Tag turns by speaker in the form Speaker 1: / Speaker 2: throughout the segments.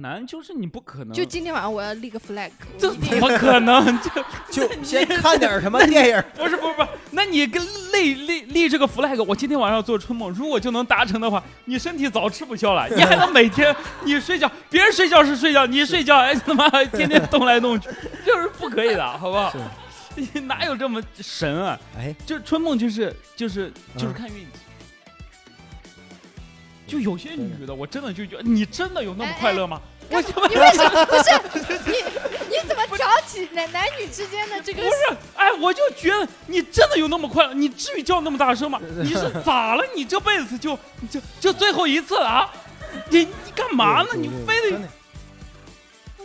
Speaker 1: 难，就是你不可能，
Speaker 2: 就今天晚上我要立个 flag，
Speaker 1: 嗯这怎么可能？ 这
Speaker 3: 就先看点什么电影。
Speaker 1: 不是不是不是，那你跟立立立这个 flag，我今天晚上要做春梦，如果就能达成的话，你身体早吃不消了，你还能每天你睡觉，别人睡觉是睡觉，你睡觉 哎 他妈天天动来动去，就是不可以的，好不好？你 哪有这么神啊？
Speaker 3: 哎，
Speaker 1: 就春梦就是就是就是
Speaker 3: 嗯
Speaker 1: 看运气。就有些女的，我真的就觉得你真的有那么
Speaker 2: 哎
Speaker 1: 快乐吗？
Speaker 2: 哎
Speaker 1: 我他妈
Speaker 2: 你为什 么不是你？你怎么挑起男男女之间的这个
Speaker 1: 不？是，哎，我就觉得你真的有那么快乐，你至于叫那么大声吗？你 是咋了？你这辈子就就就最后一次了啊？你你干嘛呢？你非得
Speaker 3: 真的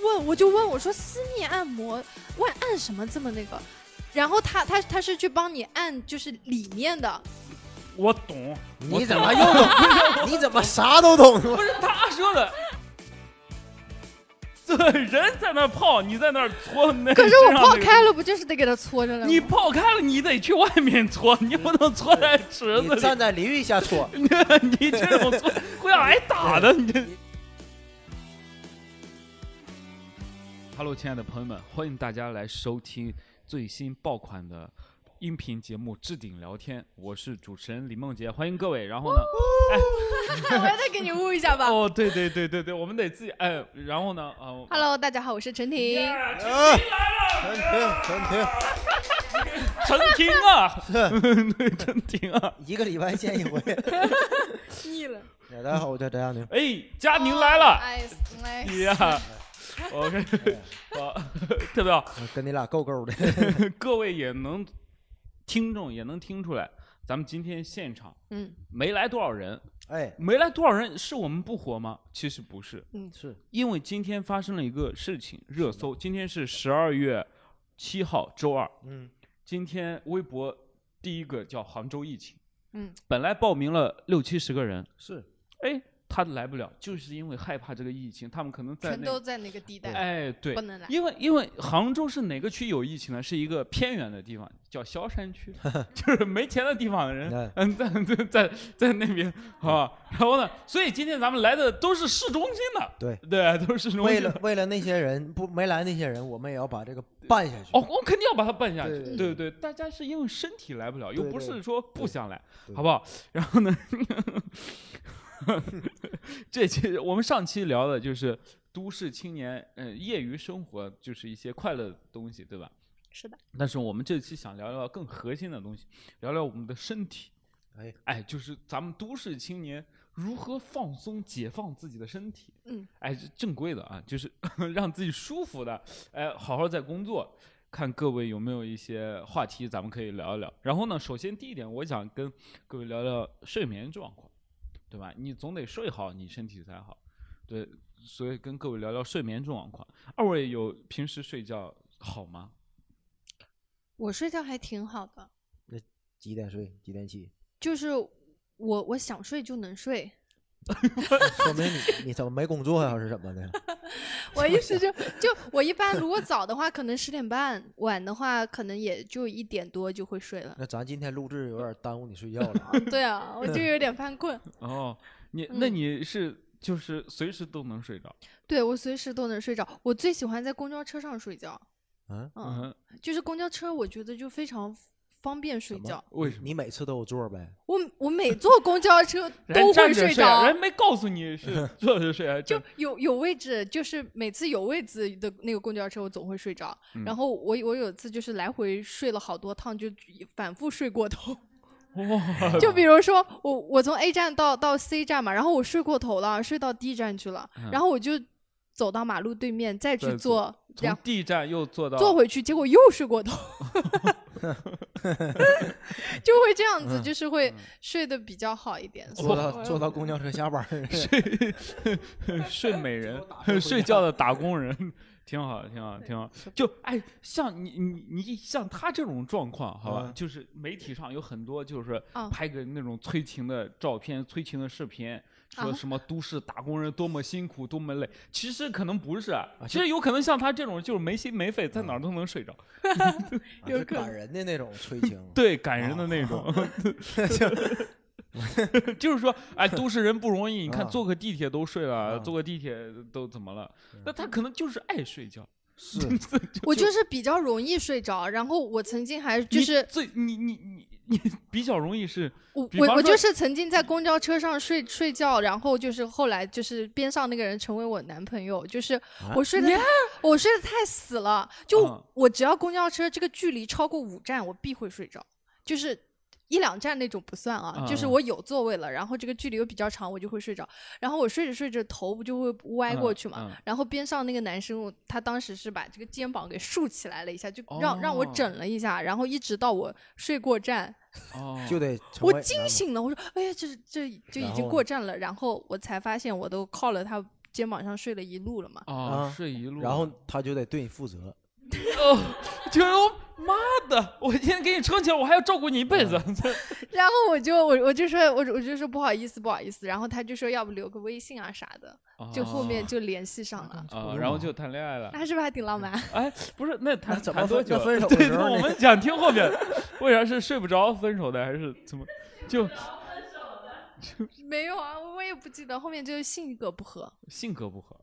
Speaker 2: 问我就问我说私密按摩，问按什么这么那个？然后他他他是去帮你按，就是里 面的，
Speaker 1: 我懂，
Speaker 3: 你怎么又懂？ 你怎么啥都懂？
Speaker 1: 不是他说的。这人在那儿泡，你在那儿搓，那
Speaker 2: 可是我
Speaker 1: 身上
Speaker 2: 泡
Speaker 1: 那个
Speaker 2: 开了，不就是得给他搓着了 吗？
Speaker 1: 你泡开了，你得去外面搓，你不能搓在池
Speaker 3: 你
Speaker 1: 子里。
Speaker 3: 站在淋浴 下搓，
Speaker 1: 你你这种搓会让挨打的，你这。Hello，亲爱的朋友们，欢迎大家来收听最新爆款的音频节目《置顶聊天》，我是主持人李梦洁，欢迎各位。然后呢，
Speaker 2: 我要再给你捂一下吧。
Speaker 1: 哦，对对对对对，我们得自己哎，然后呢，啊、呃，
Speaker 2: Hello，大家啊好，我是陈婷。
Speaker 3: 哎陈婷，
Speaker 1: 陈
Speaker 3: 陈婷，
Speaker 1: 婷啊， 对，陈婷啊，
Speaker 3: 一个礼拜见 一回。
Speaker 2: 腻了，
Speaker 3: 大家好，我叫翟亚宁。
Speaker 1: 哎，佳宁来了，
Speaker 2: 哎哎，
Speaker 1: 呀、o k 好， 特别好，
Speaker 3: 跟你俩够够的，
Speaker 1: 各位也能，听众也能听出来，咱们今天现场
Speaker 2: 嗯，
Speaker 1: 没来多少人，
Speaker 3: 哎，
Speaker 1: 没来多少人是我们不火吗？其实不是，
Speaker 3: 是
Speaker 1: 因为今天发生了一个事情，热搜。今天是十二月七号，周二。
Speaker 3: 嗯，
Speaker 1: 今天微博第一个叫杭州疫情，
Speaker 2: 嗯，
Speaker 1: 本来报名了六七十个人，
Speaker 3: 是
Speaker 1: 哎，他来不了，就是因为害怕这个疫情，他们可能在
Speaker 2: 全
Speaker 1: 那
Speaker 2: 都，在那个地带，
Speaker 1: 哎，对
Speaker 2: 不，能来。
Speaker 1: 因为因为杭州是哪个区有疫情呢？是一个偏远的地方，叫萧山 区，就是没钱的地方的人
Speaker 3: 哎，
Speaker 1: 嗯，在在在在那边，好吧。然后呢，所以今天咱们来的都是市中心的，
Speaker 3: 对
Speaker 1: 对，都是市中
Speaker 3: 为
Speaker 1: 心
Speaker 3: 了
Speaker 1: 的。
Speaker 3: 为了那些人不没来那些人，我们也要把这个办下去。
Speaker 1: 哦，我肯定要把它办下去，
Speaker 3: 对
Speaker 1: 对对，大家是因为身体来不了，又
Speaker 3: 对
Speaker 1: 不
Speaker 3: 对
Speaker 1: 是说不想来，
Speaker 3: 对
Speaker 1: 好不好？然后呢， 这期我们上期聊的就是都市青年，嗯、业余生活就是一些快乐的东西，对吧？
Speaker 2: 是的，
Speaker 1: 但是我们这期想聊聊更核心的东西，聊聊我们的身体。
Speaker 3: 哎
Speaker 1: 哎，就是咱们都市青年如何放松、解放自己的身体。
Speaker 2: 嗯，
Speaker 1: 哎，这正规的啊，就是 让自己舒服的，哎，好好在工作。看各位有没有一些话题，咱们可以聊一聊。然后呢，首先第一点，我想跟各位聊聊睡眠状况，对吧？你总得睡好，你身体才好。对，所以跟各位聊聊睡眠状况。二位有平时睡觉好吗？
Speaker 2: 我睡觉还挺好的，
Speaker 3: 几点睡？几点起？
Speaker 2: 就是我我想睡就能 睡。
Speaker 3: 说明你你怎么没工作呀、是怎么的？
Speaker 2: 我意思就就我一般如果早的话，可能十点半；晚的话，可能也就一点多就会睡了。
Speaker 3: 那咱今天录制有点耽误你睡觉了。
Speaker 2: 对啊，我就有点犯困。
Speaker 1: 哦，你那
Speaker 2: 嗯
Speaker 1: 你是就是随时都能睡着，
Speaker 2: 对我随时都能睡着，我最喜欢在公交车上睡觉。
Speaker 3: 嗯，
Speaker 2: 嗯，
Speaker 1: 嗯，
Speaker 2: 就是公交车，我觉得就非常方便睡
Speaker 3: 怎么
Speaker 2: 觉。
Speaker 1: 为什么？
Speaker 3: 你每次都有座呗？
Speaker 2: 我我每坐公 交车
Speaker 1: 人
Speaker 2: 都
Speaker 1: 站
Speaker 2: 会
Speaker 1: 着
Speaker 2: 睡
Speaker 1: 睡啊，
Speaker 2: 着
Speaker 1: 人，没告诉你是坐着睡啊，
Speaker 2: 就
Speaker 1: 站
Speaker 2: 有有位置，就是每次有位置的那个公交车，我总会睡着。
Speaker 1: 嗯
Speaker 2: 然后我我有一次就是来回睡了好多趟，就反复睡过头。
Speaker 1: 哇，
Speaker 2: 就比如说我我从 A 站到到 C 站嘛，然后我睡过头了，睡到 D 站去了，
Speaker 1: 嗯
Speaker 2: 然后我就走到马路对面再
Speaker 1: 再坐
Speaker 2: 去坐，
Speaker 1: 从
Speaker 2: 然后
Speaker 1: 地站又坐到
Speaker 2: 坐回去，结果又 睡过头，就会这样
Speaker 1: 嗯
Speaker 2: 子，就是会睡得比较好一点。
Speaker 3: 坐到坐到公交车下班 儿了
Speaker 1: 睡美 人
Speaker 3: 打工，人
Speaker 1: 睡觉的打工人， 挺好，挺好，挺好。就哎，像你你你像他这种状况，好吧，
Speaker 3: 嗯
Speaker 1: 就是媒体上有很多就是
Speaker 2: 啊
Speaker 1: 拍个那种催情的照片、催情的视频。说
Speaker 2: 啊
Speaker 1: 什么都市打工人多么辛苦，多么累，其实可能不是啊，
Speaker 3: 就嗯
Speaker 1: 其实有可能像他这种就是没心没肺，在哪儿都能睡着，
Speaker 3: 啊 是感人的那种催情。哦
Speaker 1: 对，感人的那种。
Speaker 3: 就
Speaker 1: 就是说，哎，都市人不容易，你看
Speaker 3: 啊
Speaker 1: 坐个地铁都睡了，
Speaker 3: 啊
Speaker 1: 坐个地铁都怎么了？那
Speaker 3: 嗯
Speaker 1: 他可能就是爱睡觉，
Speaker 3: 是
Speaker 2: 我就是比较容易睡着，然后我曾经还就
Speaker 1: 你
Speaker 2: 是
Speaker 1: 最你你你你比较容易是
Speaker 2: 我
Speaker 1: 比
Speaker 2: 我
Speaker 1: 方
Speaker 2: 我
Speaker 1: 说
Speaker 2: 就是曾经在公交车上睡睡觉，然后就是后来就是边上那个人成为我男朋友，就是我睡的、我睡得太死了，就、
Speaker 1: 啊嗯
Speaker 2: 我只要公交车这个距离超过五站，我必会睡着，就是。一两站那种不算啊，就是
Speaker 1: 嗯嗯
Speaker 2: 我有座位了，然后这个距离又比较长，我就会睡着。然后我睡着睡着头不就会歪过去嘛，
Speaker 1: 嗯嗯
Speaker 2: 然后边上那个男生，我他当时是把这个肩膀给竖起来了一下，就让、让我
Speaker 1: 哦
Speaker 2: 枕了一下，然后一直到我睡过站，
Speaker 1: 哦，
Speaker 3: 就得成
Speaker 2: 我
Speaker 3: 为
Speaker 2: 惊
Speaker 3: 男
Speaker 2: 醒了，我说：“哎呀，这这就已
Speaker 3: 然后
Speaker 2: 经
Speaker 3: 呢
Speaker 2: 过站了。”然后我才发现，我都靠了他肩膀上睡了一路了嘛。
Speaker 1: 哦
Speaker 3: 啊
Speaker 1: 睡一路，
Speaker 3: 然后他就得对你负责，
Speaker 1: 哦，就是我妈的，我今天给你撑起来，我还要照顾你一辈子。
Speaker 3: 嗯
Speaker 2: 然后我就我我就说，我我就说不好意思，不好意思。然后他就说要不留个微信啊啥的，
Speaker 3: 哦
Speaker 2: 就后面就联系上了。
Speaker 1: 啊，哦然后就谈恋爱了。
Speaker 2: 那是不是还挺浪漫？
Speaker 1: 哎，不是，那谈
Speaker 3: 嗯那怎么
Speaker 1: 谈多
Speaker 3: 分
Speaker 1: 久
Speaker 3: 那
Speaker 1: 了？
Speaker 3: 分手的
Speaker 1: 对，
Speaker 3: 时候
Speaker 1: 那我
Speaker 3: 那
Speaker 1: 们想听后面，为啥是睡不着分手的，还是怎么？ 就
Speaker 3: 嗯
Speaker 2: 没有啊，我也不记得，后面就是性格不合。
Speaker 1: 性格不合。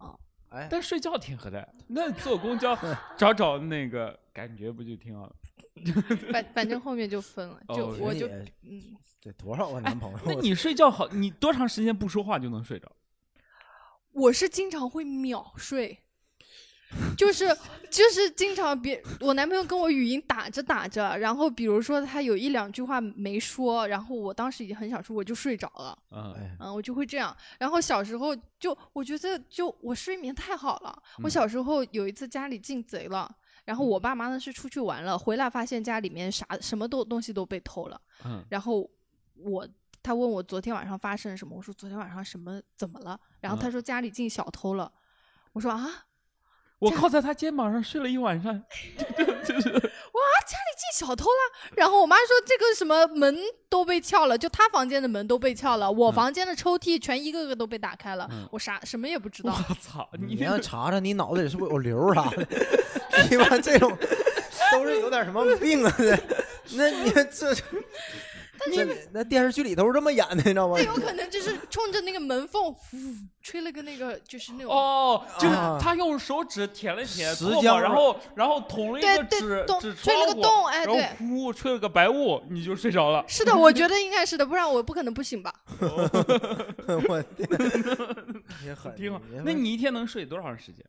Speaker 3: 哎，
Speaker 1: 但睡觉挺合的，那坐公 交找找那个感觉不就挺好的？
Speaker 2: 反反正后面就分了，就
Speaker 1: 哦
Speaker 2: 我
Speaker 3: 人
Speaker 2: 就
Speaker 3: 也
Speaker 2: 嗯，
Speaker 3: 得多少个男朋友？
Speaker 1: 那你睡觉好，你多长时间不说话就能睡着？
Speaker 2: 我是经常会秒睡。就是就是经常别我男朋友跟我语音打着打着，然后比如说他有一两句话没说，然后我当时已经很想睡，我就睡着了，
Speaker 1: 嗯，
Speaker 3: 哎，
Speaker 2: 嗯，我就会这样。然后小时候就我觉得就我睡眠太好了，我
Speaker 1: 嗯
Speaker 2: 小时候有一次家里进贼了。然后我爸妈呢是出去玩了，回来发现家里面啥什么都东西都被偷了。
Speaker 1: 嗯，
Speaker 2: 然后我他问我昨天晚上发生了什么，我说昨天晚上什么怎么了？然后他
Speaker 1: 嗯
Speaker 2: 说家里进小偷了，我说啊，
Speaker 1: 我靠在他肩膀上睡了一晚上， 就是
Speaker 2: 哇，家里进小偷啦！然后我妈说这个什么门都被撬了，就她房间的门都被撬了，我
Speaker 1: 嗯
Speaker 2: 房间的抽屉全一个个都被打开了，
Speaker 1: 嗯
Speaker 2: 我啥什么也不知
Speaker 1: 我
Speaker 2: 道。
Speaker 1: 操，
Speaker 3: 哦你
Speaker 1: 你
Speaker 3: 要查查你脑子里是不是有瘤儿啥的？ 一般这种都是有点什么病啊？这那你这这那电视剧里都是这么演的，你知道吗
Speaker 2: 那？有可能就是冲着那个门缝，呼吹了个那个就是那种。
Speaker 1: 哦，就是
Speaker 3: 啊
Speaker 1: 他用手指舔了舔
Speaker 3: 石
Speaker 1: 唾沫，
Speaker 3: 浆
Speaker 1: 然后然后捅了一
Speaker 2: 对
Speaker 1: 个
Speaker 2: 对
Speaker 1: 纸
Speaker 2: 洞
Speaker 1: 纸
Speaker 2: 吹了
Speaker 1: 窗
Speaker 2: 个
Speaker 1: 户，
Speaker 2: 洞哎
Speaker 1: 然后
Speaker 2: 对
Speaker 1: 噗吹了个白雾，你就睡着了。
Speaker 2: 是的，我觉得应该是的，不然我不可能不醒吧。
Speaker 3: 我天，也狠，
Speaker 1: 挺好
Speaker 3: 你。
Speaker 1: 那你一天能睡多长时间？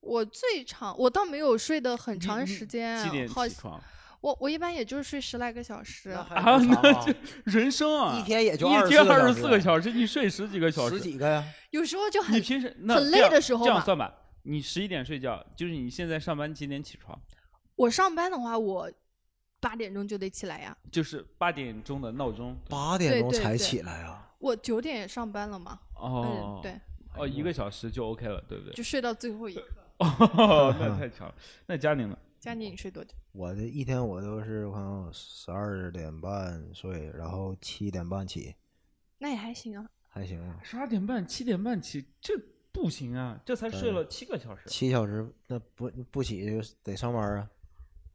Speaker 2: 我最长，我倒没有睡得很
Speaker 1: 你
Speaker 2: 长
Speaker 1: 你
Speaker 2: 时间，啊
Speaker 1: 几点
Speaker 2: 哎好
Speaker 1: 起，床？
Speaker 2: 我我一般也就是睡十来个小时。
Speaker 3: 那还
Speaker 1: 啊
Speaker 3: 不长啊
Speaker 1: 人生啊，
Speaker 3: 一天也就
Speaker 1: 一天二
Speaker 3: 24
Speaker 1: 十四个
Speaker 3: 小
Speaker 1: 小时，你睡十几个小
Speaker 3: 十
Speaker 1: 时，
Speaker 3: 几个呀？
Speaker 2: 有时候就很
Speaker 1: 你平时那
Speaker 2: 很
Speaker 1: 这
Speaker 2: 累
Speaker 1: 样
Speaker 2: 的时候
Speaker 1: 这样
Speaker 2: 嘛
Speaker 1: 算吧，你十一点睡觉，就是你现在上班几点起床？
Speaker 2: 我上班的话，我八点钟就得起来呀，
Speaker 1: 就是八点钟的闹钟。
Speaker 3: 八点钟
Speaker 2: 对对
Speaker 3: 才
Speaker 2: 对
Speaker 3: 起来啊？
Speaker 2: 我九点也上班了嘛。
Speaker 1: 哦
Speaker 2: 嗯，，对，，
Speaker 1: 哦，一个小时就 OK 了，对不对？
Speaker 2: 就睡到最后一刻。
Speaker 1: 哦， 那太强了。那佳宁呢？
Speaker 2: 佳妮，你睡多久？
Speaker 3: 我这一天我都是我看我十二点半睡，然后七点半起，
Speaker 2: 那也还行啊。
Speaker 3: 还行吧。
Speaker 1: 十二点半、七点半起，这不行啊，这才睡了七个小时。
Speaker 3: 七小时那不不起就得上班啊。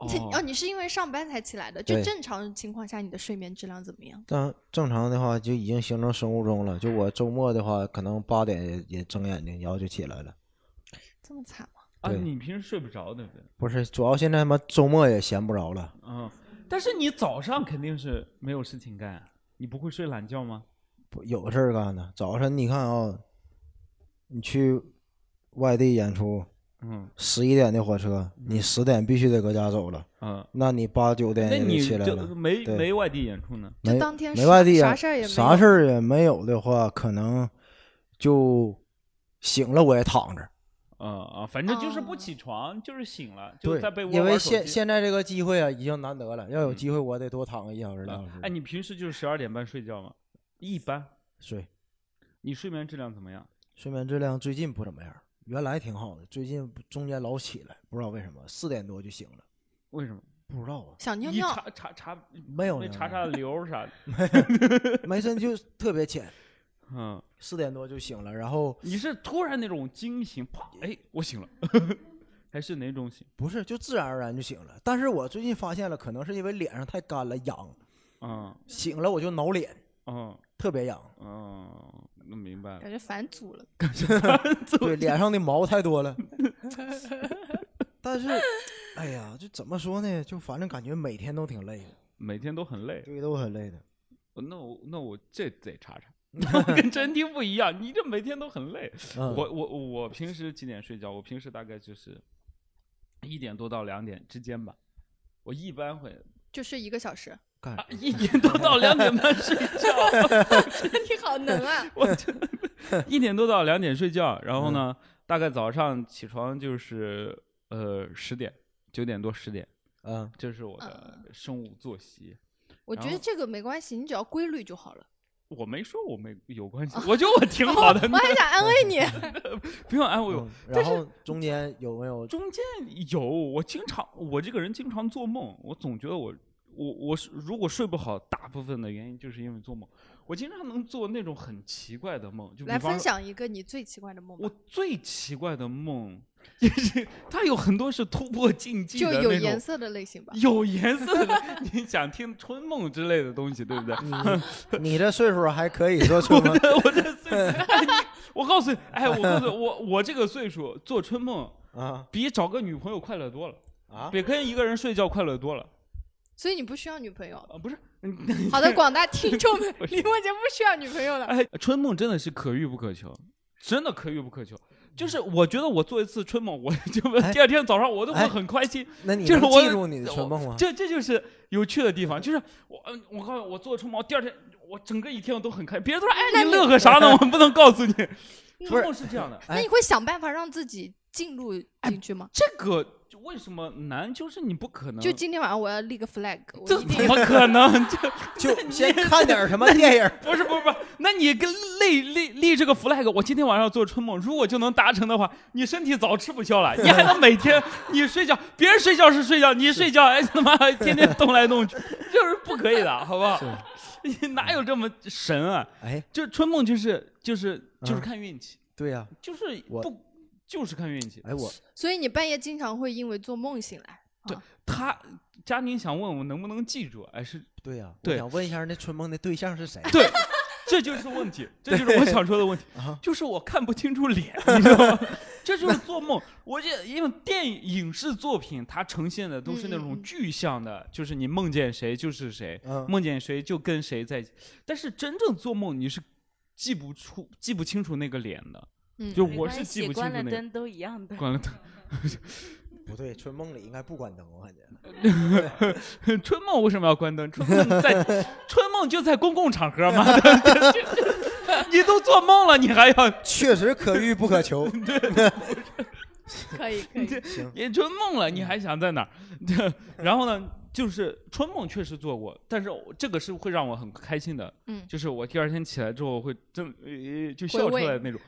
Speaker 2: 这哦，
Speaker 1: 哦，
Speaker 2: 你是因为上班才起来的，就
Speaker 3: 对
Speaker 2: 正常情况下你的睡眠质量怎么样？
Speaker 3: 但正常的话就已经形成生物钟了。就我周末的话，可能八点也也睁眼睛，然后就起来了。
Speaker 2: 这么惨吗？
Speaker 1: 啊，
Speaker 3: 对
Speaker 1: 你平时睡不着，对不对？
Speaker 3: 不是，主要现在他妈周末也闲不着了。
Speaker 1: 嗯，但是你早上肯定是没有事情干啊，你不会睡懒觉吗？
Speaker 3: 不有事儿干呢。早晨你看啊、你去外地演出，
Speaker 1: 嗯
Speaker 3: 十一点的火车，你十点必须得搁家走了，
Speaker 1: 嗯，
Speaker 3: 那你八九点
Speaker 1: 那
Speaker 3: 也
Speaker 1: 你
Speaker 3: 得起来
Speaker 1: 就呃
Speaker 3: 了。
Speaker 1: 没
Speaker 3: 对
Speaker 1: 没外地演出呢？
Speaker 2: 就
Speaker 3: 没
Speaker 2: 当天
Speaker 3: 没
Speaker 2: 啥
Speaker 3: 外地
Speaker 2: 啥
Speaker 3: 啊
Speaker 2: 事儿也没
Speaker 3: 啥
Speaker 2: 有
Speaker 3: 事儿也没有的话，可能就醒了我也躺着。
Speaker 1: 嗯啊，反正就是不
Speaker 2: 啊
Speaker 1: 起床，就是醒了，就
Speaker 3: 哦对
Speaker 1: 在被，窝
Speaker 3: 因为
Speaker 1: 玩手
Speaker 3: 现
Speaker 1: 机
Speaker 3: 现在这个机会啊已经难得了，要有
Speaker 1: 嗯
Speaker 3: 机会我得多躺个一小时两
Speaker 1: 啊
Speaker 3: 小时。
Speaker 1: 哎，你平时就是十二点半睡觉吗？一般，
Speaker 3: 睡
Speaker 1: 你睡眠质量怎么样？
Speaker 3: 睡眠质量最近不怎么样，原来挺好的，最近中间老起来，不知道为什么，四点多就醒了，
Speaker 1: 为什么？
Speaker 3: 不知道啊，
Speaker 2: 想尿
Speaker 1: 一
Speaker 2: 尿，
Speaker 1: 查查查，
Speaker 3: 没有
Speaker 1: 那
Speaker 3: 呢
Speaker 1: 查查流儿啥的。
Speaker 3: 没事就特别浅，
Speaker 1: 嗯，
Speaker 3: 四点多就醒了，然后
Speaker 1: 你是突然那种惊醒，啪，哎，我醒了， 还是哪种醒？
Speaker 3: 不是就自然而然就醒了，但是我最近发现了，可能是因为脸上太干了痒，
Speaker 1: 嗯，
Speaker 3: 醒了我就挠脸，
Speaker 1: 嗯
Speaker 3: 特别痒。
Speaker 1: 嗯，那明白了。
Speaker 2: 感觉反祖了。
Speaker 3: 对，脸上的毛太多了。但是，哎呀，就怎么说呢？就反正感觉每天都挺累的，
Speaker 1: 每天都很累，
Speaker 3: 对，都很累的。
Speaker 1: 呃那我那我这得查 查，跟真听不一样。你这每天都很累。
Speaker 3: 嗯、
Speaker 1: 我我我平时几点睡觉？我平时大概就是一点多到两点之间吧。我一般会
Speaker 2: 就睡一个 小时，
Speaker 3: 干
Speaker 1: 啊， 一点多到两点半睡觉，
Speaker 2: 你好能啊！
Speaker 1: 我就一点多到两点睡觉，然后呢，大概早上起床就是呃十点、九点多十点，
Speaker 3: 嗯，
Speaker 1: 这是我的生物作息。
Speaker 2: 我觉得这个没关系，你只要规律就好了。
Speaker 1: 我没说我没有关系，我觉得我挺好的，
Speaker 2: 我还想安慰 你，
Speaker 1: 不用安慰我
Speaker 3: 嗯。然后中间有没有？
Speaker 1: 中间有，我经常，我这个人经常做梦，我总觉得我，我我是如果睡不好，大部分的原因就是因为做梦。我经常能做那种很奇怪的梦，就比
Speaker 2: 来
Speaker 1: 方说
Speaker 2: 分享一个你最奇怪的梦吧
Speaker 1: 我。最奇怪的梦， 就是它有很多是突破禁忌
Speaker 2: 就
Speaker 1: 的
Speaker 2: 有
Speaker 1: 那
Speaker 2: 颜
Speaker 1: 种。
Speaker 2: 色的类型吧。
Speaker 1: 有颜色的，你想听春梦之类的东西，对不对？，
Speaker 2: 嗯
Speaker 3: 你你这岁数还可以做春梦
Speaker 1: 我这岁数，哎你我告诉你，哎，我告诉你，我我这个岁数做春梦
Speaker 3: 啊
Speaker 1: 比找个女朋友快乐多了，
Speaker 3: 啊！
Speaker 1: 比跟一个人睡觉快乐多了。
Speaker 2: 所以你不需要女朋友。
Speaker 1: 啊，不是，
Speaker 2: 好的，广大听众们
Speaker 1: 不，是
Speaker 2: 李梦洁不需要女朋友了。
Speaker 1: 哎，春梦真的是可遇不可求，真的可遇不可求。就是我觉得我做一次春梦，我就
Speaker 3: 哎
Speaker 1: 第二天早上我都会
Speaker 3: 哎
Speaker 1: 很开心。
Speaker 3: 那你
Speaker 1: 就是
Speaker 3: 能
Speaker 1: 我
Speaker 3: 记住你的春梦吗？
Speaker 1: 这这就是有趣的地方，就是我，嗯我告诉你，我做春梦，第二天我整个一天我都很开心。别人都说，哎，你乐个啥 呢？我不能告诉你，春梦是这样的。
Speaker 2: 那你会想办法让自己进入
Speaker 1: 哎
Speaker 2: 进去吗？
Speaker 1: 这个为什么难？就是你不可能，
Speaker 2: 就今天晚上我要立个 flag，我
Speaker 1: 这
Speaker 2: 一
Speaker 1: 怎
Speaker 2: 定
Speaker 1: 么可能？这。
Speaker 3: 就先看点儿什么电影儿
Speaker 1: 不是不是不是，那你跟立立立这个 flag，我今天晚上要做春梦，如果就能达成的话，你身体早吃不消了，你还能每天你睡觉，别人睡觉是睡觉，你睡觉哎他妈天天动来动去， 就是不可以的，好不好？你 哪有这么神啊？
Speaker 3: 哎，
Speaker 1: 就春梦就是就是就是
Speaker 3: 嗯
Speaker 1: 看运气，
Speaker 3: 对呀、
Speaker 1: 就是
Speaker 3: 我
Speaker 1: 不就是看运气。
Speaker 3: 哎我
Speaker 2: 所以你半夜经常会因为做梦醒来。
Speaker 1: 他佳宁想问我能不能记住，哎是
Speaker 3: 对呀、
Speaker 1: 对
Speaker 3: 我想问一下，那春梦的对象 是谁？
Speaker 1: 对，这就是问题，这就是我想说的问题
Speaker 3: 啊，
Speaker 1: 就是我看不清楚脸，你知道吗？ 这就是做梦。我这因为电影影视作品它呈现的都是那
Speaker 2: 嗯嗯
Speaker 1: 种
Speaker 2: 嗯
Speaker 1: 具象的，就是你梦见谁就是谁，
Speaker 3: 嗯，
Speaker 1: 梦见谁就跟谁在一起。但是真正做梦你是记不出、记不清楚那个脸的，
Speaker 2: 嗯，
Speaker 1: 就
Speaker 4: 没
Speaker 1: 我
Speaker 4: 关
Speaker 1: 是记
Speaker 4: 系
Speaker 1: 不清
Speaker 4: 关
Speaker 1: 楚
Speaker 4: 了
Speaker 1: 那个。
Speaker 4: 灯都一样 的。
Speaker 1: 关了灯。
Speaker 3: 不对，春梦里应该不关灯，我感觉。
Speaker 1: 春梦为什么要关灯？春 梦在春梦就在公共场合嘛， 对不对你都做梦了，你还要
Speaker 3: 确实可遇不可求。
Speaker 2: 可以 可以。
Speaker 3: 行，
Speaker 1: 也春梦了，你还想在哪儿？ 然后呢，就是春梦确实做过，但是我这个是会让我很开心的，
Speaker 2: 嗯
Speaker 1: 就是我第二天起来之后我会真呃就
Speaker 2: 回
Speaker 1: 笑出
Speaker 2: 味
Speaker 1: 来的那种，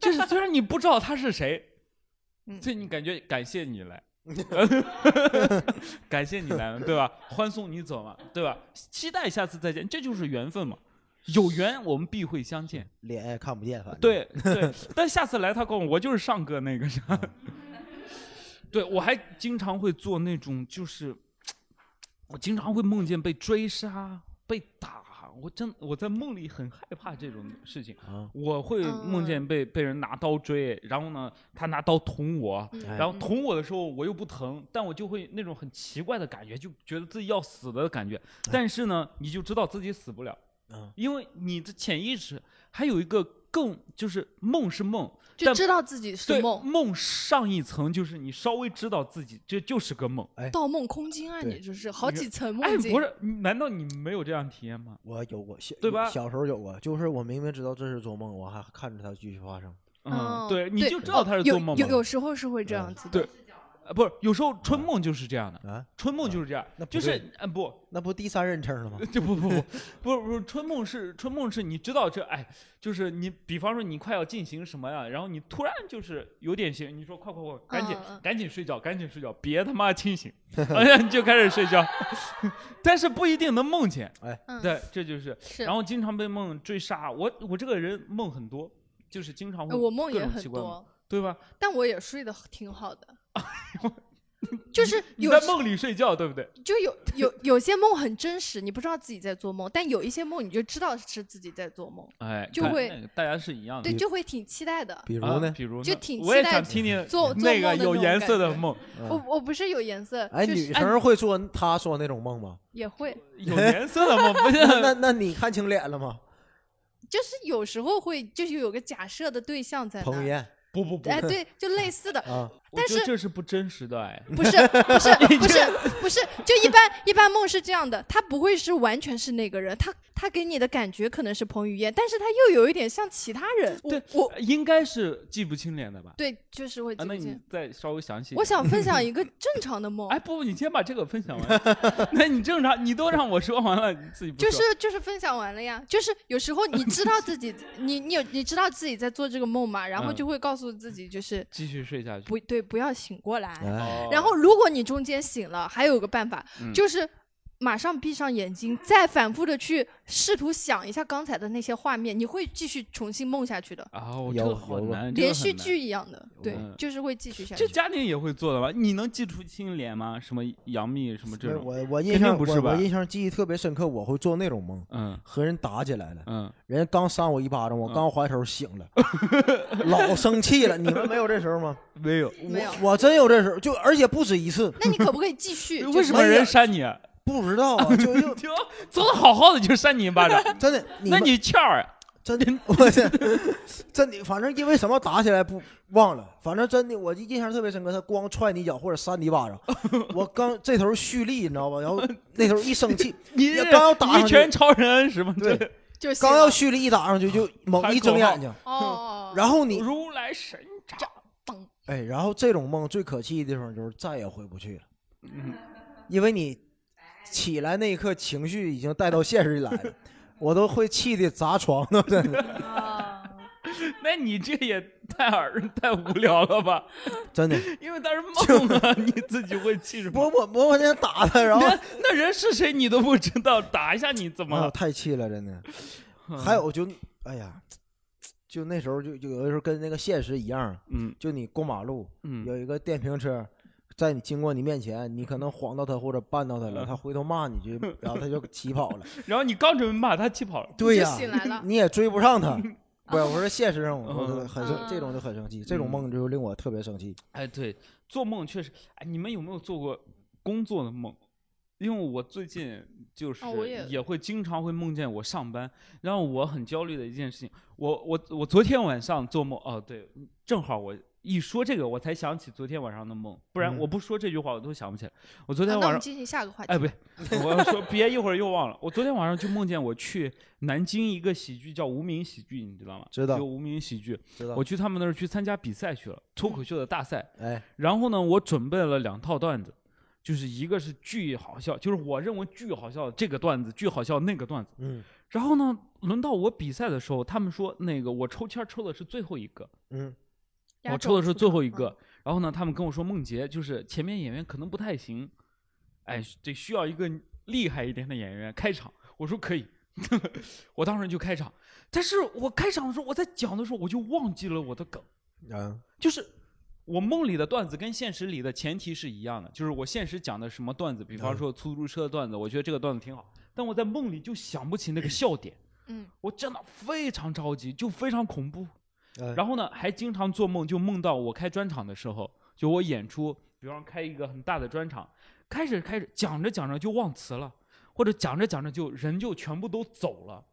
Speaker 1: 就是虽然你不知道他是谁，
Speaker 2: 嗯
Speaker 1: 所以你感觉感谢你 来。感谢你来了，对吧？欢送你走嘛，对吧？期待下次再见，这就是缘分嘛。有缘我们必会相见。
Speaker 3: 脸也哎看不见，反正。
Speaker 1: 对对，但下次来他告诉我，我就是上个那个啥。 对我还经常会做那种，就是我经常会梦见被追杀、被打，我真我在梦里很害怕这种事情。
Speaker 3: 啊，
Speaker 1: 我会
Speaker 2: 嗯
Speaker 1: 梦见被、被人拿刀追，然后呢，他拿刀捅我，
Speaker 2: 嗯
Speaker 1: 然后捅我的时候我又不疼，但我就会那种很奇怪的感觉，就觉得自己要死的感 觉。但是呢，你就知道自己死不了，
Speaker 3: 嗯
Speaker 1: 因为你的潜意识还有一个更就是梦是梦，
Speaker 2: 就
Speaker 1: 但
Speaker 2: 知道自己是
Speaker 1: 对嗯
Speaker 2: 梦，
Speaker 1: 上一层就是你稍微知道自己这就是个梦。
Speaker 2: 盗梦空间啊，
Speaker 3: 对
Speaker 2: 你这是好几层
Speaker 1: 哎，
Speaker 2: 梦境。
Speaker 1: 不是，你难道你没有这样体验吗？
Speaker 3: 我有过，小
Speaker 1: 对吧
Speaker 3: 小时候有过，就是我明明知道这是做梦，我还看着它继续发生。
Speaker 2: 嗯，
Speaker 1: 对，你就知
Speaker 2: 哦
Speaker 1: 道他是做梦嘛。
Speaker 2: 有
Speaker 1: 嗯
Speaker 2: 有有时候是会这样子的。
Speaker 1: 对呃不是，有时候春梦就是这样的，
Speaker 3: 啊，
Speaker 1: 春梦就是这样，
Speaker 3: 那不
Speaker 1: 就是
Speaker 3: 对
Speaker 1: 呃不，
Speaker 3: 那不第三人称了吗？
Speaker 1: 就不不不不不，春梦是春梦是你知道这哎，就是你比方说你快要进行什么呀，然后你突然就是有点醒，你说快快快，赶紧
Speaker 2: 嗯嗯
Speaker 1: 赶紧睡觉，赶紧睡觉，别他妈清醒， 哎呀你就开始睡觉， 但是不一定能梦见，
Speaker 3: 哎
Speaker 2: 嗯，
Speaker 1: 对，这就是，
Speaker 2: 是。
Speaker 1: 然后经常被梦追杀，我我这个人梦很多，就是经常会
Speaker 2: 呃我梦
Speaker 1: 各
Speaker 2: 也
Speaker 1: 种
Speaker 2: 很
Speaker 1: 奇怪梦
Speaker 2: 多，
Speaker 1: 对吧？
Speaker 2: 但我也睡得挺好的。 就是
Speaker 1: 你
Speaker 2: 有
Speaker 1: 在梦里睡觉，对不对？
Speaker 2: 就有有有些梦很真实，你不知道自己在做梦，但有一些梦你就知道是自己在做梦，
Speaker 1: 哎，
Speaker 2: 就
Speaker 1: 看
Speaker 2: 会
Speaker 1: 那个大家是一样的。
Speaker 2: 对，就会挺期待的。
Speaker 3: 比如
Speaker 1: 啊
Speaker 3: 呢？
Speaker 1: 比如呢
Speaker 2: 就挺
Speaker 1: 我也
Speaker 2: 期待
Speaker 1: 想听听
Speaker 2: 做做
Speaker 1: 那
Speaker 2: 梦
Speaker 1: 个
Speaker 2: 的那
Speaker 1: 有
Speaker 2: 种
Speaker 1: 颜
Speaker 2: 感
Speaker 1: 色的
Speaker 2: 觉
Speaker 1: 梦，
Speaker 2: 我我不是有颜色，
Speaker 3: 哎，
Speaker 2: 就是
Speaker 3: 女生会做她说那种梦吗？
Speaker 2: 也会，
Speaker 1: 有颜色的梦不是
Speaker 3: 那那那你看清脸 了吗？
Speaker 2: 就是有时候会，就是有个假设的对象在那
Speaker 3: 彭
Speaker 2: 儿。
Speaker 3: 于晏
Speaker 1: 不不不，
Speaker 2: 哎，对，就类似 的，
Speaker 3: 啊，
Speaker 1: 我
Speaker 2: 但
Speaker 1: 觉得
Speaker 2: 是
Speaker 1: 这是不真实的哎。
Speaker 2: 不是不 是不是不是，就一般一般梦是这样的，他不会是完全是那个人，他他给你的感觉可能是彭于晏，但是他又有一点像其他人。我
Speaker 1: 对
Speaker 2: 我
Speaker 1: 呃应该是记不清脸的吧？
Speaker 2: 对，就是会
Speaker 1: 啊，
Speaker 2: 记
Speaker 1: 那
Speaker 2: 不
Speaker 1: 你
Speaker 2: 清。
Speaker 1: 再稍微详细一点。
Speaker 2: 我想分 享一个正常的梦，
Speaker 1: 哎，不，你先把这个分享 完。那你正常，你都让我说完了，你自己不
Speaker 2: 就
Speaker 1: 说
Speaker 2: 是就是分享完了呀，就是有时候你知道自 己，你你有你知道自己在做这个梦嘛，然后
Speaker 1: 嗯
Speaker 2: 就会告诉自己就是
Speaker 1: 继续睡下去。
Speaker 2: 不对，不要醒过来。
Speaker 3: 哎，
Speaker 1: 哦
Speaker 2: 然后，如果你中间醒了，还有个办法，
Speaker 1: 嗯
Speaker 2: 就是马上闭上眼睛，再反复的去试图想一下刚才的那些画面，你会继续重新梦下去的，
Speaker 1: 啊，我这
Speaker 3: 有
Speaker 1: 个好
Speaker 3: 有吧
Speaker 1: 难，这个
Speaker 2: 连
Speaker 1: 很
Speaker 2: 续
Speaker 1: 难。
Speaker 2: 剧一样的，对
Speaker 1: 嗯，
Speaker 2: 就是会继续下
Speaker 1: 这
Speaker 2: 去。
Speaker 1: 家庭也会做的吧？你能记出清脸吗？什么杨幂什么这种？
Speaker 3: 我我印
Speaker 1: 肯定
Speaker 3: 象
Speaker 1: 不是
Speaker 3: 我
Speaker 1: 吧
Speaker 3: 我印象记忆特别深刻，我会做那种梦，
Speaker 1: 嗯
Speaker 3: 和人打起来了，
Speaker 1: 嗯，
Speaker 3: 人家刚扇我一巴掌，我
Speaker 1: 嗯
Speaker 3: 刚回头醒 了，老生气了。你们没有这时候吗？
Speaker 1: 没有。
Speaker 2: 没有
Speaker 3: 我真有这时候，就而且不止一次，
Speaker 2: 那你可不可以继续？就
Speaker 1: 为
Speaker 2: 是
Speaker 1: 什么
Speaker 3: 哎呀
Speaker 1: 人扇你啊？
Speaker 3: 不知道啊，就就
Speaker 1: 就走的好好的就扇你一巴掌，
Speaker 3: 真的，你
Speaker 1: 那
Speaker 3: 们
Speaker 1: 你翘儿啊？
Speaker 3: 真的， 我这真的，反正因为什么打起来不忘了，反正真的，我印象特别深刻。他光踹你一脚或者扇你一巴 掌，我刚这头蓄力，你知道吧？然后那头一 生气，
Speaker 1: 你
Speaker 3: 也刚要打上
Speaker 1: 一
Speaker 3: 去
Speaker 1: 拳超人什么
Speaker 3: 对
Speaker 1: 的，
Speaker 2: 就醒
Speaker 3: 刚
Speaker 1: 啊
Speaker 3: 要
Speaker 2: 了
Speaker 3: 蓄力一打上去， 就猛一睁眼睛，
Speaker 2: 哦哦，后
Speaker 3: 然后你
Speaker 1: 如来神掌。
Speaker 3: 哎，然后这种梦最可气的地方就是再也回不去了，
Speaker 1: 嗯，
Speaker 3: 因为你起来那一刻情绪已经带到现实里 来了，我都会气的砸床头，真的，
Speaker 1: 那你这也太耳太无聊了吧？
Speaker 3: 真的，
Speaker 1: 因为他是梦啊，你自己会气什
Speaker 3: 我
Speaker 1: 么？
Speaker 3: 我我往前打他，然后
Speaker 1: 那那人是谁你都不知道，打一下你 怎
Speaker 3: 哎呦
Speaker 1: 么？
Speaker 3: 太气了，真的。
Speaker 1: 嗯
Speaker 3: 还有就，哎呀，就那时候就就有的时候跟那个现实一样，啊
Speaker 1: 嗯
Speaker 3: 就你过马路
Speaker 1: 嗯，
Speaker 3: 有一个电瓶车。在你经过你面前，你可能晃到他或者绊到他了，
Speaker 1: 嗯
Speaker 3: 他回头骂你 就，然后他就起跑了。
Speaker 1: 然后你刚准备骂他气跑了，
Speaker 3: 对
Speaker 2: 就
Speaker 3: 呀、
Speaker 2: 醒来了
Speaker 3: 你也追不上他。不是，我说现实上我
Speaker 1: 嗯
Speaker 3: 我很生
Speaker 2: 嗯
Speaker 3: 这种就很生气，这种梦就令我特别生气。
Speaker 1: 哎，对，做梦确实，哎，你们有没有做过工作的梦？因为我最近就是
Speaker 2: 哦我也
Speaker 1: 也会经常会梦见我上班，然后我很焦虑的一件事情，我我我昨天晚上做梦，哦对，正好我一说这个，我才想起昨天晚上的梦，不然
Speaker 3: 嗯
Speaker 1: 我不说这句话我都想不起来。我 昨
Speaker 2: 啊那
Speaker 1: 天
Speaker 2: 我
Speaker 1: 晚上，
Speaker 2: 们进行下个话题
Speaker 1: 哎，。不对，我要说别一会儿又忘了。我昨天晚上就梦见我去南京一个喜剧叫无名喜剧，你知道吗？
Speaker 3: 知道
Speaker 1: 就无名喜剧，
Speaker 3: 知道？
Speaker 1: 我去他们那儿去参加比赛去了，脱口秀的大赛。
Speaker 3: 哎，
Speaker 1: 然后呢，我准备了两套段子，就是一个是巨好笑，就是我认为巨好笑的这个段子，巨好笑那个段子。
Speaker 3: 嗯
Speaker 1: 然后呢，轮到我比赛的时候，他们说那个我抽签儿抽的是最后一个，
Speaker 3: 嗯
Speaker 2: 压
Speaker 1: 我
Speaker 2: 轴
Speaker 1: 抽的是
Speaker 2: 出
Speaker 1: 最
Speaker 2: 场嗯
Speaker 1: 后一个。，然后呢，他们跟我说梦洁就是前面演员可能不太行，哎，得需要一个厉害一点的演员开场。我说可以， 我当时就开场。但是我开场的时候，我在讲的时候，我就忘记了我的梗。
Speaker 3: 啊，
Speaker 1: 就是我梦里的段子跟现实里的前提是一样的，就是我现实讲的什么段子，比方
Speaker 3: 嗯
Speaker 1: 说出租车的段子，我觉得这个段子挺好，但我在梦里就想不起那个笑点，
Speaker 2: 嗯，
Speaker 1: 我真的非常着急，就非常恐怖。
Speaker 3: 哎
Speaker 1: 然后呢，还经常做梦，就梦到我开专场的时候，就我演出，比方开一个很大的专场，开始开始讲着讲着就忘词了，或者讲着讲着就人就全部都走了，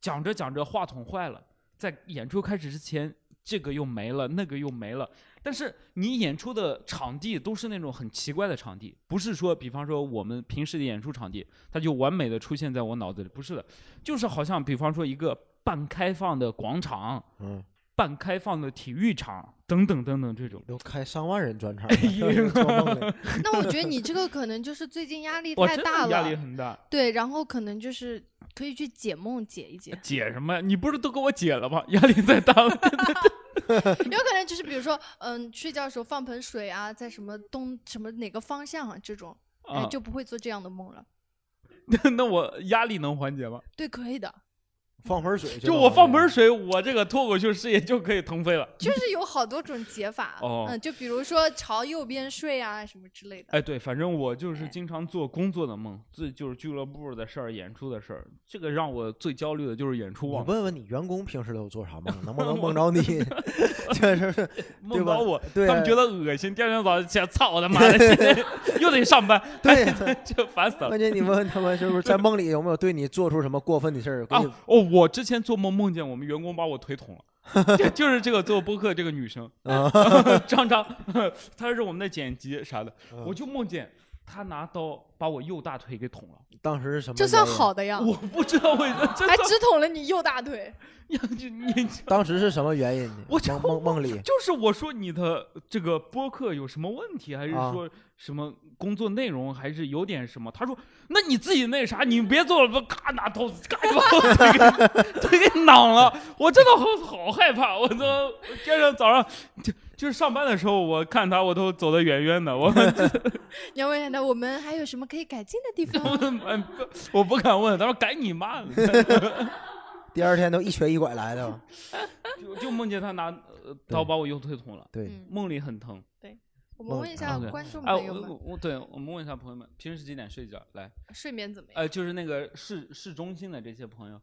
Speaker 1: 讲着讲着话筒坏了，在演出开始之前，这个又没了，那个又没了。但是你演出的场地都是那种很奇怪的场地，不是说，比方说我们平时的演出场地，它就完美的出现在我脑子里，不是的，就是好像比方说一个半开放的广场，
Speaker 3: 嗯，
Speaker 1: 半开放的体育场等等等等这种。
Speaker 3: 都开上万人专场
Speaker 1: 呀
Speaker 3: 了， 做梦里
Speaker 2: 那我觉得你这个可能就是最近压力
Speaker 1: 我
Speaker 2: 太
Speaker 1: 真的
Speaker 2: 大
Speaker 1: 压力
Speaker 2: 了，
Speaker 1: 很大，
Speaker 2: 对，然后可能就是可以去解梦解 一解。
Speaker 1: 解什么呀？你不是都给我解了吗？压 力太大了。
Speaker 2: 有可能就是比如说，嗯，睡觉的时候放盆水啊，在什么东什么哪个方向啊这种，哎，
Speaker 1: 啊，
Speaker 2: 就不会做这样的梦了。
Speaker 1: 那我压力能缓解吗？
Speaker 2: 对，可以的。
Speaker 3: 放 盆水，
Speaker 1: 就我放盆，水，我这个脱口秀事业就可以腾飞了。
Speaker 2: 就是有好多种解法，
Speaker 1: 哦
Speaker 2: 嗯，就比如说朝右边睡啊什么之类的。
Speaker 1: 哎，对，反正我就是经常做工作的梦，这就是俱乐部的事儿、演出的事儿。这个让我最焦虑的就是演出
Speaker 3: 我
Speaker 1: 忘，
Speaker 3: 问问你员工平时都做 啥梦，能不能梦着你？ 确实是，
Speaker 1: 梦到我，
Speaker 3: 对
Speaker 1: 他们觉得恶心。第二天早上起来，操我的妈的，今 天又得上班，
Speaker 3: 对
Speaker 1: 哎，这烦死了
Speaker 3: 关。键你问他们是不是在梦里有没有对你做出什么过分的事儿？给
Speaker 1: 啊
Speaker 3: 你
Speaker 1: 哦！我之前做梦梦见我们员工把我腿捅了，就就是这个做播客这个女生， 张张，她是我们的剪辑啥的，
Speaker 3: 嗯
Speaker 1: 我就梦见她拿刀把我右大腿给捅了，
Speaker 3: 当时是什么？
Speaker 2: 这算好，的呀，
Speaker 1: 我不知道为什么，真
Speaker 2: 还
Speaker 1: 的
Speaker 2: 只捅了你右大腿。
Speaker 1: 你你
Speaker 3: 当时是什么原因呢？
Speaker 1: 我就
Speaker 3: 梦梦梦 里
Speaker 1: 就是我说你的这个播客有什么问题，还是
Speaker 3: 啊
Speaker 1: 说什么工作内容，还是有点什么？他说，那你自己那啥，你别做了，咔拿刀子咔就把我腿 给腿给攮了，我真的好好害怕，我都第二天早上就就是上班的时候，我看他我都走得远远的，我
Speaker 2: 你要问他，我们还有什么可以改进的地方？
Speaker 1: 我不敢问，他说改你妈，
Speaker 3: 第二天都一瘸一拐来的。
Speaker 1: 就就梦见他拿呃刀把我右腿捅了，
Speaker 3: 对，
Speaker 2: 嗯，
Speaker 1: 梦里很疼。
Speaker 2: 我们问一下
Speaker 1: 嗯，OK
Speaker 2: 观众
Speaker 1: 哎，
Speaker 2: 朋友
Speaker 1: 我我
Speaker 2: 们，
Speaker 1: 我对我们问一下朋友们，平时几点睡觉？来。
Speaker 2: 睡眠怎么样？
Speaker 1: 呃，就是那个市市中心的这些朋友。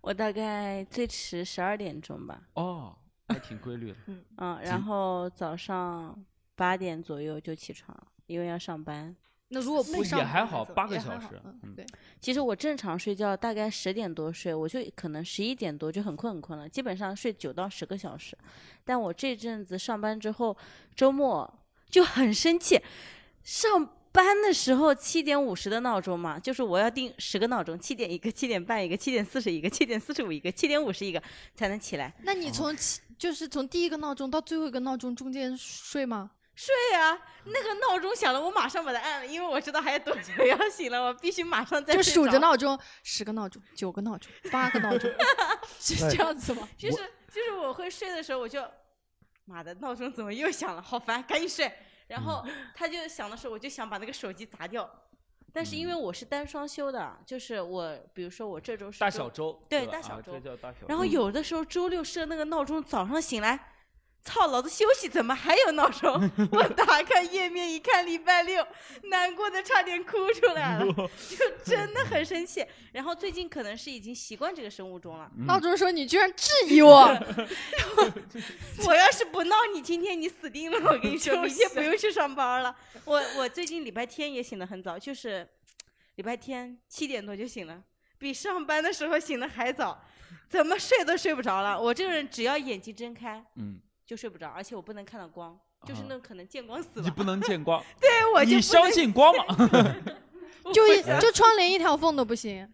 Speaker 4: 我大概最迟十二点钟吧，
Speaker 1: 哦，还挺规律的。
Speaker 4: 嗯，
Speaker 1: 几
Speaker 4: 然后早上八点左右就起床，因为要上班。
Speaker 2: 那如果
Speaker 1: 那
Speaker 2: 不上
Speaker 1: 也
Speaker 2: 班
Speaker 1: 还
Speaker 2: 的
Speaker 1: 好
Speaker 2: 时候
Speaker 1: 八个
Speaker 2: 也还
Speaker 1: 小
Speaker 2: 好
Speaker 1: 时嗯
Speaker 2: 嗯，对，
Speaker 4: 其实我正常睡觉大概十点多睡，我就可能十一点多就很困很困了，基本上睡九到十个小时。但我这阵子上班之后，周末就很生气，上班的时候七点五十的闹钟嘛，就是我要定十个闹钟，七点一个，七点半一个，七点四十一个，七点四十五一个，七点五十一个才能起来。
Speaker 2: 那你从起就是从第一个闹钟到最后一个闹钟中间睡吗？
Speaker 4: 对啊，那个闹钟响了，我马上把它按了，因为我知道还有多久要醒了，我必须马上再
Speaker 2: 就
Speaker 4: 睡
Speaker 2: 数着
Speaker 4: 着
Speaker 2: 闹钟，十个闹钟，九个闹钟，八个闹钟，是
Speaker 3: 哎
Speaker 2: 这样子吗？
Speaker 4: 就是就是我会睡的时候，我就妈的闹钟怎么又响了，好烦，赶紧睡。然后他就响的时候，我就想把那个手机砸掉。但是因为我是单双休的，就是我，比如说我这周 是
Speaker 1: 大
Speaker 4: 周
Speaker 1: 小周，
Speaker 4: 对
Speaker 1: 吧
Speaker 4: 大
Speaker 1: 啊
Speaker 4: 小周
Speaker 1: 这叫大小周。
Speaker 4: 然后有的时候周六设那个闹钟，早上醒来，操，老子休息怎么还有闹钟？我打开页面一看，礼拜六，难过的差点哭出来了，就真的很生气。然后最近可能是已经习惯这个生物钟
Speaker 1: 嗯
Speaker 4: 了，
Speaker 2: 闹钟说你居然质疑我，
Speaker 4: 我要是不闹你，今天你死定了。我跟你说，明天不用去上班了。我我最近礼拜天也醒得很早，就是礼拜天七点多就醒了，比上班的时候醒的还早，怎么睡都睡不着了。我这个人只要眼睛睁开
Speaker 1: 嗯，
Speaker 4: 就睡不着，而且我不能看到光，就是
Speaker 1: 啊
Speaker 4: 那种可能见光死
Speaker 1: 你
Speaker 4: 了。
Speaker 1: 不能见光，
Speaker 4: 对，我就
Speaker 1: 你
Speaker 4: 不
Speaker 1: 相
Speaker 4: 能
Speaker 1: 信光吗？
Speaker 2: 就一就窗帘一条缝都不行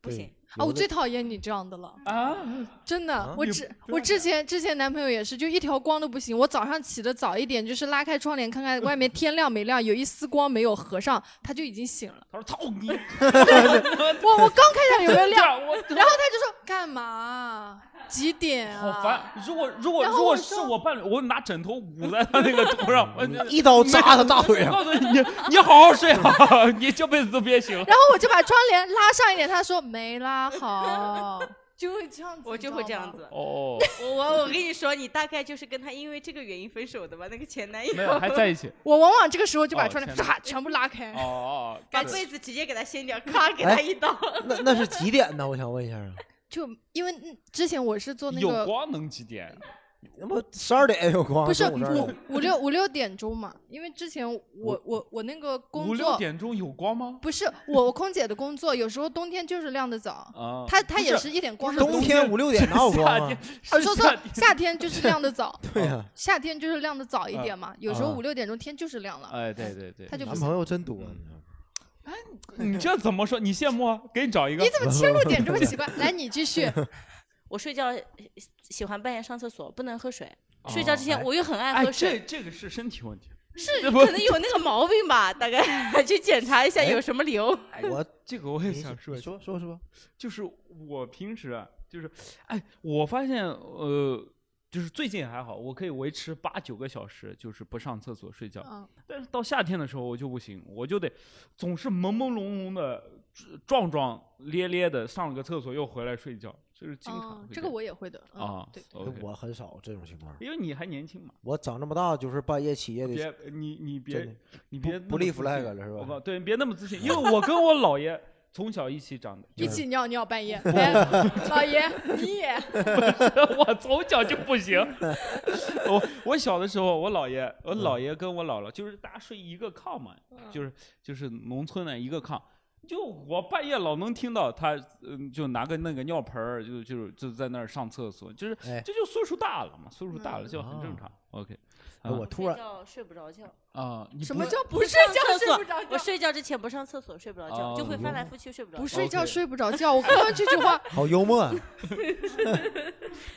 Speaker 4: 不行。
Speaker 2: 啊！我
Speaker 3: 有的
Speaker 2: 最讨厌你这样的了，
Speaker 1: 啊，
Speaker 2: 真的
Speaker 3: 啊。
Speaker 2: 我
Speaker 1: 你
Speaker 2: 之
Speaker 1: 不
Speaker 2: 我
Speaker 1: 要
Speaker 2: 之前之前男朋友也是，就一条光都不行。我早上起的早一点，就是拉开窗帘看看外面天亮没亮，有一丝光没有合上，他就已经 醒了。
Speaker 1: 他说操你，
Speaker 2: 我我刚看一下有没有亮，
Speaker 1: 亮我。
Speaker 2: 然后他就说干嘛啊几点啊？
Speaker 1: 好烦！如果如果
Speaker 2: 然
Speaker 1: 如
Speaker 2: 后
Speaker 1: 果
Speaker 2: 我
Speaker 1: 是
Speaker 2: 说
Speaker 1: 我伴侣，我拿枕头捂在他那个头上，
Speaker 2: 嗯
Speaker 1: 我
Speaker 3: 一刀扎他大腿啊
Speaker 1: 我
Speaker 3: 上。
Speaker 1: 告诉你，你好好睡啊，你这辈子都别醒了。
Speaker 2: 然后我就把窗帘拉上一点，他说没拉 好，就会这样子，
Speaker 4: 我就会这样。子，
Speaker 1: 哦，
Speaker 4: 我我我跟你说，你大概就是跟他因为这个原因分手的吧？那个前男友
Speaker 1: 没有，还在一起。
Speaker 2: 我往往这个时候就把
Speaker 1: 哦
Speaker 2: 窗帘
Speaker 1: 天
Speaker 2: 唰全部拉开
Speaker 1: 哦，哦，
Speaker 4: 把
Speaker 1: 对
Speaker 4: 被子直接给他掀掉，咔给
Speaker 3: 哎
Speaker 4: 他一刀。
Speaker 3: 那那是几点呢？我想问一下啊，
Speaker 2: 就因为嗯之前我是做那
Speaker 1: 有
Speaker 2: 个
Speaker 1: 光能几点？
Speaker 3: 那不十二点有光？
Speaker 2: 不是
Speaker 3: 中午12点
Speaker 2: 五五六五六点钟嘛，因为之前我我我那个
Speaker 1: 五
Speaker 2: 工
Speaker 1: 六
Speaker 2: 作
Speaker 1: 点钟有光吗？
Speaker 2: 不是我我空姐的工作，有时候冬天就是亮的早，
Speaker 1: 啊，
Speaker 2: 她她
Speaker 1: 不
Speaker 2: 也
Speaker 1: 是
Speaker 2: 是一点光
Speaker 1: 不
Speaker 2: 都
Speaker 1: 是
Speaker 2: 没有
Speaker 3: 冬天五六点哪有光
Speaker 1: 夏
Speaker 3: 啊
Speaker 1: 天？，
Speaker 2: 啊，
Speaker 1: 是
Speaker 2: 说错
Speaker 1: 夏
Speaker 2: 了
Speaker 1: 天，
Speaker 2: 夏天就是亮的早，
Speaker 3: 对呀，
Speaker 2: 夏天就是亮的早一点
Speaker 1: 嗯
Speaker 2: 嘛，有时候
Speaker 3: 啊
Speaker 2: 五六点钟天就是亮了，
Speaker 1: 哎，对对对，
Speaker 2: 她就不
Speaker 3: 男
Speaker 2: 行。
Speaker 3: 朋友真
Speaker 1: 嗯
Speaker 3: 多。
Speaker 1: 你这怎么说？你羡慕啊？给你找一个
Speaker 2: 你。怎么切入点这么奇怪？来，你继续。
Speaker 4: 我睡觉呃喜欢半夜上厕所，不能喝水。
Speaker 1: 哦
Speaker 4: 睡觉之前我又很爱
Speaker 1: 哎，
Speaker 4: 喝水，
Speaker 1: 这这个是身体问题。
Speaker 4: 是
Speaker 1: 这不
Speaker 4: 可能有那个毛病吧？大概去检查一下有什么瘤。
Speaker 3: 我
Speaker 1: 这个我也
Speaker 3: 你
Speaker 1: 想说一下，
Speaker 3: 说说说，
Speaker 1: 就是我平时啊，就是哎，我发现呃，就是最近还好，我可以维持八九个小时，就是不上厕所睡觉。
Speaker 2: 嗯，
Speaker 1: 但是到夏天的时候我就不行，我就得总是朦朦胧胧的壮壮咧咧的上了个厕所又回来睡觉，这是经常
Speaker 2: 嗯
Speaker 1: 会
Speaker 2: 这个
Speaker 1: 样
Speaker 2: 我也会的嗯
Speaker 1: 啊，
Speaker 2: 对，
Speaker 1: OK
Speaker 3: 我很少这种情况。
Speaker 1: 因为你还年轻嘛，
Speaker 3: 我长这么大就是半夜起夜的，
Speaker 1: 别你你
Speaker 3: 真的
Speaker 1: 别你别
Speaker 3: 不不立 flag 了是吧
Speaker 1: 吧？对，别那么自信，因为我跟我姥爷从小一起长的，
Speaker 2: 一
Speaker 1: 就是
Speaker 2: 起尿尿半 夜，哎老爷你也
Speaker 1: 我从小就不行。我我小的时候，我姥爷，我姥
Speaker 3: 嗯
Speaker 1: 爷跟我姥姥就是大家睡一个炕嘛，
Speaker 4: 嗯
Speaker 1: 就是就是农村的一个炕。就我半夜老能听到他，嗯，就拿个那个尿盆儿，就就就在那儿上厕所，就是
Speaker 3: 哎
Speaker 1: 这就岁数大了嘛，岁数
Speaker 4: 嗯
Speaker 1: 大了就很正
Speaker 3: 哦
Speaker 1: 常。OK，
Speaker 3: 哎我突然
Speaker 4: 睡觉睡不着觉，
Speaker 1: 啊，你
Speaker 2: 什
Speaker 1: 不
Speaker 2: 么
Speaker 1: 会
Speaker 2: 叫不睡
Speaker 4: 上
Speaker 2: 觉
Speaker 4: 厕
Speaker 2: 睡
Speaker 4: 所
Speaker 2: 不着
Speaker 4: 我
Speaker 2: 觉？
Speaker 4: 睡觉之前不上厕所睡不着觉，
Speaker 1: 哦
Speaker 4: 就会翻来覆去睡不着觉。
Speaker 2: 不睡觉
Speaker 3: OK
Speaker 2: 睡不着觉，我刚刚这句话
Speaker 3: 好幽默啊！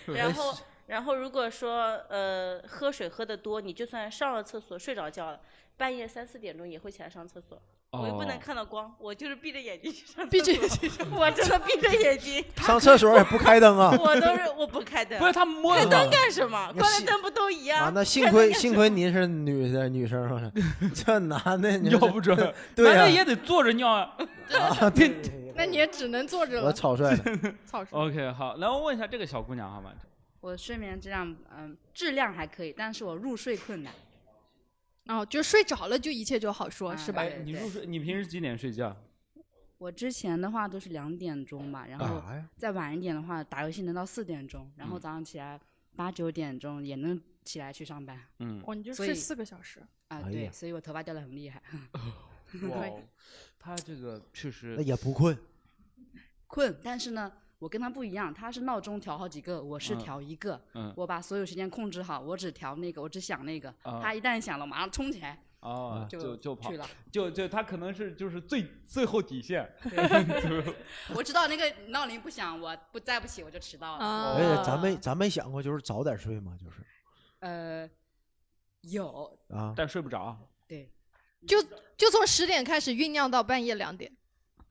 Speaker 4: 然后，然后如果说呃喝水喝的多，你就算上了厕所睡着觉了，半夜三四点钟也会起来上厕所。我又不能
Speaker 1: 哦
Speaker 4: 看到光，我就是闭着眼睛去上厕所。
Speaker 2: 闭着眼睛
Speaker 4: 我真的闭着眼睛，！
Speaker 3: 上厕所也不开灯啊
Speaker 4: 我都是我不开灯。
Speaker 1: 不是他摸
Speaker 4: 开
Speaker 1: 着
Speaker 4: 灯干什么？
Speaker 3: 那
Speaker 4: 关了
Speaker 3: 幸
Speaker 4: 灯不都一样？
Speaker 3: 啊，那幸
Speaker 4: 开灯
Speaker 3: 亏
Speaker 4: 干
Speaker 3: 幸
Speaker 4: 什
Speaker 3: 亏
Speaker 4: 么
Speaker 3: 您是女的女生，我说 这男的 你
Speaker 1: 尿
Speaker 3: 说这
Speaker 1: 不 准，
Speaker 3: 对
Speaker 1: 男
Speaker 3: 呀
Speaker 1: 的也得坐着尿 啊。
Speaker 3: 啊，对对，对
Speaker 2: 那你也只能坐着
Speaker 3: 我
Speaker 2: 了。
Speaker 3: 草 率了，
Speaker 2: 操哦什么
Speaker 1: OK，好，来我问一下这个小姑娘好吗？
Speaker 5: 我睡眠质量，嗯，质量还可以，但是我入睡困难。
Speaker 2: 哦，就睡着了就一切就好说，
Speaker 5: 啊
Speaker 2: 是吧
Speaker 1: 哎
Speaker 5: 对，
Speaker 1: 你
Speaker 5: 对
Speaker 1: 入睡，你平时几点睡觉？
Speaker 5: 我之前的话都是两点钟吧，然
Speaker 3: 干
Speaker 1: 啊
Speaker 5: 后
Speaker 3: 啥呀？
Speaker 5: 再晚一点的话，打游戏能到四点钟，
Speaker 1: 嗯
Speaker 5: 然后早上起来八九点钟也能起来去上班
Speaker 1: 嗯，
Speaker 2: 哦，你就
Speaker 5: 所
Speaker 2: 睡
Speaker 5: 以
Speaker 2: 四个小时，
Speaker 5: 啊。
Speaker 3: 哎
Speaker 5: 对，
Speaker 3: 呀
Speaker 5: 所以我头发掉的很厉害，
Speaker 1: 哇
Speaker 2: 对
Speaker 1: 哦，他这个确实
Speaker 3: 那也不困，
Speaker 5: 困。但是呢，我跟他不一样，他是闹钟调好几个，我是
Speaker 1: 嗯
Speaker 5: 调一个。
Speaker 1: 嗯
Speaker 5: 我把所有时间控制好，我只调那个，我只想那个。
Speaker 1: 啊
Speaker 5: 他一旦响了，马上冲起来
Speaker 1: 啊，就就跑
Speaker 5: 去，了。
Speaker 1: 就就他可能是就是最最后底线，
Speaker 5: 我知道那个闹铃不响，我不再不起我就迟到了。
Speaker 2: 啊
Speaker 3: 而
Speaker 1: 哎
Speaker 3: 且哎咱没咱没想过就是早点睡嘛，就是
Speaker 5: 呃，有
Speaker 3: 啊，
Speaker 1: 但睡不着。
Speaker 5: 对，
Speaker 2: 就就从十点开始酝酿到半夜两点。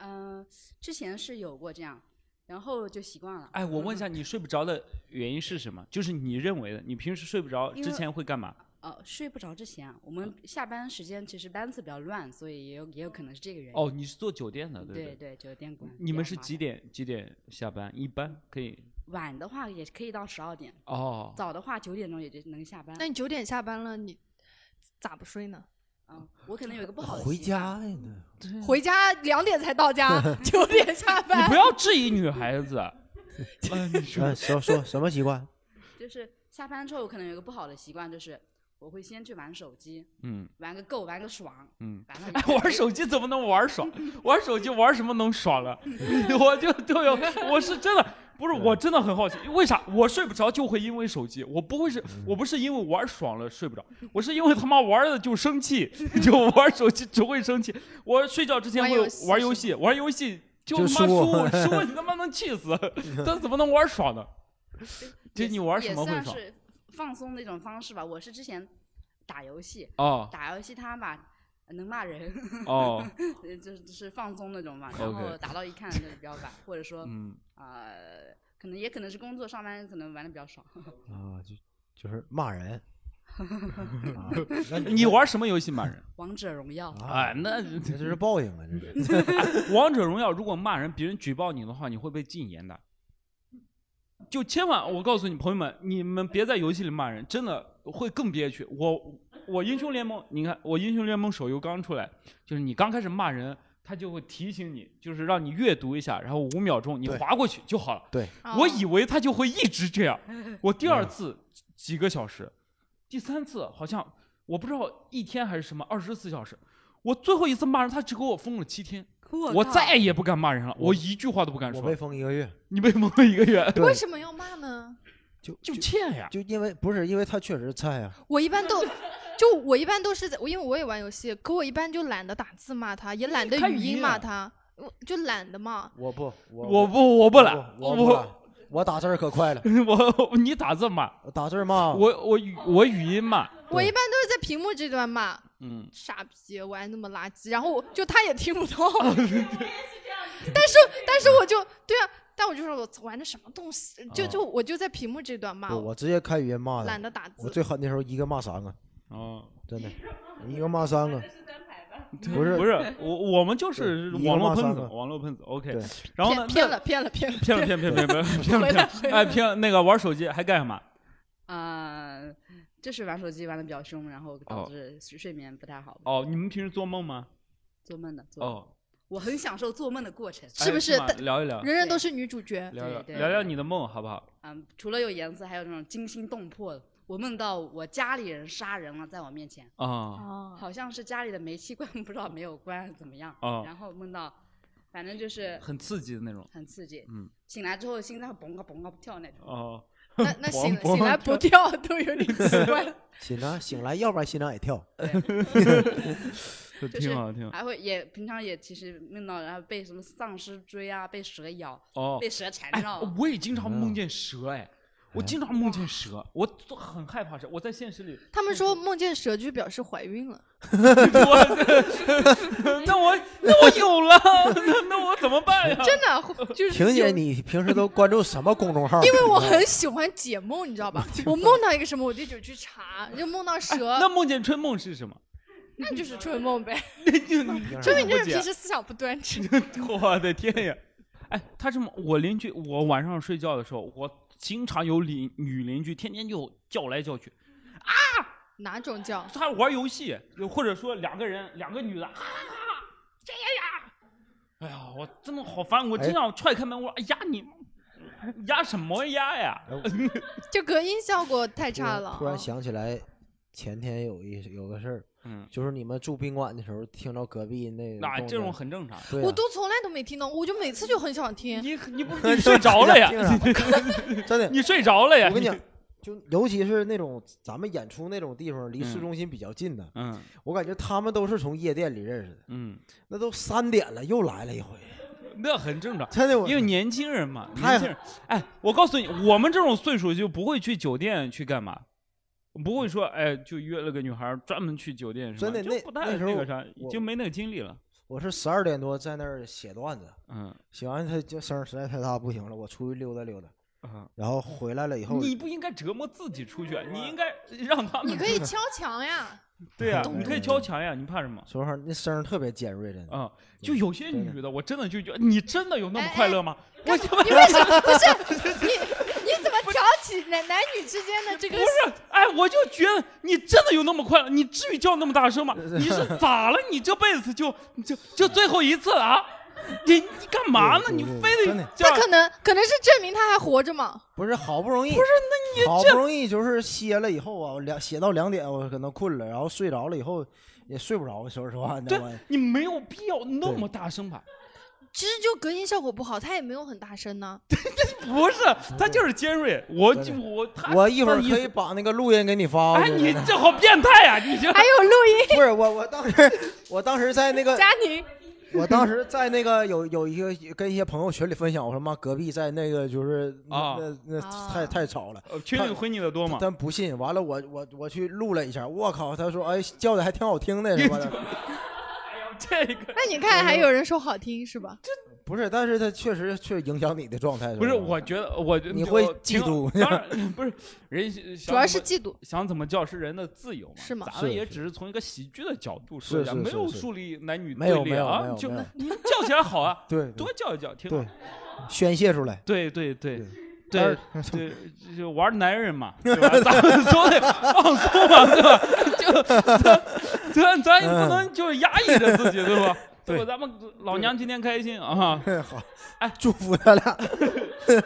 Speaker 5: 嗯、之前是有过这样，然后就习惯了。
Speaker 1: 哎，我问一下，你睡不着的原因是什么？就是你认为的，你平时睡不着
Speaker 5: 因
Speaker 1: 之
Speaker 5: 为
Speaker 1: 前会干嘛？
Speaker 5: 呃，睡不着之前啊，我们
Speaker 1: 嗯
Speaker 5: 下班时间其实班次比较乱，所以也有也有可能是这个原因。
Speaker 1: 哦，你是做酒店的，不对？
Speaker 5: 对对，酒店管。
Speaker 1: 你们是几？点几点下班？一般可以
Speaker 5: 晚的话也可以到十二点，
Speaker 1: 哦。
Speaker 5: 早的话九点钟也就能下班。
Speaker 2: 那你九点下班了，你咋不睡呢？
Speaker 5: 嗯，我可能有一个不
Speaker 1: 哦
Speaker 5: 好的
Speaker 3: 回
Speaker 5: 习惯
Speaker 3: 家呀呢，
Speaker 2: 回家两点才到 家，九点下
Speaker 1: 你不
Speaker 2: 班。
Speaker 1: 要质疑女孩子。 嗯，你说
Speaker 3: 嗯，说说什么习惯？
Speaker 5: 就是下班之后我可能有一个不好的习惯，就是我会先去玩手机，
Speaker 1: 嗯
Speaker 5: 玩个够，玩个爽，
Speaker 1: 嗯。
Speaker 5: 完了以
Speaker 1: 哎，
Speaker 5: 后
Speaker 1: 玩手机怎么能玩爽？玩手机玩什么能爽了？ 我就对哦，我是真的不是，我真的很好奇，为啥我睡不着就会因为手机？我不会是，我不是因为玩爽了睡不着，我是因为他妈玩的就生气，就玩手机只会生气。我睡觉之前
Speaker 2: 玩
Speaker 1: 会
Speaker 2: 游戏
Speaker 1: 玩游戏，玩游戏就他
Speaker 3: 就
Speaker 1: 妈输
Speaker 3: 输
Speaker 1: 输你他妈能气死，他怎么能玩爽 呢？就
Speaker 5: 也
Speaker 1: 你玩
Speaker 5: 也
Speaker 1: 什么会
Speaker 5: 算
Speaker 1: 爽？
Speaker 5: 是放松的一种方式吧。我是之前打游戏，
Speaker 1: 哦
Speaker 5: 打游戏他吧能骂人，
Speaker 1: 哦，
Speaker 5: 呃就是就是放松那种嘛。
Speaker 1: OK
Speaker 5: 然后打到一看就比较晚，或者说
Speaker 1: 嗯，
Speaker 5: 呃，可能也可能是工作上班，可能玩的比较爽。
Speaker 3: 啊，就就是骂人。啊那
Speaker 1: 你玩什么游戏骂人？
Speaker 5: 王者荣耀，
Speaker 1: 哎
Speaker 3: 啊，，
Speaker 1: 那
Speaker 3: 这是报应啊！这 是
Speaker 1: 王者荣耀如果骂人，别人举报你的话，你会被禁言的。就千万，我告诉你朋友们，你们别在游戏里骂人，真的会更憋屈。我我英雄联盟，你看我英雄联盟手游刚出来，就是你刚开始骂人，他就会提醒你，就是让你阅读一下，然后五秒钟你
Speaker 3: 对
Speaker 1: 划过去就好了。
Speaker 3: 对，
Speaker 2: 哦
Speaker 1: 我以为他就会一直这样，我第二次
Speaker 3: 嗯
Speaker 1: 几个小时，第三次好像我不知道一天还是什么二十四小时，我最后一次骂人，他只给我封了七天。
Speaker 5: 我
Speaker 1: 我
Speaker 5: 靠
Speaker 1: 再也不敢骂人了，
Speaker 3: 我
Speaker 1: 我一句话都不敢
Speaker 3: 我
Speaker 1: 说
Speaker 3: 被。封一个月，
Speaker 1: 你被蒙了一个月，
Speaker 3: 对
Speaker 2: 为什么要骂呢？
Speaker 3: 就
Speaker 1: 就欠呀。
Speaker 3: 就因为不是因为他确实菜呀，
Speaker 2: 我一般都，就我一般都是在，我因为我也玩游戏，可我一般就懒得打字骂他，也懒得
Speaker 1: 看
Speaker 2: 语
Speaker 1: 语
Speaker 2: 音
Speaker 1: 音啊
Speaker 2: 骂他，我就懒得嘛。
Speaker 3: 我不，我
Speaker 1: 我不，我不懒，
Speaker 3: 我不懒
Speaker 1: 我，
Speaker 3: 我打字儿可快了，
Speaker 1: 我 你打字骂
Speaker 3: 我打字儿嘛，
Speaker 1: 我，我语我语音骂，
Speaker 2: 我一般都是在屏幕这段骂
Speaker 1: 嗯，
Speaker 2: 傻逼，我还那么垃圾，然后我就他也听不懂。
Speaker 3: 啊
Speaker 2: 但是但是我就对啊，但我就说我玩的什么东西，就
Speaker 1: 哦
Speaker 2: 就我就在屏幕这段骂
Speaker 3: 不，啊我直接开语音骂
Speaker 2: 懒
Speaker 3: 的。
Speaker 2: 得打
Speaker 3: 我
Speaker 2: 字。
Speaker 3: 最狠的时候一个骂三个，
Speaker 1: 哦，
Speaker 3: 真的，一个骂三个。不是
Speaker 1: 不是我我们就是
Speaker 3: 对一个
Speaker 1: 网络
Speaker 3: 骂
Speaker 1: 喷
Speaker 3: 三
Speaker 1: 子，
Speaker 3: 个
Speaker 1: 网络喷子，OK
Speaker 3: 对。
Speaker 1: 然后呢？
Speaker 2: 骗骗
Speaker 1: 那
Speaker 2: 了骗了骗了
Speaker 1: 骗了骗骗骗骗骗了
Speaker 2: 回来
Speaker 1: 骗了，哎骗了那个玩手机还干什么？
Speaker 5: 啊，就是玩手机玩的比较凶，然后
Speaker 1: 哦
Speaker 5: 导致睡睡眠不太好，
Speaker 1: 哦，你们平时做梦吗？
Speaker 5: 做梦的。做梦，
Speaker 1: 哦，
Speaker 5: 我很享受做梦的过程。
Speaker 2: 是不
Speaker 1: 哎
Speaker 2: 是
Speaker 1: 吗
Speaker 2: 但
Speaker 1: 聊一
Speaker 3: 啊
Speaker 1: 聊？
Speaker 2: 人人都是女主角，
Speaker 1: 聊聊
Speaker 5: 对对
Speaker 1: 聊聊你的梦好不好？
Speaker 5: 嗯，除了有颜色，还有那种惊心动魄的。我梦到我家里人杀人了，在我面前，
Speaker 1: 啊
Speaker 2: 哦，
Speaker 5: 好像是家里的煤气罐 不知道没有关怎么样。
Speaker 1: 哦
Speaker 5: 然后梦到，反正就是
Speaker 1: 很刺激的那种。
Speaker 5: 很刺激。
Speaker 1: 嗯。
Speaker 5: 醒来之后心脏嘣个啊嘣个跳那种。
Speaker 1: 哦，
Speaker 2: 那 那醒
Speaker 1: 王
Speaker 2: 醒来不跳都有点奇怪。
Speaker 3: 醒来醒来，要不然心脏也跳。
Speaker 1: 这
Speaker 5: 就
Speaker 1: 挺
Speaker 5: 是啊
Speaker 1: 好挺好。
Speaker 5: 还会也平常也其实梦到，然后被什么丧尸追啊，被蛇咬，
Speaker 1: 哦，
Speaker 5: 被蛇缠
Speaker 1: 哎
Speaker 5: 绕。，
Speaker 1: 我也经常梦见蛇哎。我经常梦见
Speaker 5: 嗯
Speaker 1: 蛇，哎我都很害怕蛇。我在现实里，
Speaker 2: 他们说梦见蛇就表示怀孕了，
Speaker 1: 我那我那我有了，那那我怎么办呀？
Speaker 2: 真的就是
Speaker 3: 婷姐，
Speaker 2: 有
Speaker 3: 你平时都关注什么公众 号？
Speaker 2: 因为我很喜欢解梦，你知道吧？我梦到一个什么，我就就去查，就梦到蛇，
Speaker 1: 哎那梦见春梦是什么？
Speaker 2: 那就是春梦呗，
Speaker 3: 说
Speaker 2: 说明你这人
Speaker 1: 不解
Speaker 2: 平时思想不端正。
Speaker 1: 我的天呀！哎，他这么，我邻居，我晚上睡觉的时候，我经常有邻女邻居天天就叫来叫去，
Speaker 2: 哪种叫？
Speaker 1: 她玩游戏，或者说两个人，两个女的啊，这样呀，哎呀，我真的好烦，我
Speaker 3: 哎
Speaker 1: 经常踹开门，我说哎呀你，压什么压呀？
Speaker 2: 就隔音效果太差了啊。
Speaker 3: 突然想起来，前天有一有个事儿，
Speaker 1: 嗯，
Speaker 3: 就是你们住宾馆的时候，听到隔壁那
Speaker 1: 那
Speaker 3: 动
Speaker 1: 这种
Speaker 3: 静
Speaker 1: 很正常。
Speaker 3: 对啊
Speaker 2: 我都从来都没听到，我就每次就很想听。
Speaker 1: 你你不你睡着了呀？
Speaker 3: 真的，
Speaker 1: 你睡着 了呀？
Speaker 3: 我跟你讲，就尤其是那种咱们演出那种地方，离
Speaker 1: 嗯
Speaker 3: 市中心比较近的，
Speaker 1: 嗯
Speaker 3: 我感觉他们都是从夜店里认识的。
Speaker 1: 嗯，
Speaker 3: 那都三点了，又来了一回，
Speaker 1: 那很正常。
Speaker 3: 真的我
Speaker 1: 因为年轻人嘛，
Speaker 3: 太
Speaker 1: 年轻人，哎，我告诉你，我们这种岁数就不会去酒店去干嘛，不会说哎，就约了个女孩儿专门去酒店什么，
Speaker 3: 真的
Speaker 1: 就
Speaker 3: 嗯那
Speaker 1: 不太
Speaker 3: 那时候
Speaker 1: 个啥，已
Speaker 3: 我
Speaker 1: 经没那个精力了。
Speaker 3: 我是十二点多在那儿写段子，
Speaker 1: 嗯
Speaker 3: 写完他就声儿实在太大不行了，我出去溜达溜达，
Speaker 1: 啊，
Speaker 3: 然后回来了以后，
Speaker 1: 你不应该折磨自己出去，啊你应该让他
Speaker 2: 你
Speaker 1: 们
Speaker 2: 可以敲墙呀，
Speaker 1: 对呀、
Speaker 3: 懂
Speaker 1: 你可以
Speaker 3: 了
Speaker 1: 敲墙呀，你怕什么？
Speaker 3: 说实话那声儿特别尖锐，真的。
Speaker 1: 啊、就有些
Speaker 3: 真的
Speaker 1: 女的，我真的就觉得你真的有那么
Speaker 2: 哎哎
Speaker 1: 快乐吗？我他妈
Speaker 2: 你为什么不是你？你怎么挑起男男女之间的这个
Speaker 1: 不？是，哎，我就觉得你真的有那么快乐，你至于叫那么大声吗？你 是咋了？你这辈子就就就最后一次了啊？你你干嘛呢？
Speaker 3: 对对
Speaker 1: 你
Speaker 3: 对
Speaker 1: 非
Speaker 3: 真
Speaker 1: 得
Speaker 3: 的
Speaker 1: 叫
Speaker 2: 他？可能可能是证明他还活着嘛？
Speaker 3: 不是好不容易，不是那你好不容易就是歇了以后啊，我两写到两点，我可能困了，然后睡着了以后也睡不着，说实话，你知
Speaker 1: 对
Speaker 3: 道吗？
Speaker 1: 你没有必要那么大声吧？
Speaker 2: 其实就隔音效果不好，他也没有很大声呢。
Speaker 1: 不是，他就是尖锐。我就
Speaker 3: 真的
Speaker 1: 我他
Speaker 3: 我一会儿
Speaker 1: 他意
Speaker 3: 可以
Speaker 1: 思
Speaker 3: 把那个录音给你发过去。
Speaker 1: 哎，你这好变态啊！ 你这
Speaker 2: 还有录音，
Speaker 3: 不是我，我当时，我当时在那个，
Speaker 2: 佳宁，
Speaker 3: 我当时在那个有有一个跟一些朋友群里分享，我说妈，隔壁在那个就是那、
Speaker 1: 啊
Speaker 3: 那那
Speaker 2: 啊
Speaker 3: 太太吵了，
Speaker 1: 呃群里
Speaker 3: 他
Speaker 1: 回你的多吗？
Speaker 3: 但不信。完了我，我我去录了一下，我靠，他说哎叫的还挺好听的什么的，
Speaker 1: 这个
Speaker 2: 那你看还有人说好听是吧？
Speaker 3: 不是，但是他确实却影响你的状态。
Speaker 1: 不是，
Speaker 3: 吧
Speaker 1: 我觉得我觉得
Speaker 3: 你会
Speaker 1: 我
Speaker 3: 嫉妒
Speaker 1: 当然 不是，人家
Speaker 2: 主要
Speaker 1: 想
Speaker 2: 是
Speaker 1: 怎么
Speaker 2: 嫉妒。
Speaker 1: 想怎么叫是人的自由嘛，
Speaker 2: 是吗
Speaker 1: 咱们
Speaker 3: 是
Speaker 1: 也
Speaker 3: 是
Speaker 1: 只是从一个喜剧的角度说一下，
Speaker 3: 是是
Speaker 1: 没有
Speaker 3: 是是
Speaker 1: 树立男女
Speaker 3: 没有
Speaker 1: 对立
Speaker 3: 没有没
Speaker 1: 啊，
Speaker 3: 有
Speaker 1: 就
Speaker 3: 没有
Speaker 1: 你们 叫起来好啊，
Speaker 3: 对 对
Speaker 1: 多叫一叫，挺好
Speaker 3: 对。，宣泄出来。
Speaker 1: 对对对
Speaker 3: 但
Speaker 1: 对
Speaker 3: 是
Speaker 1: 对， 就玩男人嘛，对吧？咱们总得放松嘛，对 吧？就 咱咱咱也不能就是压抑着自己，对吧？
Speaker 3: 嗯对
Speaker 1: 吧？咱们老娘今天开心啊！
Speaker 3: 好，
Speaker 1: 哎
Speaker 3: 祝福他俩。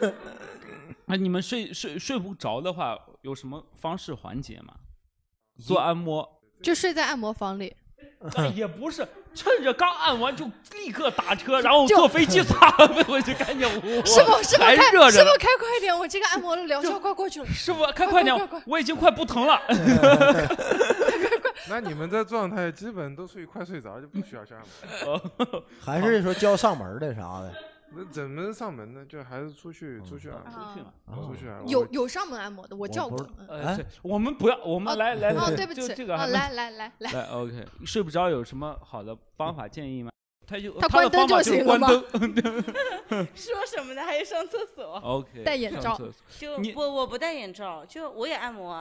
Speaker 1: 哎，你们睡睡睡不着的话，有什么方式缓解吗？做按摩，
Speaker 2: 就睡在按摩房里，嗯
Speaker 1: 但也不是趁着刚按完就立刻打车，然后
Speaker 2: 就嗯
Speaker 1: 坐飞机砸飞回去，赶紧 我
Speaker 2: 师傅师傅
Speaker 1: 还
Speaker 2: 开师
Speaker 1: 热着呢
Speaker 2: 傅。开快一点，我这个按摩疗效快过去 了。
Speaker 1: 师傅，开
Speaker 2: 快
Speaker 1: 快点
Speaker 2: 快快，
Speaker 1: 我已经快不疼了。
Speaker 6: 那你们这状态基本都睡快睡着，就不需要去按摩。
Speaker 1: 呃
Speaker 3: 还是说教上门的啥的，
Speaker 6: 那怎么上门呢？就还是出去出
Speaker 1: 嗯
Speaker 6: 去按摩，
Speaker 2: 啊
Speaker 6: 出
Speaker 1: 哦
Speaker 6: 去按摩。
Speaker 2: 有有上门按摩的，我叫过
Speaker 3: 我。
Speaker 2: 嗯
Speaker 1: 呃，对我们不要，我
Speaker 2: 哦
Speaker 1: 们来来
Speaker 2: 哦，
Speaker 1: 来，
Speaker 2: 对不
Speaker 1: 就
Speaker 2: 起，
Speaker 1: 这个
Speaker 2: 哦，
Speaker 1: 还没
Speaker 2: 来来来 来，
Speaker 1: 来 OK。睡不着有什么好的方法建议吗？他就
Speaker 2: 他
Speaker 1: 他的
Speaker 2: 关灯
Speaker 1: 方法
Speaker 2: 就
Speaker 1: 就是
Speaker 2: 行
Speaker 1: 关
Speaker 2: 了吗
Speaker 1: 灯。
Speaker 4: 说什么呢？还有上厕所？
Speaker 1: OK，
Speaker 2: 戴眼
Speaker 1: 上
Speaker 2: 罩
Speaker 1: 厕所
Speaker 4: 就
Speaker 1: 你
Speaker 4: 不我不戴眼罩，就我也按摩，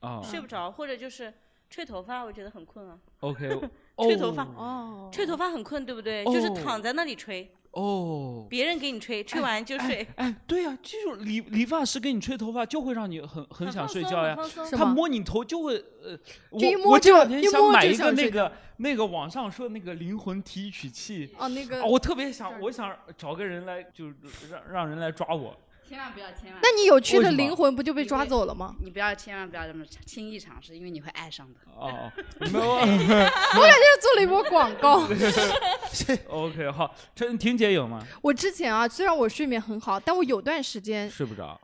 Speaker 1: 啊，
Speaker 4: 睡不着，或者就是吹头发，我觉得很困啊。
Speaker 1: OK，
Speaker 4: 吹头发
Speaker 1: 哦
Speaker 2: 哦，
Speaker 4: 吹头发很困，对不对？就是
Speaker 1: 哦
Speaker 4: 躺在那里吹，
Speaker 1: 哦，
Speaker 4: 别人给你吹，吹完就睡，
Speaker 1: 哎，对呀、这种理理发师给你吹头发就会让你很很想睡觉呀。
Speaker 4: 放松。
Speaker 2: 是
Speaker 1: 他
Speaker 2: 吗
Speaker 1: 摸你头就会呃，我
Speaker 2: 一摸
Speaker 1: 我这
Speaker 2: 就
Speaker 1: 两天
Speaker 2: 一
Speaker 1: 想
Speaker 2: 摸
Speaker 1: 买
Speaker 2: 就
Speaker 1: 一个
Speaker 2: 想
Speaker 1: 那
Speaker 2: 睡
Speaker 1: 个那个网上说的那个灵魂提取器。
Speaker 2: 哦那个
Speaker 1: 啊，，我特别
Speaker 2: 这
Speaker 1: 想，
Speaker 2: 儿
Speaker 1: 我想找个人来，就是让让人来抓 我。
Speaker 5: 千万不要，千万
Speaker 2: 那你有趣
Speaker 1: 为
Speaker 2: 的
Speaker 1: 什么
Speaker 2: 灵魂不就被
Speaker 5: 因
Speaker 2: 抓
Speaker 5: 为
Speaker 2: 走 了吗？
Speaker 5: 你不要，千万不要这么轻易尝试，因为你会爱上的。
Speaker 1: 哦，没 有
Speaker 2: 这做了一波广告。
Speaker 1: ，OK，好，陈婷姐有吗？
Speaker 2: 我之前啊，虽然我睡眠很好，但我有段时间
Speaker 1: 睡不着。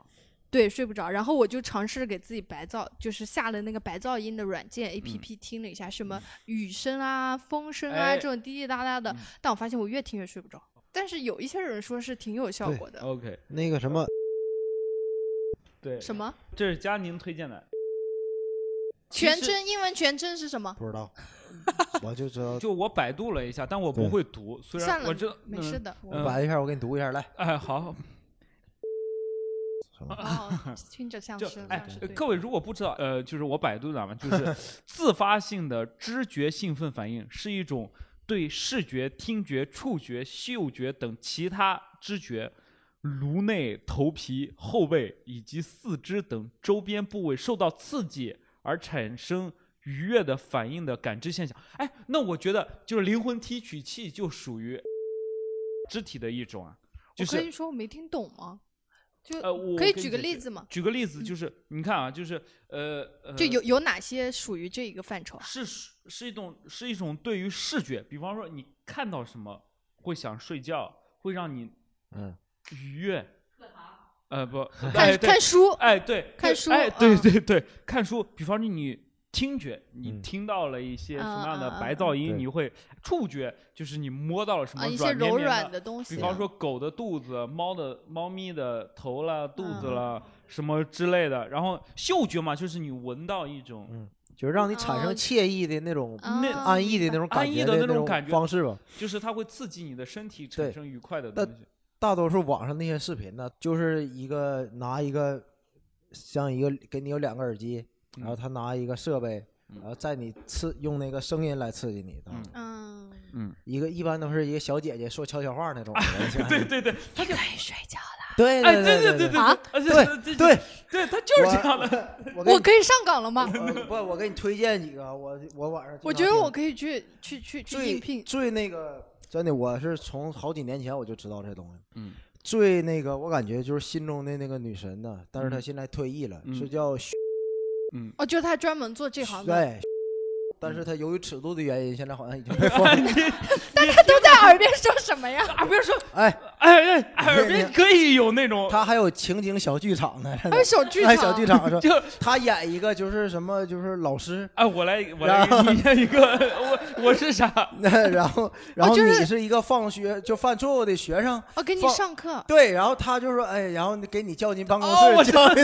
Speaker 2: 对睡不着，然后我就尝试给自己白噪，就是下了那个白噪音的软
Speaker 1: 嗯
Speaker 2: 件 APP 听了一下，什么雨声啊、风声啊、
Speaker 1: 哎
Speaker 2: 这种滴滴答答的，但我发现我越听越睡不着。但是有一些人说是挺有效
Speaker 3: 对
Speaker 2: 果的，
Speaker 1: OK，
Speaker 3: 那个什么，
Speaker 1: 对，
Speaker 2: 什么
Speaker 1: 这是佳宁推荐的，其
Speaker 2: 全
Speaker 1: 实
Speaker 2: 称英文全称是什么？
Speaker 3: 不知道，我就知道。
Speaker 1: 就我百度了一下，但我不
Speaker 3: 对
Speaker 1: 会读，虽
Speaker 2: 算
Speaker 1: 然
Speaker 2: 了，
Speaker 1: 我这
Speaker 2: 没事
Speaker 1: 嗯
Speaker 2: 的。我
Speaker 1: 嗯
Speaker 3: 摆一下，我给你读一下，来。
Speaker 1: 哎，好，
Speaker 3: 什么
Speaker 2: 哦， 听着像，
Speaker 1: 就是哎
Speaker 2: 像是
Speaker 1: 呃
Speaker 2: 对
Speaker 1: 各位如果不知道，呃，就是我百度的嘛，就是 自发性的知觉兴奋反应是一种对视觉、听觉、触觉、嗅觉等其他知觉。颅内、头皮、后背以及四肢等周边部位受到刺激而产生愉悦的反应的感知现象。哎，那我觉得就是灵魂提取器就属于肢体的一种啊，就
Speaker 2: 我
Speaker 1: 是
Speaker 2: 可以说我没听懂吗？就
Speaker 1: 呃，我
Speaker 2: 可以
Speaker 1: 跟你
Speaker 2: 举个
Speaker 1: 解
Speaker 2: 例
Speaker 1: 释
Speaker 2: 子吗？
Speaker 1: 举个例
Speaker 2: 嗯
Speaker 1: 子就是，你看啊，就是呃，呃
Speaker 2: 就有有哪些属于这一个范畴啊？
Speaker 1: 是是是一种是一种对于视觉，比方说你看到什么会想睡觉，会让你
Speaker 3: 嗯，
Speaker 1: 愉悦。呃不，哎
Speaker 2: 看
Speaker 1: 对
Speaker 2: 看，书，
Speaker 1: 哎对，
Speaker 2: 看
Speaker 1: 对
Speaker 2: 书
Speaker 1: 哎对
Speaker 2: 嗯
Speaker 1: 对对，看书。比方说你听觉，你
Speaker 3: 嗯
Speaker 1: 听到了一些什么样
Speaker 2: 嗯嗯
Speaker 1: 的
Speaker 2: 嗯
Speaker 1: 白噪音，
Speaker 3: 对
Speaker 1: 你会触觉，就是你摸到了什么
Speaker 2: 啊，一些
Speaker 1: 绵
Speaker 2: 柔
Speaker 1: 绵
Speaker 2: 软
Speaker 1: 的
Speaker 2: 的东西
Speaker 1: 比
Speaker 2: 啊，
Speaker 1: 方说狗的肚子、猫的猫咪的头啦、肚子
Speaker 2: 嗯
Speaker 1: 啦、什么之类的。然后嗅觉嘛，就是你闻到一种
Speaker 3: 嗯就是让你产
Speaker 2: 哦
Speaker 3: 生惬意的那种、
Speaker 1: 那
Speaker 2: 啊
Speaker 3: 安逸的
Speaker 2: 明
Speaker 3: 那种
Speaker 2: 白
Speaker 3: 感
Speaker 1: 哦安逸
Speaker 3: 觉
Speaker 1: 的那
Speaker 3: 那
Speaker 1: 种感觉
Speaker 3: 方式吧。
Speaker 1: 就是它会刺激你的身体产
Speaker 3: 对
Speaker 1: 生愉快的东
Speaker 3: 但
Speaker 1: 西。
Speaker 3: 大多数网上那些视频呢，就是一个拿一个像一个给你有两个耳机，
Speaker 1: 嗯
Speaker 3: 然后他拿一个设备，
Speaker 1: 嗯
Speaker 3: 然后在你刺用那个声音来刺激你的。
Speaker 1: 嗯
Speaker 2: 嗯，
Speaker 3: 一个一般都是一个小姐姐说悄悄话那种人像，
Speaker 1: 对对对，
Speaker 2: 你可以睡觉了，
Speaker 3: 对
Speaker 1: 哎，
Speaker 3: 对
Speaker 1: 啊对
Speaker 3: 对
Speaker 1: 对
Speaker 2: 啊
Speaker 1: 对
Speaker 3: 对
Speaker 1: 对
Speaker 3: 对，
Speaker 1: 对，它就是这样的。
Speaker 3: 我给
Speaker 2: 我
Speaker 3: 你
Speaker 2: 可以上岗了吗？
Speaker 3: 呃不，我给你推荐几个，我我晚上经
Speaker 2: 我
Speaker 3: 常
Speaker 2: 觉得
Speaker 3: 听
Speaker 2: 我可以去去去去
Speaker 3: 最
Speaker 2: 应聘，
Speaker 3: 最那个真的，我是从好几年前我就知道这东西。
Speaker 1: 嗯，
Speaker 3: 最那个我感觉就是心中的那个女神呢，但是她
Speaker 1: 嗯
Speaker 3: 现在退役了，
Speaker 1: 嗯
Speaker 3: 是叫徐
Speaker 2: 哦，就是他专门做这行的，
Speaker 3: 对，但是她由于尺度的原因，现在好像已经被 放。
Speaker 2: 他都在耳边说什么呀？
Speaker 1: 啊，别说，
Speaker 3: 哎，
Speaker 1: 哎哎，耳
Speaker 3: 你
Speaker 1: 边可以有那种，
Speaker 3: 她还有情景小剧场呢，
Speaker 2: 还有小剧
Speaker 3: 哎
Speaker 2: 场，
Speaker 3: 小剧场是吧
Speaker 1: 就
Speaker 3: 她演一个就是什么就是老师，
Speaker 1: 哎，我来我来
Speaker 3: 然后哦
Speaker 1: 给你念一个，我我 是啥？
Speaker 3: 然后然后
Speaker 2: 就
Speaker 3: 你
Speaker 2: 是
Speaker 3: 是一个放学就犯错误的学生，
Speaker 2: 哦，给你
Speaker 3: 放
Speaker 2: 上课，
Speaker 3: 对，然后她就说哎，然后给你叫进办公
Speaker 1: 哦我
Speaker 3: 室，
Speaker 1: 知
Speaker 3: 教育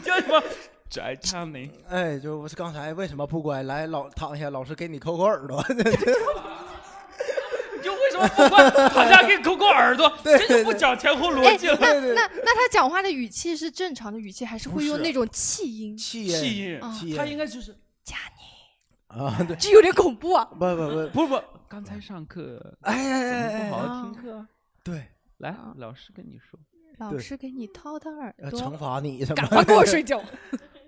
Speaker 1: 叫什么？翟昌宁。
Speaker 3: 哎，就我刚才为什么不乖？来，老躺下，老师给你抠抠耳朵。
Speaker 1: 你就为什么不管躺下给狗狗耳朵？
Speaker 3: 对
Speaker 1: 这就不讲前后逻
Speaker 2: 哎，
Speaker 1: 辑
Speaker 2: 那
Speaker 1: 了。
Speaker 3: 对
Speaker 2: 那那他讲话的语气是正常的语气，还是
Speaker 3: 不
Speaker 2: 会用
Speaker 3: 是
Speaker 2: 那种气音？
Speaker 3: 气焰，
Speaker 1: 气音，
Speaker 2: 啊
Speaker 3: 气
Speaker 1: 他
Speaker 3: 焰
Speaker 1: 应该就是
Speaker 3: 啊，对，
Speaker 2: 这有点恐怖啊！
Speaker 3: 不 不不，
Speaker 1: 不是不，刚才上课
Speaker 3: 哎哎哎哎，
Speaker 1: 不好
Speaker 3: 哎
Speaker 1: 好
Speaker 2: 啊
Speaker 1: 听课，
Speaker 3: 对，
Speaker 1: 来
Speaker 2: 啊
Speaker 1: 老师跟你说，
Speaker 2: 老
Speaker 3: 对呃
Speaker 2: 师给你掏掏耳
Speaker 3: 要惩
Speaker 2: 朵，
Speaker 3: 罚你什
Speaker 2: 赶
Speaker 3: 么？
Speaker 2: 快 给我睡觉！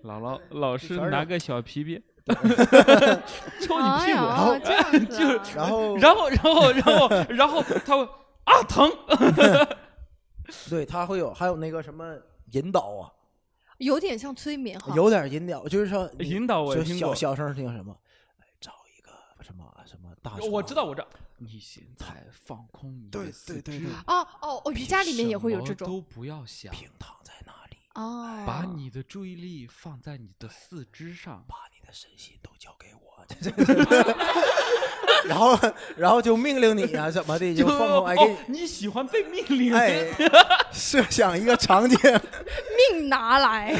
Speaker 1: 姥姥老师
Speaker 3: 全是
Speaker 1: 拿个小皮鞭 抽你
Speaker 2: 哎
Speaker 1: 屁
Speaker 2: 呀，
Speaker 1: 股，
Speaker 3: 后
Speaker 2: 这 样子啊，
Speaker 3: 然后，
Speaker 1: 然后然后然后然后他会啊 疼，
Speaker 3: 对他会有还有那个什么引导啊，
Speaker 2: 有点像催眠哈。
Speaker 3: 有点引导，就是说你
Speaker 1: 引导我也
Speaker 3: 就
Speaker 1: 听
Speaker 3: 小
Speaker 1: 过，
Speaker 3: 小声听什么，哎找一个什么什么大，
Speaker 1: 我知道，我知道，你现在放空你
Speaker 3: 对
Speaker 1: 的
Speaker 3: 对
Speaker 1: 四
Speaker 3: 对
Speaker 1: 肢
Speaker 3: 对，
Speaker 2: 哦哦，哦瑜伽里面也会有这
Speaker 1: 什么
Speaker 2: 种
Speaker 1: 都不要想，
Speaker 3: 平啊躺在那里，
Speaker 2: 哦。
Speaker 1: 把你的注意力放在你的四肢上，
Speaker 3: 把你的身心都交给我， 然后然后就命令你啊怎么的，就放空，哎，给
Speaker 1: 哦，你喜欢被命令？
Speaker 3: 哎，设想一个场景，
Speaker 2: 命拿 来，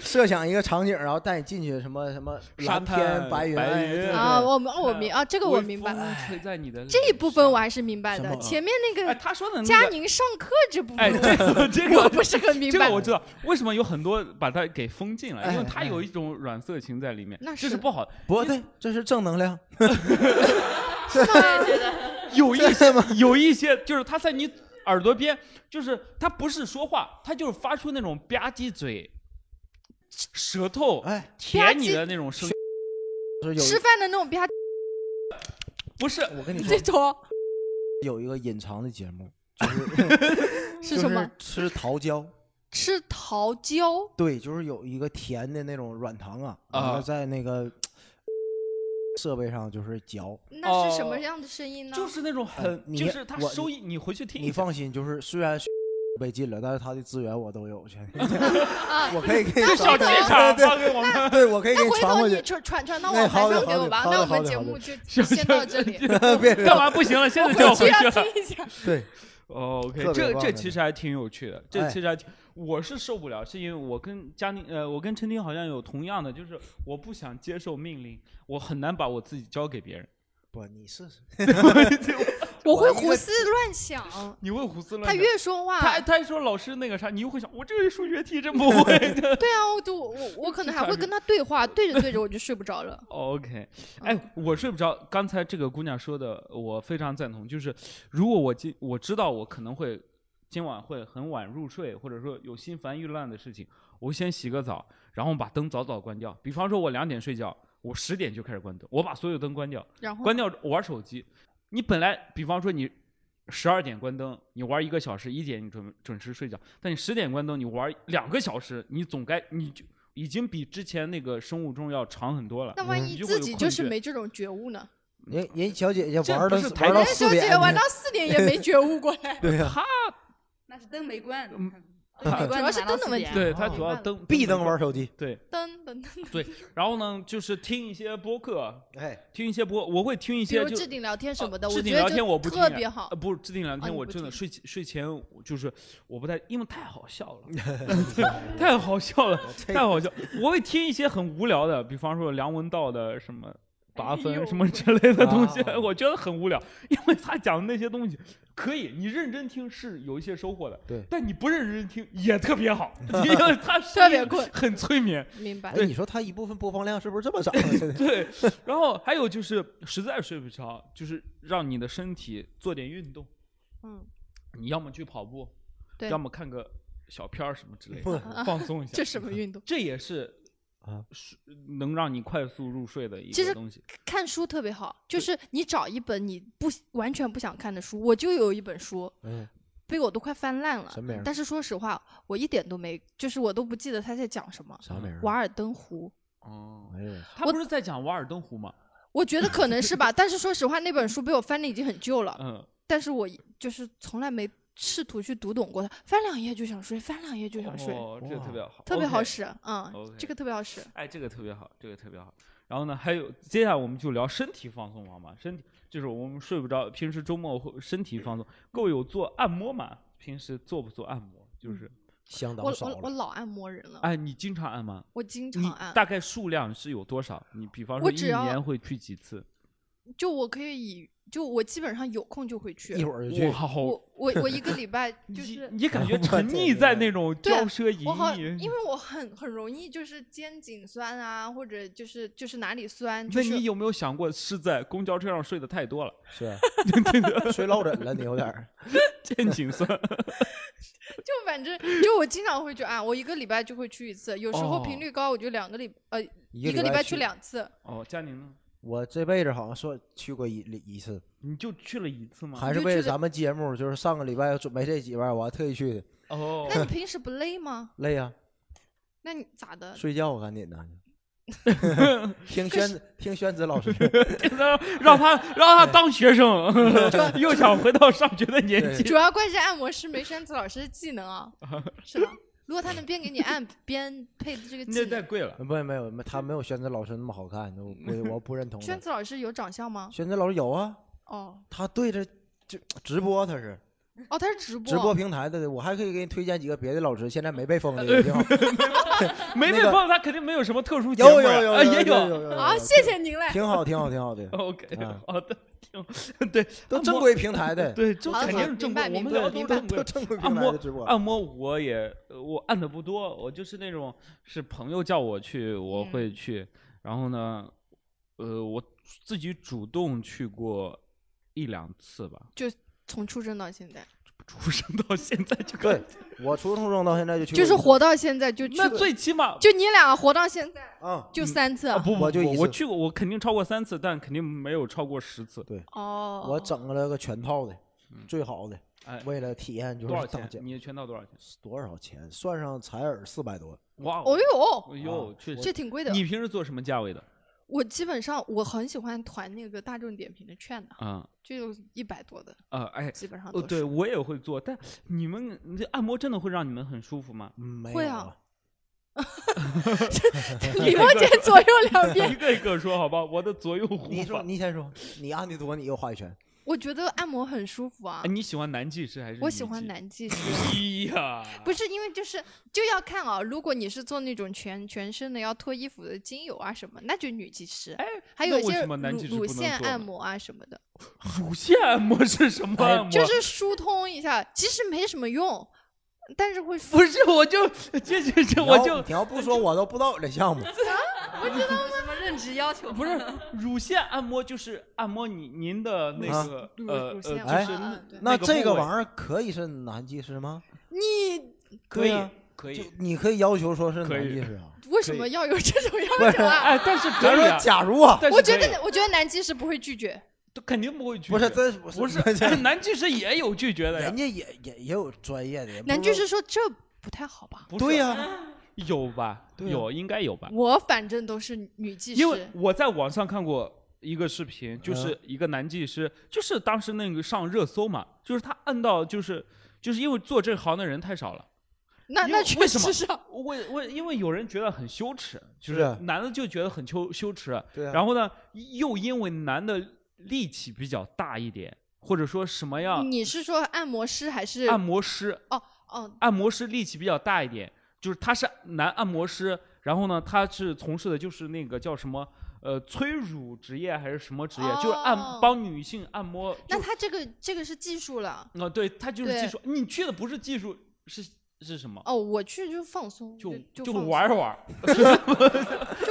Speaker 3: 设想一个场景，然后带你进去什么什么
Speaker 1: 沙
Speaker 3: 蓝
Speaker 1: 滩
Speaker 3: 天白云，
Speaker 1: 白
Speaker 3: 哎
Speaker 1: 云
Speaker 3: 对对
Speaker 2: 啊，
Speaker 3: 对
Speaker 2: 我明哦我明啊，这个我
Speaker 1: 微
Speaker 2: 明白，
Speaker 1: 风
Speaker 3: 哎
Speaker 1: 吹在你的
Speaker 2: 这一部分我还是明白
Speaker 3: 什
Speaker 2: 的
Speaker 3: 么。
Speaker 2: 前面那
Speaker 1: 嗯哎，
Speaker 2: 个
Speaker 1: 他说的那个
Speaker 2: 佳宁上课这部
Speaker 1: 哎，
Speaker 2: 分
Speaker 1: 这个 这
Speaker 2: 我，我
Speaker 1: 个
Speaker 2: 不是很明
Speaker 1: 这
Speaker 2: 白
Speaker 1: 个。我知道，为什么有很多把它给封禁了，因为
Speaker 3: 哎
Speaker 1: 它
Speaker 3: 哎
Speaker 1: 有一种软色情在里面，
Speaker 2: 那
Speaker 1: 这
Speaker 2: 是
Speaker 1: 是不好的。
Speaker 3: 不对，这是正能量。
Speaker 1: 啊有一些有一些就是他在你耳朵边，就是他不是说话，他就是发出那种吧唧嘴、舌头
Speaker 3: 哎，
Speaker 1: 舔你的那种声音，
Speaker 3: 是有
Speaker 2: 吃饭的那种吧
Speaker 1: 不是
Speaker 3: 我跟你说
Speaker 2: 这，种
Speaker 3: 有一个隐藏的节目，就是
Speaker 2: 是什么？？
Speaker 3: 就是吃桃胶。
Speaker 2: 吃桃胶，
Speaker 1: 哦
Speaker 3: 对，就是有一个甜的那种软糖啊，完
Speaker 1: 啊
Speaker 3: 了在那个设备上就是嚼。
Speaker 2: 那是什么
Speaker 1: 哦
Speaker 2: 样的声音呢？
Speaker 1: 就是那种
Speaker 3: 哎
Speaker 1: 很
Speaker 3: 你
Speaker 1: 就是他
Speaker 3: 我
Speaker 1: 收益，你回去听
Speaker 3: 你
Speaker 1: 一下。
Speaker 3: 放心，就是虽然 被禁了，但是它的资源我都有，全
Speaker 2: 啊，
Speaker 3: 我可以给你
Speaker 2: 那
Speaker 3: 传
Speaker 1: 小
Speaker 2: 回
Speaker 1: 气
Speaker 2: 头
Speaker 3: 过去
Speaker 1: 场
Speaker 3: 对
Speaker 1: 发给我 们，
Speaker 3: 对对，我可以给
Speaker 2: 那
Speaker 3: 你
Speaker 2: 哎回
Speaker 3: 传
Speaker 2: 头
Speaker 3: 过
Speaker 2: 你
Speaker 3: 去。
Speaker 2: 传传传到
Speaker 3: 那
Speaker 2: 我反
Speaker 3: 好的
Speaker 2: 正给
Speaker 3: 好
Speaker 2: 我
Speaker 3: 的
Speaker 2: 吧。
Speaker 3: 好的
Speaker 2: 那我
Speaker 3: 好
Speaker 2: 们
Speaker 3: 的
Speaker 2: 节
Speaker 3: 好的
Speaker 2: 目就
Speaker 1: 行
Speaker 2: 先到这 里，
Speaker 3: 别别
Speaker 1: 干嘛不行了？现在就要回
Speaker 2: 去
Speaker 1: 去了。
Speaker 2: 要听 一下。
Speaker 3: 对，
Speaker 1: 哦，OK，
Speaker 3: 特别
Speaker 1: 这
Speaker 3: 棒
Speaker 1: 这
Speaker 3: 的
Speaker 1: 其实还挺有趣的，这
Speaker 3: 哎
Speaker 1: 其实还挺，我是受不了，是因为我跟佳宁，呃，我跟陈婷好像有同样的，就是我不想接受命令，我很难把我自己交给别人。
Speaker 3: 不，你试试。
Speaker 2: 我会
Speaker 3: 我一
Speaker 2: 胡
Speaker 3: 个
Speaker 2: 思乱想，
Speaker 1: 你 会胡思乱
Speaker 2: 他
Speaker 1: 想。
Speaker 2: 越说
Speaker 1: 他
Speaker 2: 话，
Speaker 1: 他还说老师那个啥，你又会想，我这个数学题真不 会的。
Speaker 2: 对啊，我都我我可能还会跟他对话，对着对着我就睡不 着了。
Speaker 1: OK，哎，我睡不着。刚才这个姑娘说的，我非常赞同。就是如果我今我知道我可能会今晚会很晚入睡，或者说有心烦意乱的事情，我先洗个澡，然后把灯早早关掉。比方说，我两点睡觉，我十点就开始关灯，我把所有灯关掉，
Speaker 2: 然后
Speaker 1: 关掉玩手机。你本来比方说你十二点关灯，你玩一个小时，一点你准准时睡觉，但你十点关灯，你玩两个小时，你总该你就已经比之前那个生物钟要长很多了。
Speaker 2: 那万
Speaker 1: 嗯
Speaker 2: 一
Speaker 1: 你就会
Speaker 2: 自
Speaker 1: 有
Speaker 2: 己
Speaker 1: 困
Speaker 2: 就是
Speaker 1: 倦
Speaker 2: 没这种觉悟呢？
Speaker 3: 人人小姐姐
Speaker 1: 这
Speaker 3: 玩
Speaker 1: 不
Speaker 3: 到
Speaker 1: 是
Speaker 3: 四
Speaker 1: 台
Speaker 3: 玩到
Speaker 1: 湾
Speaker 2: 人小
Speaker 3: 四
Speaker 2: 姐
Speaker 3: 点，，
Speaker 2: 玩到四点也没觉悟过来
Speaker 3: 对呀，
Speaker 1: 他
Speaker 5: 那是灯没关，
Speaker 1: 嗯
Speaker 5: 灯没关
Speaker 2: 主要是灯的问题
Speaker 1: 对他主
Speaker 2: 明白
Speaker 1: 要
Speaker 2: 了
Speaker 1: 灯
Speaker 3: 闭灯玩。手机。
Speaker 1: 对，
Speaker 2: 噔噔噔，
Speaker 1: 然后呢，就是听一些播客，
Speaker 3: 哎，
Speaker 1: 听一些播，我会听一
Speaker 2: 比
Speaker 1: 些
Speaker 2: 如
Speaker 1: 就
Speaker 2: 哦置顶聊天什么的，
Speaker 1: 呃
Speaker 2: 我啊
Speaker 1: 置顶
Speaker 2: 觉得
Speaker 1: 聊天我
Speaker 2: 就
Speaker 1: 不听
Speaker 2: 特别好
Speaker 1: 呃，。不，置顶聊
Speaker 2: 哦
Speaker 1: 天
Speaker 2: 你
Speaker 1: 我
Speaker 2: 不
Speaker 1: 真的
Speaker 2: 听
Speaker 1: 睡起睡前就是我不太，因为太好笑了， 太好笑了，
Speaker 3: 这
Speaker 1: 太好笑。我会听一些很无聊的，比方说梁文道的什
Speaker 2: 哎
Speaker 1: 么。拔分什么之类的东西，
Speaker 3: 啊
Speaker 1: 我觉得很无聊，因为他讲的那些东西，可以你认真听是有一些收获的，
Speaker 3: 对
Speaker 1: 但你不认真听也特别 好，因为他
Speaker 2: 特别
Speaker 1: 困，很催眠。
Speaker 2: 明白
Speaker 3: 哎，你说他一部分播放量是不是这么涨的？ 现在
Speaker 1: 对，然后还有就是实在睡不着，就是让你的身体做点运动，
Speaker 2: 嗯，
Speaker 1: 你要么去跑步，
Speaker 2: 对
Speaker 1: 要么看个小片儿什么之类
Speaker 3: 不
Speaker 1: 的，放松一下。
Speaker 2: 这什么运动？
Speaker 1: 这也是
Speaker 3: 啊
Speaker 1: 是能让你快速入睡的一
Speaker 2: 其实
Speaker 1: 个东西。
Speaker 2: 看书特别好，就是你找一本你不完全不想看的书，我就有一本书，
Speaker 3: 嗯，
Speaker 2: 被我都快翻烂了
Speaker 3: 什么名儿。
Speaker 2: 但是说实话，我一点都没，就是我都不记得他在讲什么。
Speaker 3: 啥名儿？啊
Speaker 2: 瓦尔登湖，
Speaker 1: 哦，
Speaker 3: 哎呦，
Speaker 1: 他不是在讲瓦尔登湖吗？
Speaker 2: 我觉得可能是吧。但是说实话，那本书被我翻的已经很旧了，
Speaker 1: 嗯，
Speaker 2: 但是我就是从来没试图去读懂过它。翻两页就想睡，翻两页就想睡，
Speaker 1: 哦，这个特别好，
Speaker 2: 特别好
Speaker 1: OK
Speaker 2: 使。嗯
Speaker 1: OK，
Speaker 2: 这个特别好使。
Speaker 1: 哎，这个特别好，这个特别好。然后呢，还有接下来我们就聊身体放松好吗？身体就是我们睡不着，平时周末会身体放松。各位有做按摩吗？平时做不做按摩？就是，
Speaker 2: 嗯我
Speaker 3: 相当少
Speaker 2: 我我
Speaker 3: 了。
Speaker 2: 老按摩人了，
Speaker 1: 哎，你经常按吗？
Speaker 2: 我经
Speaker 1: 你
Speaker 2: 常啊按，
Speaker 1: 大概数量是有多少？你比方
Speaker 2: 我
Speaker 1: 说一
Speaker 2: 只要
Speaker 1: 年会去几次？
Speaker 2: 就我可以以就我基本上有空就会
Speaker 3: 一
Speaker 2: 去。
Speaker 3: 会儿就去
Speaker 1: 哇，，好，
Speaker 2: 我我我一个礼拜就
Speaker 1: 你
Speaker 2: 是
Speaker 1: 你感 觉
Speaker 3: 我
Speaker 1: 沉溺
Speaker 3: 天哪
Speaker 1: 在那种
Speaker 2: 对
Speaker 1: 骄奢淫
Speaker 2: 我好，
Speaker 1: 逸
Speaker 2: 因。为我很很容易就是肩颈酸啊，或者就是就是哪里酸，
Speaker 1: 那
Speaker 2: 就是
Speaker 1: 你有没有想过是在公交车上睡得太多了，
Speaker 3: 是啊 睡落枕了，你有点儿。
Speaker 1: 肩颈酸？
Speaker 2: 就反正就我经常会去啊按，我一个礼拜就会去一次，有时候
Speaker 1: 哦
Speaker 2: 频率高我就两个礼呃
Speaker 3: 一
Speaker 2: 一个
Speaker 3: 礼
Speaker 2: 礼
Speaker 3: 拜
Speaker 2: 去。两次，
Speaker 1: 哦，佳宁呢？
Speaker 3: 我这辈子好像说去过一一次，
Speaker 1: 你就去了一
Speaker 2: 嗯
Speaker 1: 次吗？
Speaker 3: 还是为了咱们节目，就是上个礼拜要准备这几万，我还特意去的。
Speaker 1: 哦，
Speaker 2: 那你平时不累吗？
Speaker 3: 累呀、
Speaker 2: 那你咋的？
Speaker 3: 睡觉我啊赶 紧的。听宣听宣子老师，
Speaker 1: 让他让他当学生， 又想回到上学的年纪。
Speaker 2: 主要怪是按摩师没山子老师的技能啊，是吧？如果他能边给你按边配这个
Speaker 1: 那
Speaker 2: 技，
Speaker 1: 太贵了。
Speaker 3: 不没有，没他没有宣子老师那么好看，我我我不认同的。
Speaker 2: 宣子老师有长相吗？
Speaker 3: 宣子老师有啊，
Speaker 2: 哦
Speaker 3: 他对着就直播他是
Speaker 2: 哦，他是直播
Speaker 3: 直播平台的，我还可以给你推荐几个别的老师，现在没被封的也挺好。
Speaker 1: 没被
Speaker 3: 那个
Speaker 1: 放，他肯定没有什么特殊节目
Speaker 3: 有有
Speaker 1: 呀
Speaker 3: 有
Speaker 1: 啊，也
Speaker 3: 有有有
Speaker 2: 啊，
Speaker 3: 有
Speaker 2: 谢谢您嘞。
Speaker 3: 挺好挺好挺好的，
Speaker 1: OK，
Speaker 3: 啊
Speaker 1: 好的，挺对，
Speaker 3: 都
Speaker 1: 按
Speaker 3: 正
Speaker 1: 摩
Speaker 3: 规平台的，
Speaker 1: 啊 对，这
Speaker 2: 好
Speaker 1: 肯
Speaker 2: 好
Speaker 1: 定是
Speaker 2: 明
Speaker 1: 正
Speaker 2: 白
Speaker 1: 规，我们
Speaker 2: 明白
Speaker 1: 聊
Speaker 3: 对，
Speaker 1: 的
Speaker 3: 都
Speaker 1: 都
Speaker 2: 明
Speaker 1: 是正规啊
Speaker 2: 白
Speaker 3: 正都。正规
Speaker 1: 按
Speaker 3: 平台
Speaker 1: 摩
Speaker 3: 的直播。
Speaker 1: 按摩我也呃我按的不多，我就是那种是朋友叫我去我会
Speaker 2: 嗯
Speaker 1: 去，然后呢，呃，我自己主动去过一两次吧，
Speaker 2: 从出生到现在，
Speaker 1: 出生到现在就可以
Speaker 3: 对，我初中到现在就去过
Speaker 2: 就
Speaker 3: 一
Speaker 2: 是
Speaker 3: 次，
Speaker 2: 活到现在就去
Speaker 1: 那
Speaker 2: 过，
Speaker 1: 最起码
Speaker 2: 就你俩活到现在
Speaker 3: 啊，
Speaker 2: 就三次
Speaker 1: 啊不不
Speaker 3: 我就
Speaker 1: 不
Speaker 3: 一
Speaker 1: 我
Speaker 3: 次
Speaker 1: 去过，我肯定超过三次，但肯定没有超过十次。
Speaker 2: 哦。
Speaker 3: 我整了个全套的，最好的
Speaker 1: 哎，
Speaker 3: 为了体验就
Speaker 1: 多少
Speaker 3: 是当
Speaker 1: 钱？
Speaker 3: 家
Speaker 1: 你的全套多少钱？
Speaker 3: 多少钱？算上采耳四百多，
Speaker 1: 哇哦
Speaker 2: 哦哟，
Speaker 1: 哎呦
Speaker 3: 啊，
Speaker 1: 确
Speaker 2: 这
Speaker 1: 实。
Speaker 2: 挺贵的。
Speaker 1: 你平时做什么价位的？
Speaker 2: 我基本上我很喜欢团那个大众点评的券的，
Speaker 1: 啊
Speaker 2: 就一百多的，
Speaker 1: 啊哎，
Speaker 2: 基本上
Speaker 1: 哦，
Speaker 2: 都是。
Speaker 1: 对我也会做，但你们你这按摩真的会让你们很舒服 吗？
Speaker 3: 嗯没
Speaker 2: 会
Speaker 3: 有
Speaker 2: 啊
Speaker 3: 啊，
Speaker 2: 李梦洁左右两
Speaker 1: 一
Speaker 2: 边，
Speaker 1: 个一个说好吧，我的左右护
Speaker 3: 你说
Speaker 1: 法。
Speaker 3: 你先说，你按的多，你有话语权。
Speaker 2: 我觉得按摩很舒服啊
Speaker 1: 哎，。你喜欢男技师还是？
Speaker 2: 我喜欢。男技师，
Speaker 1: 哎呀，
Speaker 2: 不是因为就是就要看啊，如果你是做那种全全身的要脱衣服的精油啊什么，那就女技师。
Speaker 1: 哎，
Speaker 2: 还有
Speaker 1: 那
Speaker 2: 一
Speaker 1: 为
Speaker 2: 些
Speaker 1: 什么男技师
Speaker 2: 乳乳
Speaker 1: 不能
Speaker 2: 腺
Speaker 1: 做呢
Speaker 2: 按摩啊什么的，
Speaker 1: 乳腺按摩是什么按摩？
Speaker 2: 哎就是疏通一下，其实没什么用，但是会舒
Speaker 1: 不是，我就这这 这，我
Speaker 3: 你要
Speaker 1: 就
Speaker 3: 你要不说，我都不知道有这项目。
Speaker 5: 什么任职要求？
Speaker 1: 不是乳腺按摩，就是按摩您您的那
Speaker 3: 啊
Speaker 1: 个
Speaker 2: 乳
Speaker 1: 呃呃，
Speaker 2: 乳
Speaker 1: 就是
Speaker 2: 腺
Speaker 3: 哎
Speaker 2: 啊啊
Speaker 1: 那
Speaker 2: 对
Speaker 3: 那这个玩意
Speaker 1: 儿
Speaker 3: 儿可以是男技师吗？
Speaker 2: 你
Speaker 1: 可
Speaker 3: 对
Speaker 1: 以
Speaker 3: 啊
Speaker 1: 可
Speaker 3: 就
Speaker 1: 以，
Speaker 3: 你可以要求说是
Speaker 1: 可
Speaker 3: 男
Speaker 1: 以
Speaker 3: 技师 啊。
Speaker 2: 为什么要有 这种
Speaker 3: 不
Speaker 2: 要
Speaker 3: 是
Speaker 2: 求啊？
Speaker 1: 哎，但是可
Speaker 3: 咱
Speaker 1: 以啊
Speaker 3: 说，假如啊，
Speaker 1: 但是
Speaker 2: 我觉
Speaker 1: 可以
Speaker 2: 得，我觉得男技师不会拒绝。
Speaker 1: 都肯定不会拒绝，
Speaker 3: 不是这
Speaker 1: 不是
Speaker 3: 这
Speaker 1: 哎男技师也有拒绝的呀
Speaker 3: 人，家也也也有专业的，也不
Speaker 2: 男技
Speaker 3: 是
Speaker 2: 师说这不太好吧？
Speaker 1: 不是啊
Speaker 3: 对呀，
Speaker 1: 有吧？
Speaker 3: 对啊
Speaker 1: 有应该有吧？
Speaker 2: 我反正都是女技
Speaker 1: 因为
Speaker 2: 师，
Speaker 1: 我在网上看过一个视频，
Speaker 3: 嗯
Speaker 1: 就是一个男技师，就是当时那个上热搜嘛，就是他按到就是就是因为做这行的人太少了。
Speaker 2: 那
Speaker 1: 因为
Speaker 2: 那确
Speaker 1: 为什么
Speaker 2: 实是啊
Speaker 1: 我我因为有人觉得很羞耻，就是
Speaker 3: 是啊
Speaker 1: 男的就觉得很羞羞耻，
Speaker 3: 对啊，
Speaker 1: 然后呢，又因为男的力气比较大一点，或者说什么样
Speaker 2: 你是说按摩师还嗯是？
Speaker 1: 啊按摩师，
Speaker 2: 哦，
Speaker 1: 按摩师力气比较大一点，就是他是男按摩师，然后呢，他是从事的就是那个叫什么呃催乳职业还是什么职业，就是
Speaker 2: 哦
Speaker 1: 按帮女性按摩。
Speaker 2: 那
Speaker 1: 就
Speaker 2: 他这个这个是技术了。
Speaker 1: 呃，对他就是
Speaker 2: 对
Speaker 1: 技术，你去的不是技术，是是什么？
Speaker 2: 哦，我去就放松，
Speaker 1: 就
Speaker 2: 就
Speaker 1: 就
Speaker 2: 放松
Speaker 1: 玩儿玩儿，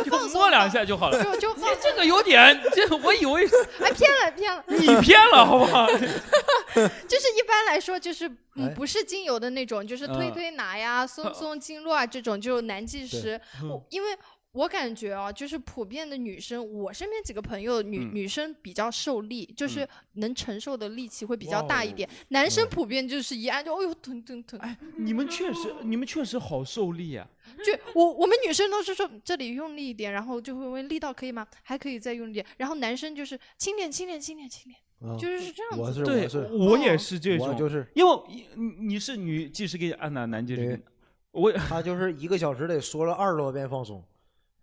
Speaker 2: 就放松
Speaker 1: 摸两，下就好了。
Speaker 2: 就就放松。
Speaker 1: 这个有点，这我以为
Speaker 2: 哎，骗了骗了，
Speaker 1: 你骗了，好不好？
Speaker 2: 就是一般来说就是
Speaker 3: 哎
Speaker 2: 嗯，不是精油的那种，就是推
Speaker 1: 嗯
Speaker 2: 推拿 呀、松松经络啊这种，就是男技师。我因为我感觉啊，就是普遍的女生，我身边几个朋友女
Speaker 1: 嗯
Speaker 2: 女生比较受力，就是能承受的力气会比较
Speaker 3: 哇
Speaker 2: 大一
Speaker 3: 哦
Speaker 2: 点。男
Speaker 1: 嗯
Speaker 2: 生普遍就是一按就哎呦疼疼疼，
Speaker 1: 哎，你们确实，你们确实好受力啊！
Speaker 2: 就我我们女生都是说这里用力一点，然后就会问力道可以吗？还可以再用力点。然后男生就是轻点轻点轻点轻点，
Speaker 3: 嗯
Speaker 2: 就是是这样
Speaker 3: 我
Speaker 2: 子的。
Speaker 3: 是
Speaker 1: 对
Speaker 3: 我是，
Speaker 1: 我
Speaker 2: 哦
Speaker 1: 也是这
Speaker 3: 我
Speaker 1: 种，
Speaker 3: 就是
Speaker 1: 因为你你是女技师给你按的，男技师给你
Speaker 3: 对
Speaker 1: 我
Speaker 3: 他就是一个小时得说了二十多遍 放松，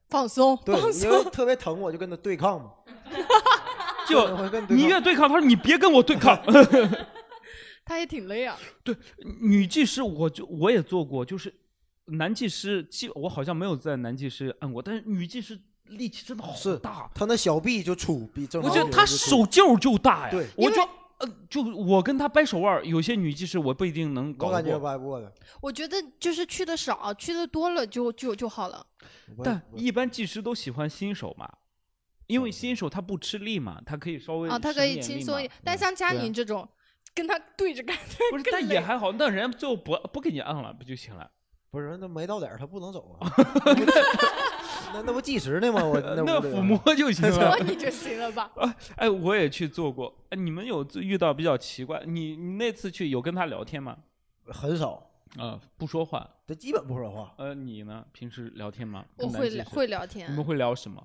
Speaker 2: 放松
Speaker 3: 对
Speaker 2: 放，
Speaker 3: 因
Speaker 2: 松，
Speaker 3: 为特别疼，我就跟他对 抗嘛，
Speaker 1: 就
Speaker 3: 我跟他
Speaker 1: 你
Speaker 3: 对
Speaker 1: 越
Speaker 3: 抗。
Speaker 1: 对抗，他说你别跟我对抗。
Speaker 2: 他也挺累啊。
Speaker 1: 女技师我就我也做过，就是男技师技我好像没有在男技师按过，但是女技师力气真的好
Speaker 3: 是
Speaker 1: 大，啊
Speaker 3: 他那小臂就粗，比正
Speaker 1: 我
Speaker 3: 常
Speaker 1: 觉
Speaker 3: 女
Speaker 1: 得她
Speaker 3: 人就粗
Speaker 1: 手劲儿就大呀。
Speaker 3: 对
Speaker 1: 我
Speaker 2: 因为
Speaker 1: 就呃就我跟她掰手腕儿，有些女技师我不一定能搞
Speaker 3: 我
Speaker 1: 得
Speaker 3: 感觉
Speaker 1: 过。
Speaker 3: 掰不过他。
Speaker 2: 我觉得就是去的少，去的多了就就就好了。
Speaker 3: 我
Speaker 1: 但
Speaker 3: 我
Speaker 1: 一般技师都喜欢新手嘛，因
Speaker 3: 嗯
Speaker 1: 为新手他不吃力嘛，他可以稍微
Speaker 2: 啊，他可
Speaker 1: 省
Speaker 2: 以
Speaker 1: 点
Speaker 2: 轻
Speaker 1: 力
Speaker 2: 松
Speaker 1: 嘛
Speaker 2: 一点。但像佳
Speaker 1: 对啊
Speaker 2: 颖这种，跟他对着干，
Speaker 1: 不是，
Speaker 2: 更
Speaker 1: 但也
Speaker 2: 累
Speaker 1: 还好，那人家最后不不给你按了，不就行了？
Speaker 3: 不是，那没到点儿他不能走啊。那那不计时呢吗？我那
Speaker 1: 呃那
Speaker 3: 不得
Speaker 1: 抚摸就行了
Speaker 2: 摸。你就行了吧？
Speaker 1: 哎，我也去做过。哎，你们有自遇到比较奇怪？你你那次去有跟他聊天吗？
Speaker 3: 很少，
Speaker 1: 啊、不说话。
Speaker 3: 他基本不说话。
Speaker 1: 呃，你呢？平时聊天吗？
Speaker 2: 我
Speaker 1: 跟男
Speaker 2: 会
Speaker 1: 技
Speaker 2: 聊
Speaker 1: 师
Speaker 2: 会聊
Speaker 1: 你
Speaker 2: 天
Speaker 1: 们，会聊什么？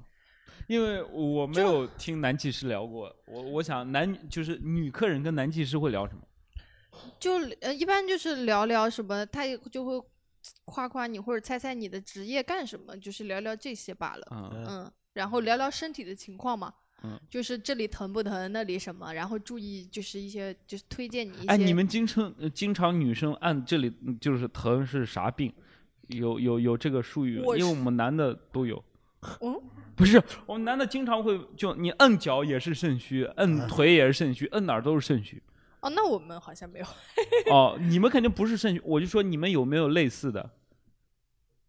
Speaker 1: 因为我没有听男技师聊过，我我想男就是女客人跟男技师会聊什么？
Speaker 2: 就呃一般就是聊聊什么，他也就会夸夸你或者猜猜你的职业干什么，就是聊聊这些罢了。
Speaker 1: 嗯，
Speaker 2: 嗯，然后聊聊身体的情况嘛。
Speaker 1: 嗯
Speaker 2: 就是这里疼不疼，那里什么，然后注意就是一些就是推荐你一些。
Speaker 1: 哎，你们经常呃经常女生按这里嗯就是疼是啥病？有有有这个术语吗，
Speaker 2: 我
Speaker 1: 因为我
Speaker 2: 是
Speaker 1: 们男的都有。
Speaker 2: 嗯，
Speaker 1: 不是，我们男的经常会就你摁脚也是肾虚，摁腿也是肾虚，摁哪儿都是 肾虚。
Speaker 2: 哦，那我们好像没有。
Speaker 1: 哦，你们肯定不是肾虚，我就说你们有没有类似的？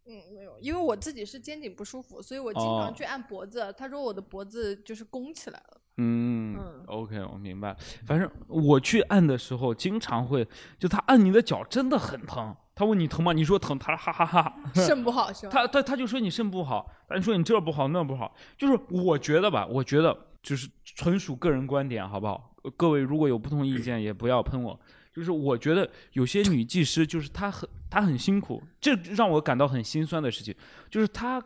Speaker 2: 嗯，没有，因为我自己是肩颈不舒服，所以我经
Speaker 1: 哦
Speaker 2: 常去按脖子。他说我的脖子就是弓起来了。
Speaker 1: 嗯
Speaker 2: 嗯
Speaker 1: o k 我明白。反正我去按的时候，经常会就他按你的脚真的很疼，他问你疼吗？你说疼，他哈哈哈哈。
Speaker 2: 肾不好是吧？
Speaker 1: 他他他就说你肾不好，他就说你这不好那不好，就是我觉得吧，我觉得就是纯属个人观点，好不好？呃各位如果有不同意见，也不要喷我。就是我觉得有些女技师，就是她很她很辛苦，这让我感到很心酸的事情，就是她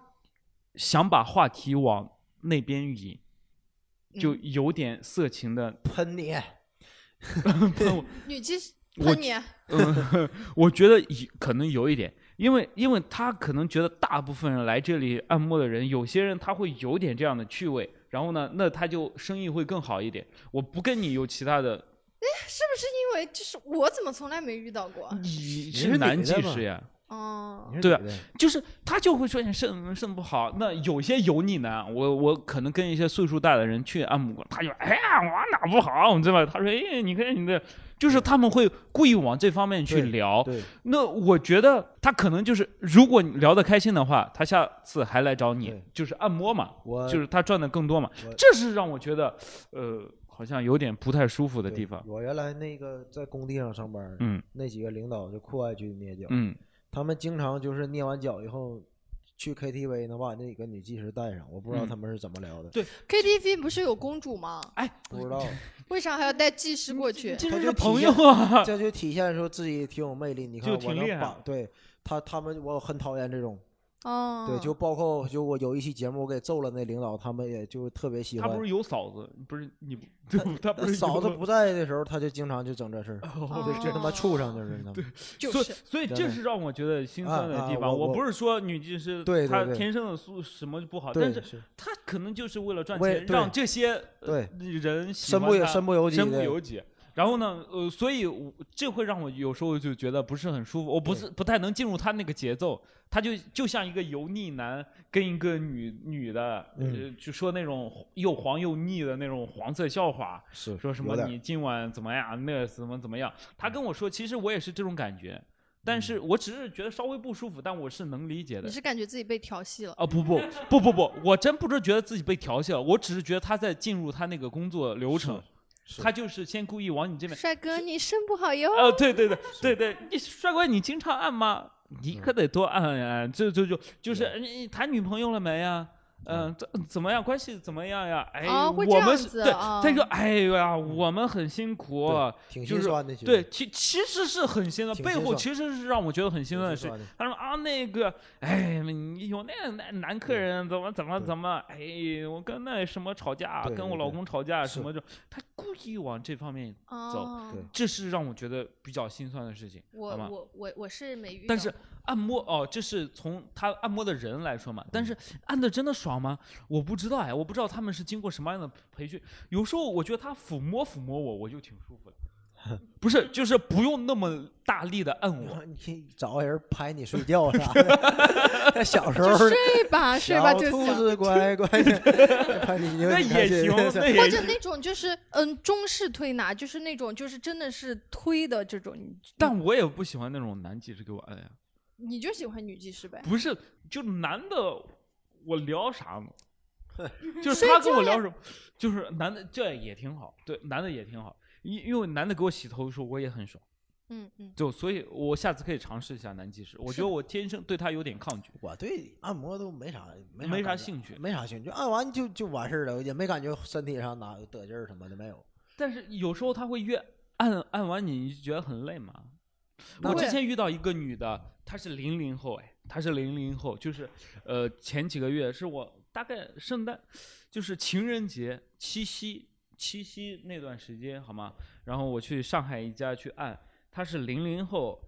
Speaker 1: 想把话题往那边引，就
Speaker 2: 嗯
Speaker 1: 有点色情的
Speaker 3: 喷你，
Speaker 1: 喷我。
Speaker 2: 女技师
Speaker 1: 我
Speaker 2: 喷你啊，
Speaker 1: 嗯， 我觉得有可能有一点，因为因为他可能觉得大部分人来这里按摩的人，有些人他会有点这样的趣味，然后呢，那他就生意会更好一点。我不跟你有其他的，
Speaker 2: 是不是因为就是我怎么从来没遇到
Speaker 3: 哦
Speaker 2: 过啊？
Speaker 1: 你
Speaker 3: 是
Speaker 1: 是男
Speaker 3: 女的
Speaker 1: 技
Speaker 3: 吧
Speaker 1: 师呀，
Speaker 3: 嗯
Speaker 2: 哦，
Speaker 1: 对啊就是他就会说哎你肾肾不好。那有些油腻男，我我可能跟一些岁数大的人去按摩，他就哎呀我哪不好，对吧？他说哎你看你的，就是他们会故意往这方面去
Speaker 3: 对
Speaker 1: 聊。
Speaker 3: 对，
Speaker 1: 那我觉得他可能就是，如果你聊得开心的话，他下次还来找你
Speaker 3: 对，
Speaker 1: 就是按摩嘛，
Speaker 3: 我
Speaker 1: 就是他赚的更多嘛
Speaker 3: 我，
Speaker 1: 这是让我觉得，呃，好像有点不太舒服的
Speaker 3: 对
Speaker 1: 地方。
Speaker 3: 我原来那个在工地上上班，
Speaker 1: 嗯，
Speaker 3: 那几个领导就酷爱去捏脚，
Speaker 1: 嗯，
Speaker 3: 他们经常就是捏完脚以后去 KTV 能把那几个女技师带上，我不知道
Speaker 1: 嗯
Speaker 3: 他们是怎么聊的，
Speaker 1: 对
Speaker 2: KTV 不是有公主吗？
Speaker 1: 哎，
Speaker 3: 不知道，
Speaker 2: 为啥还要带技师过去？
Speaker 1: 这
Speaker 3: 他
Speaker 1: 是
Speaker 3: 就
Speaker 1: 朋
Speaker 3: 体
Speaker 1: 友
Speaker 3: 现
Speaker 1: 啊，
Speaker 3: 这就体现出自己挺有魅力。你看
Speaker 1: 就
Speaker 3: 我
Speaker 1: 挺厉害
Speaker 3: 能把对他他们我很讨厌这种，
Speaker 2: 哦，
Speaker 3: 对，就包括就我有一期节目我给揍了那领导，他们也就特别喜
Speaker 1: 他
Speaker 3: 欢
Speaker 1: 不。是有嫂子，不是你不，对不 他不
Speaker 3: 那
Speaker 1: 是
Speaker 3: 嫂子
Speaker 1: 有
Speaker 3: 不在的时候，他就经常就整这事儿，
Speaker 2: 哦
Speaker 3: 就这他妈畜生就是他们。
Speaker 2: 就
Speaker 1: 所以
Speaker 2: 是，
Speaker 1: 所以
Speaker 3: 真
Speaker 1: 这
Speaker 3: 的
Speaker 1: 是让我觉得心
Speaker 3: 啊
Speaker 1: 酸的
Speaker 3: 啊
Speaker 1: 地方。
Speaker 3: 我
Speaker 1: 我
Speaker 3: 我
Speaker 1: 不是说女技师
Speaker 3: 对对
Speaker 1: 她
Speaker 3: 对
Speaker 1: 天生的素什么就不好，但
Speaker 3: 对，
Speaker 1: 是
Speaker 3: 是
Speaker 1: 她可能就是为了赚
Speaker 3: 为
Speaker 1: 钱，
Speaker 3: 对
Speaker 1: 让这些呃人喜
Speaker 3: 身
Speaker 1: 欢
Speaker 3: 不由
Speaker 1: 她
Speaker 3: 身不由己
Speaker 1: 身不
Speaker 3: 的
Speaker 1: 由己。然后呢，呃，所以我这会让我有时候就觉得不是很舒服，我不
Speaker 3: 对
Speaker 1: 是不太能进入他那个节奏，他就就像一个油腻男跟一个女女的，呃
Speaker 3: 嗯，
Speaker 1: 就说那种又黄又腻的那种黄色笑话，
Speaker 3: 是
Speaker 1: 说什么
Speaker 3: 有点儿嗯
Speaker 1: 你今晚怎么样，那怎么怎么样。他跟我说，其实我也是这种感觉，但是我只是觉得稍微不舒服，但我是能理解的
Speaker 2: 你。是感觉自己被调戏了？
Speaker 1: 啊不不不不不，我真不是觉得自己被调戏了，我只是觉得他在进入他那个工作流程，
Speaker 3: 是
Speaker 1: 他就是先故意往你这边。
Speaker 2: 帅哥，你肾不好哟。
Speaker 1: 啊，对对对对对，你帅哥，你经常按吗？你可得多按按，这就就就是你你谈女朋友了没呀？嗯，怎怎么样？关系怎么样呀？哎，
Speaker 2: 啊会这
Speaker 1: 我们
Speaker 2: 样
Speaker 1: 是
Speaker 2: 子
Speaker 1: 对，
Speaker 2: 啊
Speaker 1: 他说，哎呀，我们很辛苦，
Speaker 3: 挺
Speaker 1: 就
Speaker 3: 心
Speaker 1: 是
Speaker 3: 酸的，其实
Speaker 1: 对，其其实是很心酸，
Speaker 3: 挺
Speaker 1: 背
Speaker 3: 心
Speaker 1: 后
Speaker 3: 酸
Speaker 1: 其实是让我觉得很心
Speaker 3: 挺
Speaker 1: 酸的
Speaker 3: 心
Speaker 1: 事。
Speaker 3: 酸的。
Speaker 1: 他说啊，那个，哎，你有那男男客人怎么怎么
Speaker 3: 对
Speaker 1: 怎么，哎，我跟那什么吵架，
Speaker 3: 对
Speaker 1: 跟我
Speaker 3: 对
Speaker 1: 老
Speaker 3: 对
Speaker 1: 公吵架什
Speaker 3: 是
Speaker 1: 么的，他故意往这方面，
Speaker 2: 哦，
Speaker 3: 对
Speaker 1: 这是让我觉得比较心酸的事情，
Speaker 2: 我
Speaker 1: 好吗？
Speaker 2: 我我我是没遇到，
Speaker 1: 但是 按摩哦，这是从他按摩的人来说嘛，
Speaker 2: 嗯
Speaker 1: 但是按的真的爽吗？我不知道哎，我不知道他们是经过什么样的培训。有时候我觉得他抚摸抚摸我，我就挺舒服的， 不是，就是不用那么大力的按我。
Speaker 3: 你找个人拍你睡觉啥的，那小时候
Speaker 2: 就睡吧睡吧
Speaker 3: 小
Speaker 2: 就
Speaker 3: 兔
Speaker 2: 行。
Speaker 3: 子乖乖的，拍你
Speaker 1: 那
Speaker 3: 那
Speaker 1: 也行，那
Speaker 2: 或
Speaker 1: 也
Speaker 2: 者
Speaker 1: 行。
Speaker 2: 那种就是嗯中式推拿，就是那种就是真的是推的这种，你
Speaker 1: 但我也不喜欢那种男技师给我按呀，
Speaker 2: 你就喜欢女技师呗？
Speaker 1: 不是，就男的，我聊啥 呢？就是
Speaker 2: 睡
Speaker 1: 他跟
Speaker 2: 觉
Speaker 1: 我
Speaker 2: 呀
Speaker 1: 聊什么，就是男的这也挺好，对，男的也挺好，因因为男的给我洗头的时候我也很爽。
Speaker 2: 嗯嗯，
Speaker 1: 就所以，我下次可以尝试一下男技师。我觉得我天生对他有点抗拒。
Speaker 3: 我对按摩都没啥，没
Speaker 1: 没啥
Speaker 3: 啥感觉
Speaker 1: 兴趣
Speaker 3: 没啥兴趣，按完就就完事儿了，也没感觉身体上哪有得劲儿什么的没有。
Speaker 1: 但是有时候他会越按按完你，你就觉得很累嘛。我
Speaker 2: 会
Speaker 1: 之前遇到一个女的，她是零零后，哎，她是零零后，就是呃前几个月是我大概圣诞，就是情人节、七夕、七夕那段时间，好吗？然后我去上海一家去按，她是零零后，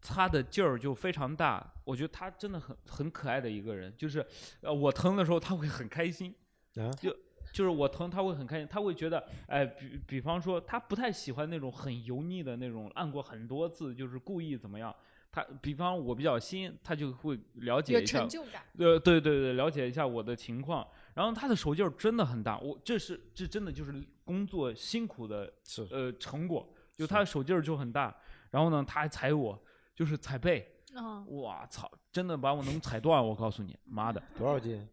Speaker 1: 他的劲儿就非常大。我觉得他真的很很可爱的一个人，就是呃，我疼的时候他会很开心，
Speaker 3: 啊
Speaker 1: 就就是我疼他会很开心，他会觉得，哎、比比方说他不太喜欢那种很油腻的那种，按过很多次就是故意怎么样。他比方我比较新，他就会了解
Speaker 2: 有
Speaker 1: 一下
Speaker 2: 成，就感。
Speaker 1: 呃，对对对，了解一下我的情况。然后他的手劲儿真的很大，我这是这真的就是工作辛苦的
Speaker 3: 是
Speaker 1: 呃成果，就是他的手劲儿就很大。然后呢，他还踩我，就是踩背，
Speaker 2: 嗯，
Speaker 1: 哇操，真的把我能踩断，我告诉你，妈的，
Speaker 3: 多少斤？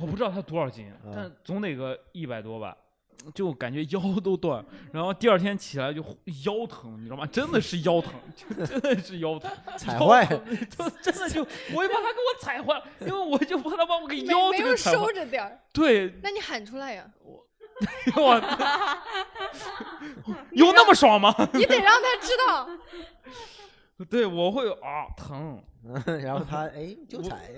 Speaker 1: 我不知道他多少斤，
Speaker 3: 嗯
Speaker 1: 但总得个一百多吧。就感觉腰都断，然后第二天起来就腰疼，你知道吗？真的是腰疼，就真的是腰疼，
Speaker 3: 踩坏
Speaker 1: 腰疼，就真的就，我就把他给我踩坏了，因为我就怕他把我给
Speaker 2: 没
Speaker 1: 腰
Speaker 2: 没
Speaker 1: 哎这
Speaker 2: 有
Speaker 1: 个踩坏
Speaker 2: 收。着点儿，
Speaker 1: 对，
Speaker 2: 那你喊出 来呀，
Speaker 1: 我 有那么爽吗？
Speaker 2: 你得让他知道。
Speaker 1: 对，我会啊疼，
Speaker 3: 然后他哎就踩，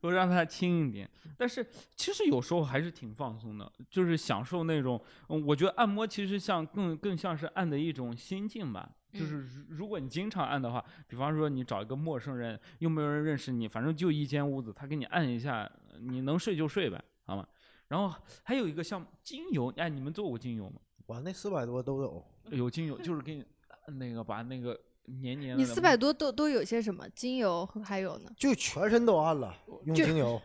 Speaker 1: 我让他轻一点。
Speaker 2: 嗯
Speaker 1: 但是其实有时候还是挺放松的，就是享受那种，嗯，我觉得按摩其实像更更像是按的一种心境吧。
Speaker 2: 嗯
Speaker 1: 就是如如果你经常按的话，比方说你找一个陌生人，又没有人认识你，反正就一间屋子，他给你按一下，呃你能睡就睡呗，好吗？然后还有一个像精油，哎，你们做过精油吗？
Speaker 3: 我那四百多都有，
Speaker 1: 有精油，就是给你呃那个把那个黏黏的。
Speaker 2: 你四百多都都有些什么精油，还有呢，
Speaker 3: 就全身都按了，用
Speaker 2: 就
Speaker 3: 精油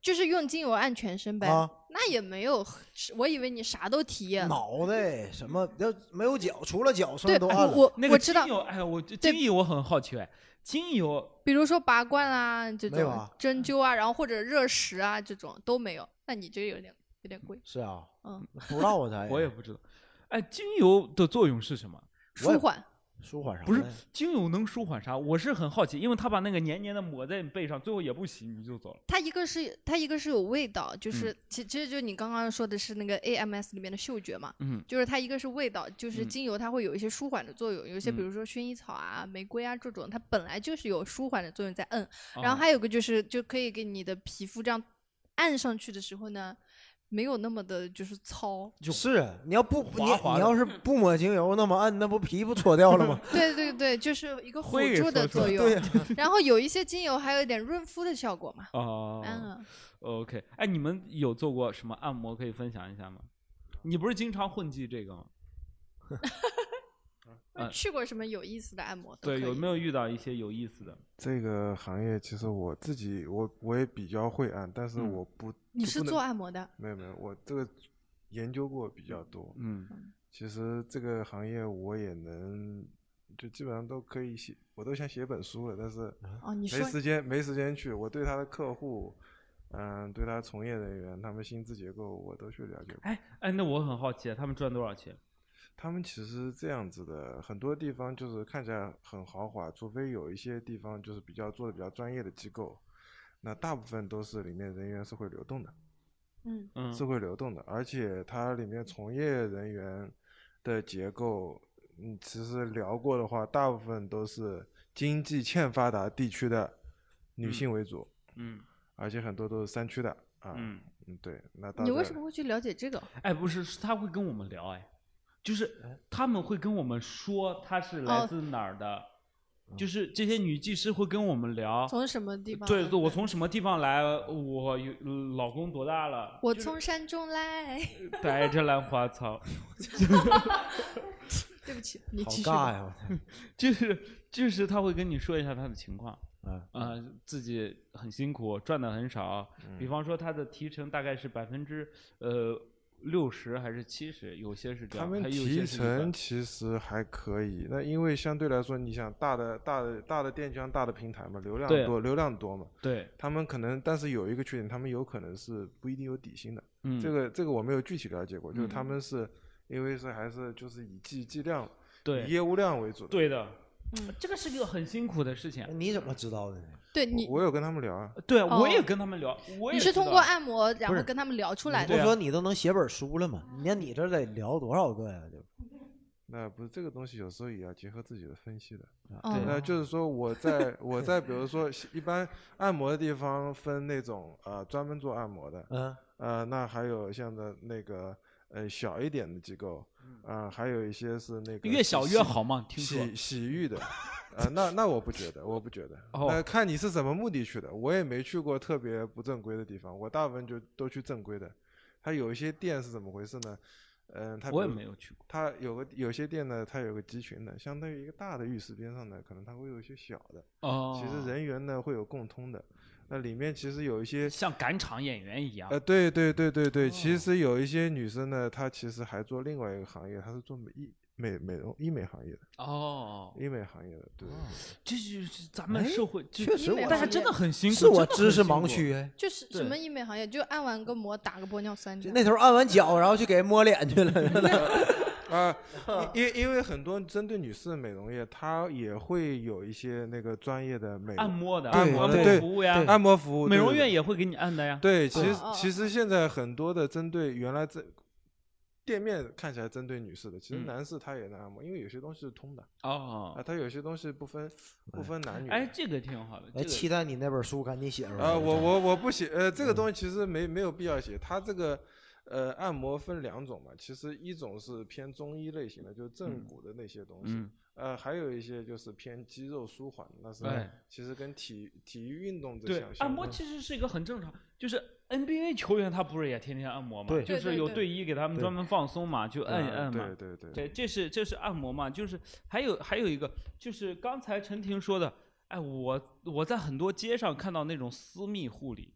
Speaker 2: 就是用精油按全身呗。
Speaker 3: 啊，
Speaker 2: 那也没有，我以为你啥都体验了。
Speaker 3: 脑袋什么要没有脚，除了脚剩
Speaker 2: 对，
Speaker 3: 下都按
Speaker 2: 哎我
Speaker 3: 了。
Speaker 2: 我、
Speaker 1: 那
Speaker 2: 我
Speaker 1: 个
Speaker 2: 知
Speaker 1: 精
Speaker 2: 道，
Speaker 1: 油，哎，我这精油我很好奇，哎，精油
Speaker 2: 比如说拔罐啊这
Speaker 3: 没有
Speaker 2: 种
Speaker 3: 啊
Speaker 2: 针灸啊，然后或者热石啊这种都没有，那你这有点有点贵，
Speaker 3: 是啊，
Speaker 2: 嗯，
Speaker 3: 不知道我才
Speaker 1: 我也不知道，哎，精油的作用是什么？
Speaker 3: 我也
Speaker 2: 舒缓。
Speaker 3: 舒缓啥的？
Speaker 1: 不是精油能舒缓啥？我是很好奇，因为他把那个黏黏的抹在你背上，最后也不洗，你就走了。
Speaker 2: 它一个是它一个是有味道，
Speaker 1: 嗯
Speaker 2: 就是其、其实就你刚刚说的是那个 AMS 里面的嗅觉嘛，
Speaker 1: 嗯，
Speaker 2: 就是它一个是味道，就是
Speaker 1: 嗯
Speaker 2: 精油它会有一些舒缓的作用，有一些比
Speaker 1: 嗯
Speaker 2: 如说薰衣草啊、玫瑰啊这种，它本来就是有舒缓的作用在摁。
Speaker 1: 啊
Speaker 2: 然后还有个就是就可以给你的皮肤这样按上去的时候呢，没有那么的就是糙。
Speaker 1: 就是
Speaker 3: 啊你要不
Speaker 1: 滑
Speaker 3: 你
Speaker 1: 滑
Speaker 3: 你
Speaker 1: 的
Speaker 3: 要是不抹精油那么按，那不皮不搓掉 了吗？
Speaker 2: 对对对，就是一个辅
Speaker 1: 会
Speaker 2: 助的
Speaker 1: 说出来啊
Speaker 2: 作用。
Speaker 3: 对呀，
Speaker 2: 然后有一些精油还有一点润肤的效果嘛。
Speaker 1: 哦、
Speaker 2: 嗯，
Speaker 1: o k 哎，你们有做过什么按摩可以分享一下吗？你不是经常混迹这个吗？嗯
Speaker 2: 去过什么有意思的按摩都可
Speaker 1: 对，
Speaker 2: 以？
Speaker 1: 有没有遇到一些有意思的？
Speaker 6: 这个行业其实我自己我我也比较会按，但是
Speaker 1: 嗯
Speaker 6: 我不
Speaker 2: 你
Speaker 6: 就是不能
Speaker 2: 做按摩的？
Speaker 6: 没有没有，我这个研究过比较多。
Speaker 1: 嗯，
Speaker 6: 其实这个行业我也能，就基本上都可以写，我都想写本书了，但是
Speaker 1: 啊
Speaker 2: 哦，你
Speaker 6: 没
Speaker 2: 说
Speaker 6: 时间没时间去。我对他的客户，嗯，对他从业人员，他们薪资结构我都去了解过。
Speaker 1: 哎哎，那我很好奇，他们赚多少钱？
Speaker 6: 他们其实这样子的，很多地方就是看起来很豪华，除非有一些地方就是比较做的比较专业的机构，那大部分都是里面人员是会流动的，
Speaker 2: 嗯，
Speaker 1: 嗯，
Speaker 6: 是会流动的，而且它里面从业人员的结构，嗯，其实聊过的话，大部分都是经济欠发达地区的女
Speaker 1: 嗯
Speaker 6: 性为主，
Speaker 1: 嗯
Speaker 6: 而且很多都是山区的啊，
Speaker 1: 嗯，
Speaker 6: 嗯对，那大
Speaker 2: 你为
Speaker 6: 概
Speaker 2: 什么会去了解这个？
Speaker 1: 哎，不是，是他会跟我们聊，哎，就是他们会跟我们说他是来
Speaker 2: 哦
Speaker 1: 自哪儿的，
Speaker 6: 嗯
Speaker 1: 就是这些女技师会跟我们聊，
Speaker 2: 从什么地方？
Speaker 1: 对对，我从什么地方来，我有嗯老公多大了，
Speaker 2: 我
Speaker 1: 就是
Speaker 2: 从山中来。
Speaker 1: 摆着兰花 草，
Speaker 2: 对不起，你
Speaker 3: 好
Speaker 2: 继续吧。
Speaker 3: 尬呀！我
Speaker 1: 就是就是他会跟你说一下他的情况，
Speaker 3: 嗯
Speaker 1: 呃，自己很辛苦，赚的很少，
Speaker 6: 嗯
Speaker 1: 比方说他的提成大概是百分之呃。六十还是七十，有些是这
Speaker 6: 他
Speaker 1: 样，
Speaker 6: 们
Speaker 1: 啊还有一
Speaker 6: 提
Speaker 1: 些是一百
Speaker 6: 成其实还可以，那因为相对来说，你想大的大的大的电商、大的平台嘛，流量
Speaker 1: 对啊
Speaker 6: 多，流量多嘛，
Speaker 1: 对，
Speaker 6: 他们可能，但是有一个缺点，他们有可能是不一定有底薪的。
Speaker 1: 嗯，
Speaker 6: 这个这个我没有具体了解过，就是
Speaker 1: 嗯
Speaker 6: 他们是因为是还是就是以计计量、以
Speaker 1: 对
Speaker 6: 业务量为主的。
Speaker 1: 对的，
Speaker 2: 嗯，哦
Speaker 1: 这个是一个很辛苦的事情
Speaker 3: 哎，。你怎么知道的呢？
Speaker 2: 对
Speaker 6: 我，
Speaker 2: 你，
Speaker 6: 我有跟他们聊啊，
Speaker 1: 对，我
Speaker 2: 哦
Speaker 1: 也跟他们聊，我也
Speaker 2: 你是
Speaker 1: 知道
Speaker 2: 通过按摩然
Speaker 3: 不
Speaker 2: 后
Speaker 3: 是
Speaker 2: 跟他们聊出来
Speaker 3: 你
Speaker 2: 的
Speaker 3: 不
Speaker 1: 对啊
Speaker 3: 说你都能写本书了吗？你看你这得聊多少个呀？就
Speaker 6: 那不是这个东西，有时候也要结合自己的分析的。
Speaker 1: 对
Speaker 2: 哦
Speaker 6: 那就是说，我在我在比 如说一般按摩的地方分那种呃专门做按摩的，
Speaker 3: 嗯
Speaker 6: 呃，那还有像的那个呃小一点的机构，啊、还有一些是那个
Speaker 1: 越小越
Speaker 6: 洗
Speaker 1: 好嘛，听说
Speaker 6: 洗洗浴的，啊，那那我不觉得，我不觉得，
Speaker 1: 哦
Speaker 6: 呃，看你是什么目的去的，我也没去过特别不正规的地方，我大部分就都去正规的。它有一些店是怎么回事呢？嗯、它
Speaker 1: 我也
Speaker 6: 比如
Speaker 1: 没有去过。
Speaker 6: 它有个有些店呢，它有个集群的，相当于一个大的浴室边上呢，可能它会有一些小的，
Speaker 1: 哦，
Speaker 6: 其实人员呢会有共通的。那里面其实有一些，
Speaker 1: 像赶场演员一样
Speaker 6: 呃，，对对对对对，
Speaker 1: 啊哦
Speaker 6: 其实有一些女生呢，她其实还做另外一个行业，她是做美医美美容医美行业的，
Speaker 1: 哦，
Speaker 6: 医美行业的，对。
Speaker 1: 这就是咱们
Speaker 3: 哎
Speaker 1: 社会，就
Speaker 3: 确实
Speaker 2: 医美
Speaker 3: 我
Speaker 1: 大
Speaker 2: 行
Speaker 1: 家
Speaker 2: 业
Speaker 1: 真的很辛苦，
Speaker 3: 是我
Speaker 1: 真的很
Speaker 3: 知识
Speaker 1: 辛苦
Speaker 3: 盲区，哎，
Speaker 2: 就是
Speaker 1: 对
Speaker 2: 什么医美行业，就按完个膜，打个玻尿酸这样。
Speaker 3: 就那头按完脚，然后去给人摸脸去了。
Speaker 6: 啊，因因因为很多针对女士的美容业，它也会有一些那个专业的美
Speaker 1: 按摩的，
Speaker 6: 对
Speaker 1: 按
Speaker 6: 对
Speaker 1: 摩
Speaker 6: 对
Speaker 1: 服务呀，
Speaker 6: 按摩服务，
Speaker 1: 美容
Speaker 6: 对
Speaker 1: 院。也啊会给你按的呀。
Speaker 6: 对对，其实
Speaker 2: 哦哦
Speaker 6: 其实现在很多的针对原来这店面看起来针对女士的，其实
Speaker 1: 嗯
Speaker 6: 男士他也能按摩，因为有些东西是通的啊，
Speaker 1: 哦，
Speaker 6: 它有些东西不分不分男女的。
Speaker 1: 哎，这个挺好的。
Speaker 3: 哎，
Speaker 1: 这个
Speaker 3: 期待你那本书赶紧
Speaker 1: 嗯
Speaker 3: 写出来。
Speaker 6: 啊，我我我不写，呃，这个东西其实没没有必要写，它这个。呃，按摩分两种嘛，其实一种是偏中医类型的，就是正
Speaker 1: 嗯
Speaker 6: 骨的那些东西，
Speaker 1: 嗯，
Speaker 6: 呃，还有一些就是偏肌肉舒缓，那是
Speaker 1: 哎
Speaker 6: 其实跟体体育运动这
Speaker 1: 对
Speaker 6: 项，
Speaker 1: 按
Speaker 6: 相
Speaker 1: 摩
Speaker 6: 关。
Speaker 1: 其实是一个很正常，就是 NBA 球员他不是也天天按摩嘛，
Speaker 3: 对
Speaker 1: 就
Speaker 2: 对
Speaker 1: 是
Speaker 2: 对
Speaker 1: 有
Speaker 2: 对
Speaker 1: 队医给他们
Speaker 3: 对
Speaker 1: 专门放松嘛，就按一按嘛
Speaker 6: 嗯对。对对
Speaker 1: 对，这是这是按摩嘛，就是还有还有一个就是刚才陈婷说的，哎，我我在很多街上看到那种私密护理，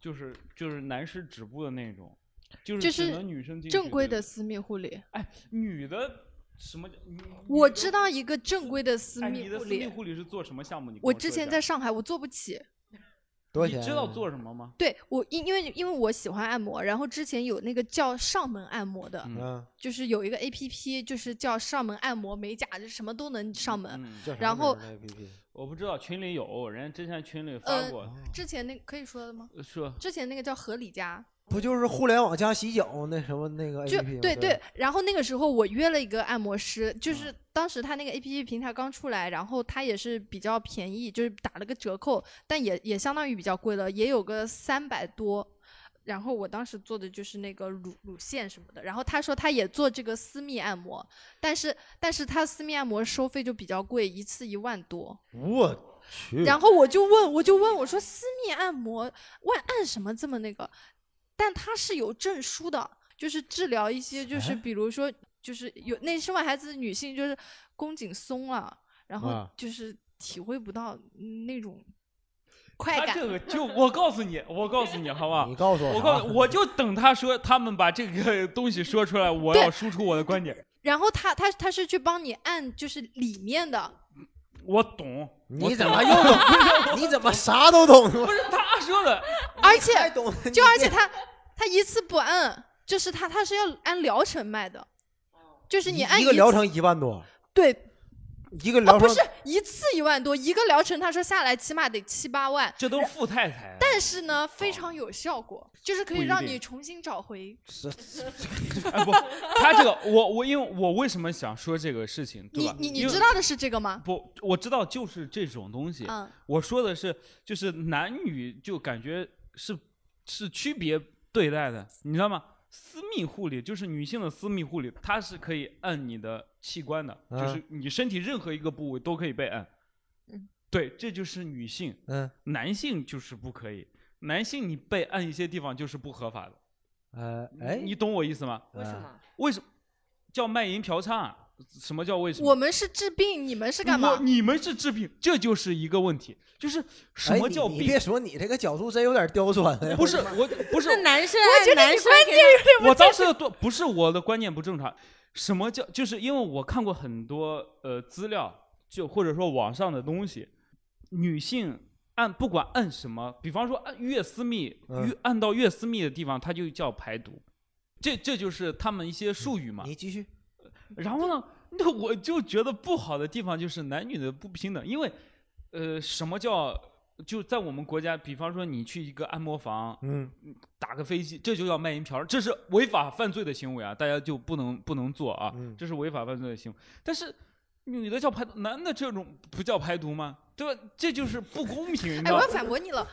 Speaker 1: 就是就是男士止步的那种，就是
Speaker 2: 就
Speaker 1: 只
Speaker 2: 是
Speaker 1: 能女生进去
Speaker 2: 正规
Speaker 1: 对
Speaker 2: 的
Speaker 1: 吧，
Speaker 2: 私密护理，
Speaker 1: 哎，女的什么？女
Speaker 2: 我
Speaker 1: 女的
Speaker 2: 知道一个正规的私
Speaker 1: 哎，你
Speaker 2: 密
Speaker 1: 的
Speaker 2: 护
Speaker 1: 私密
Speaker 2: 理。
Speaker 1: 护理是做什么项目？你跟
Speaker 2: 我
Speaker 1: 说
Speaker 2: 之
Speaker 1: 一
Speaker 2: 前
Speaker 1: 下
Speaker 2: 在上海，我做不起。
Speaker 3: 多少钱？啊
Speaker 1: 你知道做什么吗？
Speaker 2: 对我，因因为因为我喜欢按摩，然后之前有那个叫上门按摩的，
Speaker 1: 嗯
Speaker 3: 嗯，
Speaker 2: 就是有一个 A P P，就是叫上门按摩，美甲就是什么都能上门。
Speaker 1: 嗯，
Speaker 3: 叫啥
Speaker 2: 然后
Speaker 3: 名儿那 APP
Speaker 1: 我不知道，群里有人家之前群里发
Speaker 2: 呃
Speaker 1: 过，
Speaker 3: 哦
Speaker 2: 之前那可以说的吗？
Speaker 1: 呃说
Speaker 2: 之前那个叫合理家，
Speaker 3: 不就是互联网加洗脚那什么那个 APP
Speaker 2: 就
Speaker 3: 吗？
Speaker 2: 对对，然后那个时候我约了一个按摩师，就是当时他那个 A P P 平台刚出来，然后他也是比较便宜，就是打了个折扣，但也也相当于比较贵了，也有个三百多。然后我当时做的就是那个乳乳腺什么的，然后他说他也做这个私密按摩，但是但是他私密按摩收费就比较贵，一次一万多。
Speaker 3: 我去。
Speaker 2: 然后我就问，我就问我说私密按摩，万按什么这么那个？但它是有证书的，就是治疗一些，就是
Speaker 3: 哎
Speaker 2: 比如说，就是有那生完孩子的女性就是宫颈松了，然后
Speaker 3: 啊
Speaker 2: 就是体会不到嗯那种快
Speaker 1: 他
Speaker 2: 感。
Speaker 1: 这个就我告诉你，我告诉你，好不好
Speaker 3: 你？告诉
Speaker 1: 我
Speaker 3: 我
Speaker 1: 告
Speaker 3: 啥，
Speaker 1: 诉 你，我就等他说他们把这个 东西说出来，我
Speaker 2: 对
Speaker 1: 要输出我的观点。
Speaker 2: 然后他他他是去帮你按，就是里面的，
Speaker 1: 我懂，
Speaker 3: 你怎么又 懂？你怎么啥都懂？
Speaker 1: 不是他说的，
Speaker 2: 而且
Speaker 3: 太懂了，
Speaker 2: 就而且他他一次不按，就是他他是要按疗程卖的，就是你按
Speaker 3: 一个
Speaker 2: 次
Speaker 3: 疗程一万多，
Speaker 2: 对
Speaker 3: 一个
Speaker 2: 啊，
Speaker 3: 疗
Speaker 2: 不
Speaker 3: 程
Speaker 2: 是一次一万多，一个疗程他说下来起码得七八万，
Speaker 1: 这都是富太太。
Speaker 2: 但是呢非常有效果，就是可
Speaker 1: 不
Speaker 2: 以
Speaker 1: 一
Speaker 2: 让
Speaker 1: 定
Speaker 2: 你重新找回。
Speaker 1: 哎不，他这个我我因为我为什么想说这个事情，对
Speaker 2: 你
Speaker 1: 吧？
Speaker 2: 你你
Speaker 1: 因为
Speaker 2: 知道的是这个吗？
Speaker 1: 不？我知道就是这种东西。
Speaker 2: 嗯，
Speaker 1: 我说的是，就是男女就感觉是是区别对待的，你知道吗？私密护理就是女性的私密护理，它是可以按你的器官的，就
Speaker 3: 啊
Speaker 1: 是你身体任何一个部位都可以被按。
Speaker 2: 嗯，
Speaker 1: 对，这就是女性，
Speaker 3: 嗯，
Speaker 1: 男性就是不可以。男性你被按一些地方就是不合法的，
Speaker 3: 呃，哎，
Speaker 1: 你懂我意思吗？
Speaker 4: 为什
Speaker 3: 嗯
Speaker 4: 么？
Speaker 1: 为什么叫卖淫嫖娼啊？什么叫为什么？
Speaker 2: 我们是治病，你们是干
Speaker 1: 我
Speaker 2: 嘛？
Speaker 1: 你们是治病，这就是一个问题，就是什
Speaker 3: 哎
Speaker 1: 么
Speaker 3: 你
Speaker 1: 叫
Speaker 3: 你
Speaker 1: 病？
Speaker 3: 别说，你这个角度真有点刁钻。
Speaker 1: 不是我，不是
Speaker 4: 那男生
Speaker 2: 觉
Speaker 4: 按
Speaker 2: 得
Speaker 4: 男
Speaker 2: 你
Speaker 4: 生
Speaker 2: 观
Speaker 4: 给
Speaker 1: 我当时的多不是我的观念不正常。什么叫就是因为我看过很多呃资料，就或者说网上的东西，女性按不管按什么，比方说按越私密，
Speaker 3: 嗯
Speaker 1: 越按到越私密的地方，它就叫排毒，这这就是他们一些术语嘛。
Speaker 3: 你继续，
Speaker 1: 然后呢，那我就觉得不好的地方就是男女的不平等，因为，呃，什么叫就在我们国家，比方说你去一个按摩房
Speaker 3: 嗯，
Speaker 1: 打个飞机，这就叫卖淫嫖娼，这是违法犯罪的行为啊，大家就不能不能做啊，
Speaker 3: 嗯
Speaker 1: 这是违法犯罪的行为。但是女的叫排毒，男的这种不叫排毒吗？对吧？这就是不公平，你知
Speaker 2: 哎，
Speaker 1: 道
Speaker 2: 我
Speaker 1: 吗
Speaker 2: 要？反驳你了，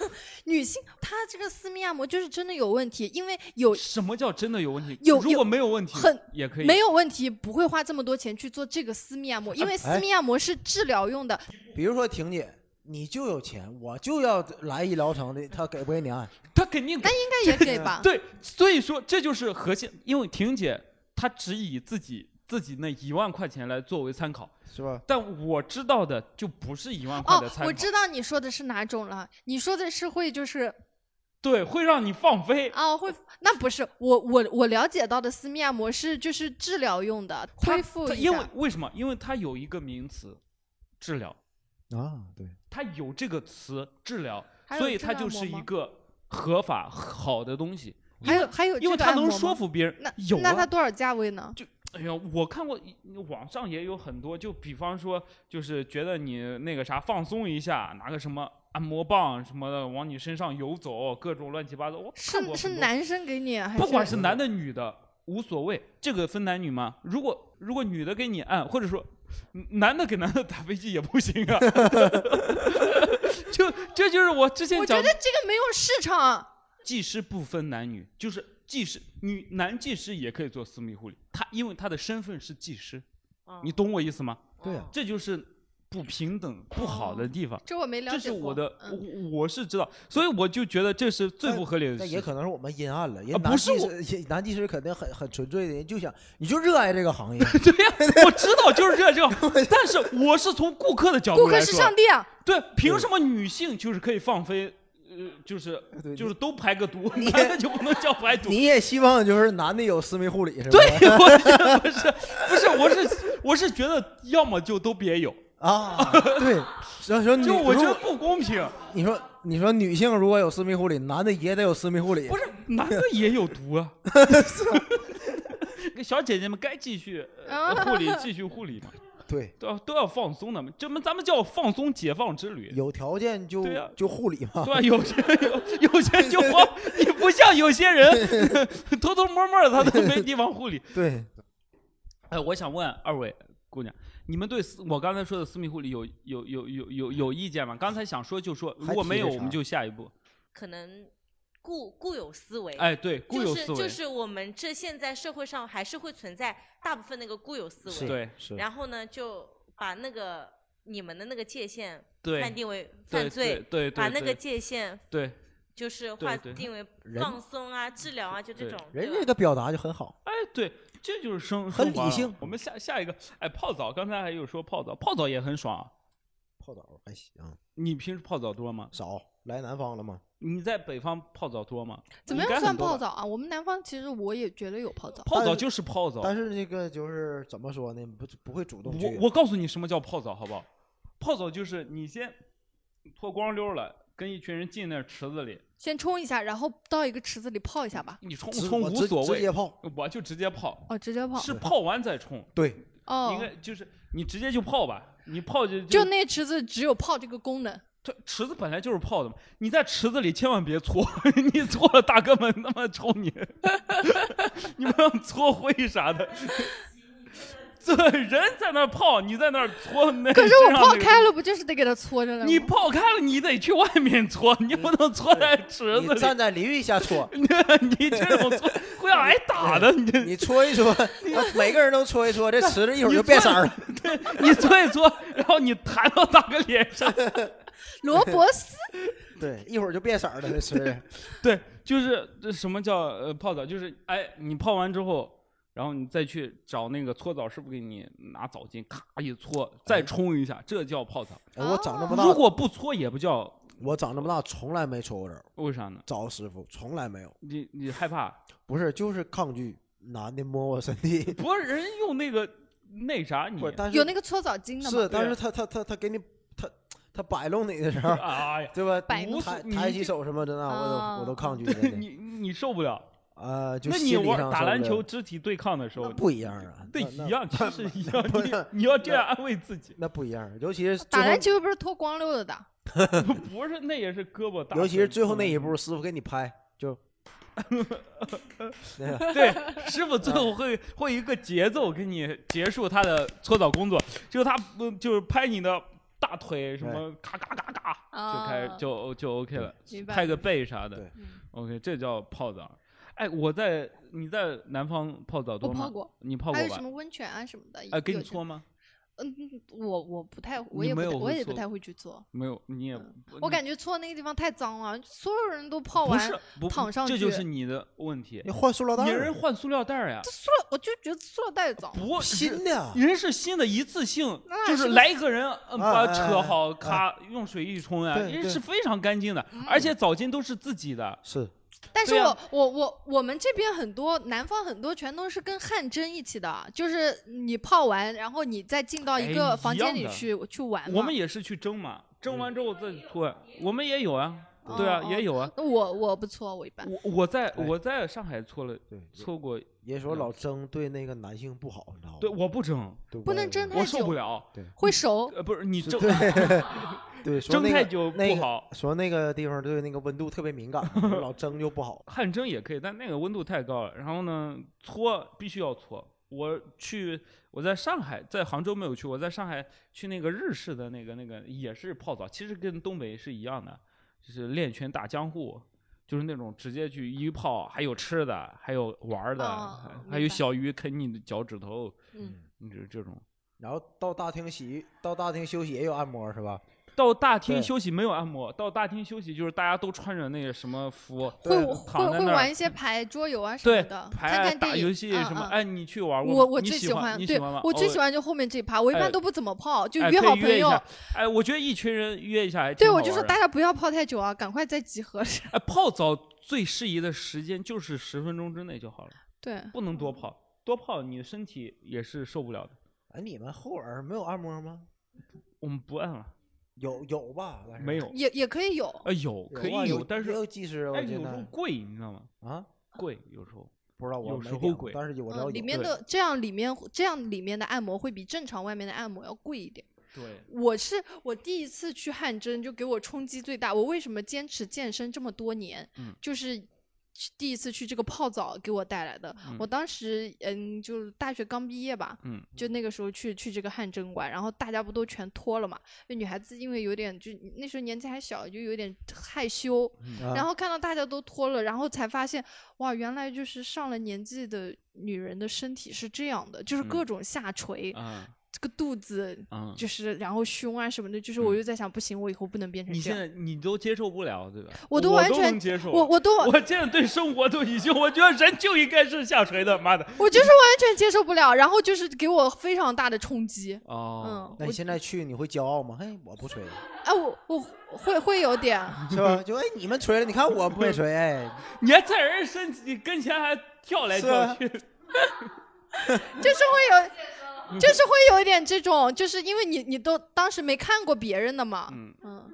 Speaker 2: 女性她这个私密按摩就是真的有问题，因为有
Speaker 1: 什么叫真的有问题？
Speaker 2: 有
Speaker 1: 如果
Speaker 2: 有
Speaker 1: 没有问题，
Speaker 2: 很
Speaker 1: 也可以
Speaker 2: 没有问题，不会花这么多钱去做这个私密按摩，因为
Speaker 1: 哎
Speaker 2: 私密按摩是治疗用的。
Speaker 3: 比如说婷姐，你就有钱，我就要来医疗程的，他给不给你按？
Speaker 1: 他肯定
Speaker 2: 那应该也给吧？
Speaker 1: 对，所以说这就是核心，因为婷姐她只以自己自己那一万块钱来作为参考，
Speaker 3: 是吧？
Speaker 1: 但我知道的就不是一万块
Speaker 2: 哦
Speaker 1: 的参考，，
Speaker 2: 我知道你说的是哪种了，你说的是会就是
Speaker 1: 对，会让你放飞。
Speaker 2: 啊、会那不是我我我了解到的私密按摩是就是治疗用的，
Speaker 1: 它
Speaker 2: 恢复
Speaker 1: 它
Speaker 2: 一
Speaker 1: 因为
Speaker 2: 下。
Speaker 1: 为什么？因为它有一个名词，治疗，
Speaker 3: 啊，对，
Speaker 1: 它有这个词治疗，
Speaker 2: 还有
Speaker 1: 所以
Speaker 2: 治
Speaker 1: 它
Speaker 2: 疗
Speaker 1: 就
Speaker 2: 膜
Speaker 1: 是一
Speaker 2: 吗
Speaker 1: 个合法好的东西，
Speaker 2: 还有还有这
Speaker 1: 因为
Speaker 2: 个
Speaker 1: 它
Speaker 2: 按
Speaker 1: 能
Speaker 2: 摩吗
Speaker 1: 说服别人。
Speaker 2: 那
Speaker 1: 有啊，
Speaker 2: 那它多少价位呢？
Speaker 1: 哎呀，我看过网上也有很多，就比方说，就是觉得你那个啥放松一下，拿个什么按摩棒什么的往你身上游走，各种乱七八糟。我看
Speaker 2: 是
Speaker 1: 过
Speaker 2: 是
Speaker 1: 很多，
Speaker 2: 男生给你还是？
Speaker 1: 不管是男的女的无所谓，这个分男女吗？如果如果女的给你按，或者说嗯男的给男的打飞机也不行啊。 就这就是我之前
Speaker 2: 我觉
Speaker 1: 讲
Speaker 2: 得，这个没有市场。
Speaker 1: 技师不分男女，就是技师女男技师也可以做私密护理，他因为他的身份是技师。你懂我意思吗？
Speaker 3: 对啊
Speaker 1: 这就是不平等、不好的地方。
Speaker 2: 这我哦没了
Speaker 1: 这
Speaker 2: 解
Speaker 1: 是
Speaker 2: 过
Speaker 1: 我的，
Speaker 2: 嗯
Speaker 1: 我我是知道，所以我就觉得这是最不合理的
Speaker 3: 但
Speaker 1: 事
Speaker 3: 呃也
Speaker 1: 情。
Speaker 3: 可能是我们阴暗了，人
Speaker 1: 啊
Speaker 3: 男
Speaker 1: 不是
Speaker 3: 技师，人男技师肯定很很纯粹的，人就想你就热爱这个行业，
Speaker 1: 对呀、 我知道就是这 样，但是我是从顾客的角
Speaker 2: 顾
Speaker 1: 度来
Speaker 2: 客
Speaker 1: 说，
Speaker 2: 是上帝啊！
Speaker 1: 对，凭什么女性就是可以放飞？呃，就是
Speaker 3: 对
Speaker 1: 就是都排个毒，
Speaker 3: 你
Speaker 1: 男的 就不能叫排毒。
Speaker 3: 你也希望就是男的有私密护理是吧？
Speaker 1: 对，我是不是不是，我是我是觉得要么就都别有，
Speaker 3: 啊，对，然后说女，
Speaker 1: 就我觉
Speaker 3: 如
Speaker 1: 得
Speaker 3: 果
Speaker 1: 不公平。
Speaker 3: 你说你说女性如果有私密护理，男的也得有私密护理
Speaker 1: 不，是男的也有毒啊！ 小姐姐们该继续呃
Speaker 2: 啊
Speaker 1: 护理，继续护理嘛，
Speaker 3: 对，
Speaker 1: 都要都要放松的嘛，这么咱们叫放松解放之旅，
Speaker 3: 有条件就
Speaker 1: 对呀
Speaker 3: 就护理嘛
Speaker 1: 对，吧？有些有有些就放，你不像有些 人偷偷摸摸的，他都没地方护理。
Speaker 3: 对，
Speaker 1: 哎，我想问二位姑娘，你们对私我刚才说的私密护理有有有有有有意见吗？刚才想说就说，如
Speaker 3: 还
Speaker 1: 果
Speaker 3: 提
Speaker 1: 没
Speaker 3: 这
Speaker 1: 有，
Speaker 3: 茬
Speaker 1: 我们就下一步。
Speaker 4: 可能固固有思维，
Speaker 1: 哎，对，固有思维，
Speaker 4: 就是就是我们这现在社会上还是会存在大部分那个固有思维，
Speaker 1: 对
Speaker 3: 是，
Speaker 4: 然后呢就把那个你们的那个界限
Speaker 1: 对
Speaker 4: 判定为
Speaker 1: 对
Speaker 4: 犯罪，
Speaker 1: 对对，
Speaker 4: 把那
Speaker 1: 对
Speaker 4: 个界限
Speaker 1: 对。
Speaker 4: 就是
Speaker 1: 对
Speaker 4: 划
Speaker 1: 对
Speaker 4: 定为
Speaker 3: 人
Speaker 4: 放松啊、治疗啊，就这
Speaker 1: 对
Speaker 4: 种。
Speaker 3: 人
Speaker 4: 对
Speaker 3: 这
Speaker 4: 吧
Speaker 3: 个表达就很好，
Speaker 1: 哎，对，这就是生
Speaker 3: 很
Speaker 1: 升华了
Speaker 3: 理性
Speaker 1: 我们下下一个，哎，泡澡，刚才还有说泡澡，泡澡也很爽啊。
Speaker 3: 泡澡还行，
Speaker 1: 你平时泡澡多吗？
Speaker 3: 少来南方了吗？
Speaker 1: 你在北方泡澡多吗？
Speaker 2: 怎么
Speaker 1: 应该
Speaker 2: 样算
Speaker 1: 很多吧
Speaker 2: 泡？澡啊？我们南方其实我也觉得有泡澡，
Speaker 1: 泡
Speaker 3: 但
Speaker 1: 澡
Speaker 3: 是
Speaker 1: 就是泡澡。
Speaker 3: 但是那个就是怎么说呢，不不会主动去
Speaker 1: 我我告诉你什么叫泡澡，好不好？泡澡就是你先脱光溜了，跟一群人进那池子里，
Speaker 2: 先冲一下，然后到一个池子里泡一下吧。
Speaker 1: 你冲
Speaker 3: 直
Speaker 1: 冲
Speaker 3: 我
Speaker 1: 无
Speaker 3: 直
Speaker 1: 所
Speaker 3: 直接
Speaker 1: 谓，
Speaker 3: 泡，
Speaker 1: 我就直接泡，
Speaker 2: 哦，直接泡。
Speaker 1: 是泡完再冲，
Speaker 3: 对，
Speaker 1: 应
Speaker 2: 哦，
Speaker 1: 该就是你直接就泡吧，你泡就
Speaker 2: 就那池子只有泡这个功能。
Speaker 1: 这池子本来就是泡的嘛，你在池子里千万别搓， 你搓了大哥们他妈抽你， 你们要搓灰啥的。 这人在那儿泡，你在那儿搓，那
Speaker 2: 可是我
Speaker 1: 身上
Speaker 2: 泡
Speaker 1: 那个
Speaker 2: 开了，不就是得给它搓着了吗？
Speaker 1: 你泡开了，你得去外面搓，你不能搓在池子
Speaker 3: 你站
Speaker 1: 里。，
Speaker 3: 在淋浴下搓
Speaker 1: 你这种搓会挨打的，你
Speaker 3: 你搓 一搓，啊每个人都搓一搓，这池子一会儿就变色儿了。
Speaker 1: 你搓一搓，然后你弹到大哥脸上。
Speaker 2: 罗伯斯
Speaker 3: 对，一会儿就变色儿了，这池子。
Speaker 1: 对，就是这什么叫呃泡澡，就是哎，你泡完之后，然后你再去找那个搓澡师傅给你拿澡巾，咔一搓，再冲一下，这叫泡澡。
Speaker 3: 哎我长这
Speaker 2: 哦
Speaker 3: 么
Speaker 1: 如
Speaker 3: 大，
Speaker 1: 果不搓也不叫，
Speaker 3: 我长这么大从来没搓过澡，
Speaker 1: 为啥呢？
Speaker 3: 找师傅从来没有，
Speaker 1: 你你害怕？
Speaker 3: 不是就是抗拒男的摸我身体。
Speaker 1: 不是人用那个那啥你
Speaker 3: 不是，但
Speaker 2: 有
Speaker 3: 是
Speaker 2: 那个搓澡巾的吗？
Speaker 3: 是，但是
Speaker 1: 啊
Speaker 3: 他他他他给你他他摆弄你的时候，
Speaker 1: 哎呀，
Speaker 3: 对吧？
Speaker 2: 摆弄
Speaker 3: 抬
Speaker 1: 你
Speaker 3: 抬起手什么的那我
Speaker 2: 啊
Speaker 3: 都我都抗拒真
Speaker 1: 对
Speaker 3: 的。
Speaker 1: 你你受不了。
Speaker 3: 啊，就
Speaker 1: 那你
Speaker 3: 心理
Speaker 1: 玩
Speaker 3: 上
Speaker 1: 打
Speaker 3: 受
Speaker 1: 篮
Speaker 3: 不
Speaker 1: 球
Speaker 3: 了
Speaker 1: 肢体对抗的时候，
Speaker 3: 不一样啊，
Speaker 1: 对
Speaker 3: 那那
Speaker 1: 一样，其实一样
Speaker 3: 不是。
Speaker 1: 你你要这样安慰自 己，
Speaker 3: 那不一样，尤其是最
Speaker 2: 哦打
Speaker 3: 后
Speaker 2: 篮球又不是脱光溜的打，
Speaker 1: 不是那也是胳膊大腿。
Speaker 3: 尤其是最后那
Speaker 1: 一。
Speaker 3: 一步， 师傅给你拍，就
Speaker 1: 哎
Speaker 3: 那个
Speaker 1: 对，师傅最后会会一个节奏给你结束他的搓澡工作，就是他不就是拍你的大腿什么咔咔咔咔，就开
Speaker 2: 哦
Speaker 1: 始就就 OK 了
Speaker 2: 啊明，白
Speaker 1: 拍个背啥的
Speaker 6: 对
Speaker 2: 嗯
Speaker 1: ，OK，这叫泡澡。哎，我在你在南方泡澡多
Speaker 2: 我
Speaker 1: 吗？
Speaker 2: 泡过，
Speaker 1: 你泡
Speaker 2: 还
Speaker 1: 过
Speaker 2: 有
Speaker 1: 吧
Speaker 2: 什？么温泉啊什么的，
Speaker 1: 哎，给
Speaker 2: 有
Speaker 1: 你
Speaker 2: 的
Speaker 1: 搓吗？
Speaker 2: 嗯，我我不太，我
Speaker 1: 你
Speaker 2: 也不
Speaker 1: 没
Speaker 2: 太，
Speaker 1: 有
Speaker 2: 我
Speaker 1: 会
Speaker 2: 也不
Speaker 1: 搓
Speaker 2: 太会去做。
Speaker 1: 没有，你也
Speaker 2: 嗯我感觉搓那个地方太脏了，所有人都泡
Speaker 1: 不
Speaker 2: 完，
Speaker 1: 是不
Speaker 2: 躺上
Speaker 1: 这就
Speaker 2: 去
Speaker 1: 是你的问题
Speaker 3: 你。换塑料袋
Speaker 1: 你
Speaker 3: 儿
Speaker 1: 人换塑料袋儿呀？
Speaker 2: 塑料，我就觉得塑料袋脏。
Speaker 1: 不
Speaker 3: 新的，
Speaker 1: 人是新的，一次性
Speaker 2: 那
Speaker 1: 就是是
Speaker 2: 个
Speaker 1: 来一个人，嗯，
Speaker 3: 啊
Speaker 1: 把它扯好，咔，用水一冲啊，
Speaker 3: 对
Speaker 1: 人
Speaker 3: 对
Speaker 1: 是非常干净的，
Speaker 2: 嗯
Speaker 1: 而且澡巾都是自己的，
Speaker 3: 是
Speaker 2: 但是
Speaker 1: 对
Speaker 2: 我、
Speaker 1: 啊
Speaker 2: 我我我们这边很多南方很多全都是跟汗蒸一起的，就是你泡完，然后你再进到
Speaker 1: 哎
Speaker 2: 一个
Speaker 1: 一
Speaker 2: 房间
Speaker 1: 样
Speaker 2: 里
Speaker 1: 的
Speaker 2: 去去玩嘛。
Speaker 1: 我们也是去蒸嘛，蒸完之后再脱，我们也有啊，对啊
Speaker 2: 嗯哦，哦
Speaker 1: 也有啊。
Speaker 2: 那我我不搓，我一般
Speaker 1: 我我在
Speaker 3: 对
Speaker 1: 我在上海搓了
Speaker 6: 对
Speaker 1: 搓过，
Speaker 3: 人说老蒸对那个男性不好，你知道吗？
Speaker 1: 啊对，我不蒸，
Speaker 3: 对
Speaker 2: 不能蒸太久，
Speaker 1: 我受不了。
Speaker 2: 会熟。
Speaker 1: 呃，不是你蒸，
Speaker 3: 对对，说
Speaker 1: 蒸
Speaker 3: 那
Speaker 1: 太
Speaker 3: 个
Speaker 1: 久
Speaker 3: 那
Speaker 1: 不
Speaker 3: 个
Speaker 1: 好，。
Speaker 3: 说那个地方对那个温度特别敏感，说老蒸就不好
Speaker 1: 汗蒸也可以，但那个温度太高了。然后呢，搓必须要搓。我去，我在上海，在杭州没有去，我在上海去那个日式的那个那个也是泡澡，其实跟东北是一样的，就是练拳打江户，就是那种直接去一泡，还有吃的，还有玩儿的，
Speaker 2: 哦
Speaker 1: 还
Speaker 2: 明
Speaker 1: 还有
Speaker 2: 白
Speaker 1: 小鱼啃你的脚趾头，
Speaker 2: 嗯，
Speaker 1: 你这这种。
Speaker 3: 然后到大厅洗，到大厅休息也有按摩是吧？
Speaker 1: 到大厅
Speaker 3: 对
Speaker 1: 休息没有按摩，到大厅休息就是大家都穿着那个什么服，
Speaker 2: 会
Speaker 1: 躺
Speaker 2: 会
Speaker 1: 在
Speaker 2: 会
Speaker 1: 那儿
Speaker 2: 玩一些牌桌游啊什么
Speaker 1: 对
Speaker 2: 的，看
Speaker 1: 牌
Speaker 2: 看
Speaker 1: 打
Speaker 2: 电影
Speaker 1: 游戏什么，
Speaker 2: 嗯嗯
Speaker 1: 哎，你去玩过吗？
Speaker 2: 我我
Speaker 1: 你
Speaker 2: 最
Speaker 1: 喜欢，你喜
Speaker 2: 对
Speaker 1: 欢吗？
Speaker 2: 我最
Speaker 1: 哦
Speaker 2: 喜欢就后面这一趴，我一
Speaker 1: 哎
Speaker 2: 般都不怎么泡，就
Speaker 1: 哎
Speaker 2: 约
Speaker 1: 可以
Speaker 2: 好朋
Speaker 1: 约一
Speaker 2: 友
Speaker 1: 下。哎，我觉得一群人约一下还挺
Speaker 2: 对，
Speaker 1: 好
Speaker 2: 我
Speaker 1: 玩
Speaker 2: 就说
Speaker 1: 的
Speaker 2: 大家不要泡太久啊，赶快再集合。
Speaker 1: 哎，泡澡最适宜的时间就是十分钟之内就好了，
Speaker 2: 对，
Speaker 1: 不能多泡，多泡你身体也是受不了的。
Speaker 3: 哎，你们后耳没有按摩吗？
Speaker 1: 我们不按了，
Speaker 3: 有有吧？但是
Speaker 1: 没有，
Speaker 2: 也也可以有，
Speaker 1: 哎有
Speaker 3: 啊
Speaker 1: 可以
Speaker 3: 有，
Speaker 1: 但是
Speaker 3: 也有技师，啊我
Speaker 1: 哎
Speaker 3: 觉
Speaker 1: 有时候
Speaker 3: 得
Speaker 1: 贵，你知道吗？
Speaker 3: 啊，
Speaker 1: 贵有时候，
Speaker 3: 不知道我
Speaker 1: 有
Speaker 3: 没
Speaker 1: 时候
Speaker 3: 点过
Speaker 1: 贵
Speaker 3: 但是我知道
Speaker 2: 嗯，里
Speaker 3: 有
Speaker 2: 面
Speaker 1: 对
Speaker 2: 的这样里面这样里面的按摩会比正常外面的按摩要贵一点。
Speaker 1: 对，
Speaker 2: 我是我第一次去汗蒸，就给我冲击最大。我为什么坚持健身这么多年？
Speaker 1: 嗯
Speaker 2: 就是去第一次去这个泡澡给我带来的。
Speaker 1: 嗯
Speaker 2: 我当时嗯，就是大学刚毕业吧，
Speaker 1: 嗯，
Speaker 2: 就那个时候去去这个汗蒸馆，然后大家不都全脱了嘛？就女孩子因为有点就那时候年纪还小，就有点害羞，
Speaker 1: 嗯
Speaker 3: 啊
Speaker 2: 然后看到大家都脱了，然后才发现，哇，原来就是上了年纪的女人的身体是这样的，就是
Speaker 1: 嗯
Speaker 2: 各种下垂，
Speaker 1: 啊
Speaker 2: 这个肚子
Speaker 1: 嗯。
Speaker 2: 就是然后胸啊什么的，就是我
Speaker 1: 嗯
Speaker 2: 又在想，不行，我以后不能变成
Speaker 1: 你
Speaker 2: 这
Speaker 1: 现
Speaker 3: 啊
Speaker 2: 样。
Speaker 1: 在你都接受不了，对吧？
Speaker 2: 我都
Speaker 1: 都
Speaker 2: 完全
Speaker 1: 能接受，
Speaker 2: 我我 都
Speaker 1: 我现在对生活都已经，我觉得人就应该是下垂的，妈的！
Speaker 2: 我就是完全接受不了，然后就是给我非常大的冲击。
Speaker 1: 哦，
Speaker 2: 嗯，
Speaker 3: 那
Speaker 2: 我
Speaker 3: 你现在去你会骄傲吗？嘿，我不吹，
Speaker 2: 哎我我会会有点，
Speaker 3: 是吧？就哎你们吹了，你看我不会 吹，哎，
Speaker 1: 你还在人身体跟前还跳来跳 去，
Speaker 2: 就是会有，就是会有一点这种，就是因为你你都当时没看过别人的嘛，
Speaker 1: 嗯
Speaker 2: 嗯，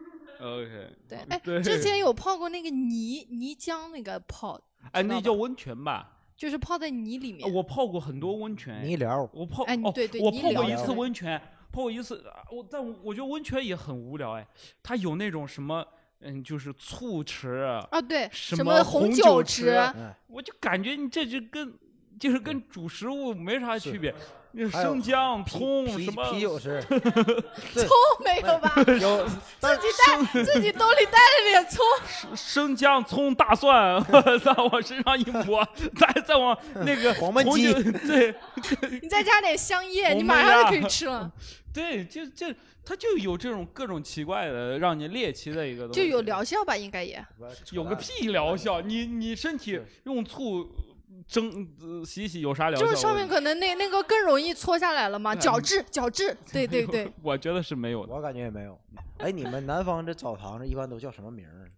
Speaker 1: ，OK，
Speaker 2: 对，哎，之前有泡过那个泥泥浆那个泡，
Speaker 1: 哎，
Speaker 2: 知道
Speaker 1: 那
Speaker 2: 吧
Speaker 1: 叫温泉吧？
Speaker 2: 就是泡在泥里面。
Speaker 1: 我泡过很多温泉，
Speaker 3: 你聊
Speaker 1: 我泡，
Speaker 2: 哎你
Speaker 1: 哦，
Speaker 2: 对对
Speaker 1: 我
Speaker 2: 你
Speaker 1: 泡
Speaker 2: 聊
Speaker 1: 过一
Speaker 3: 聊
Speaker 1: 次温泉，泡过一次，啊我但我觉得温泉也很无聊，哎，它有那种什么，嗯，就是醋池，
Speaker 2: 啊，对，
Speaker 1: 什
Speaker 2: 什
Speaker 1: 么红
Speaker 2: 红
Speaker 1: 酒
Speaker 2: 池，哦
Speaker 1: 池
Speaker 3: 嗯，
Speaker 1: 我就感觉你这就跟就是跟煮食物没啥
Speaker 3: 是
Speaker 1: 区别，嗯那
Speaker 3: 还有
Speaker 1: 生姜、
Speaker 3: 啤
Speaker 1: 葱
Speaker 3: 啤
Speaker 1: 什么
Speaker 3: 啤酒是
Speaker 2: 都没有吧？
Speaker 3: 有，但是
Speaker 2: 自己兜里带了点葱，
Speaker 1: 生姜、葱、大蒜， 在往身上一抹， 再再 往那个
Speaker 3: 黄焖
Speaker 1: 红
Speaker 3: 鸡
Speaker 1: 酒 对
Speaker 2: 你再加点香叶，
Speaker 1: 红
Speaker 2: 你
Speaker 1: 焖
Speaker 2: 马上
Speaker 1: 鸭
Speaker 2: 就可以吃 了。
Speaker 1: 对，就就它就有这种各种奇怪的让你猎奇的一个东西，
Speaker 2: 就有疗效吧，应该也。
Speaker 1: 有个屁疗效，你你身体用醋蒸呃洗一洗有啥疗效？
Speaker 2: 就是上面
Speaker 1: 我
Speaker 2: 可能那那个更容易搓下来了嘛，
Speaker 1: 对啊
Speaker 2: 角
Speaker 1: 你
Speaker 2: 质角 质，对对对，
Speaker 1: 我觉得是没有的。
Speaker 3: 我感觉也没有。哎，你们南方这澡堂子一般都叫什么名儿？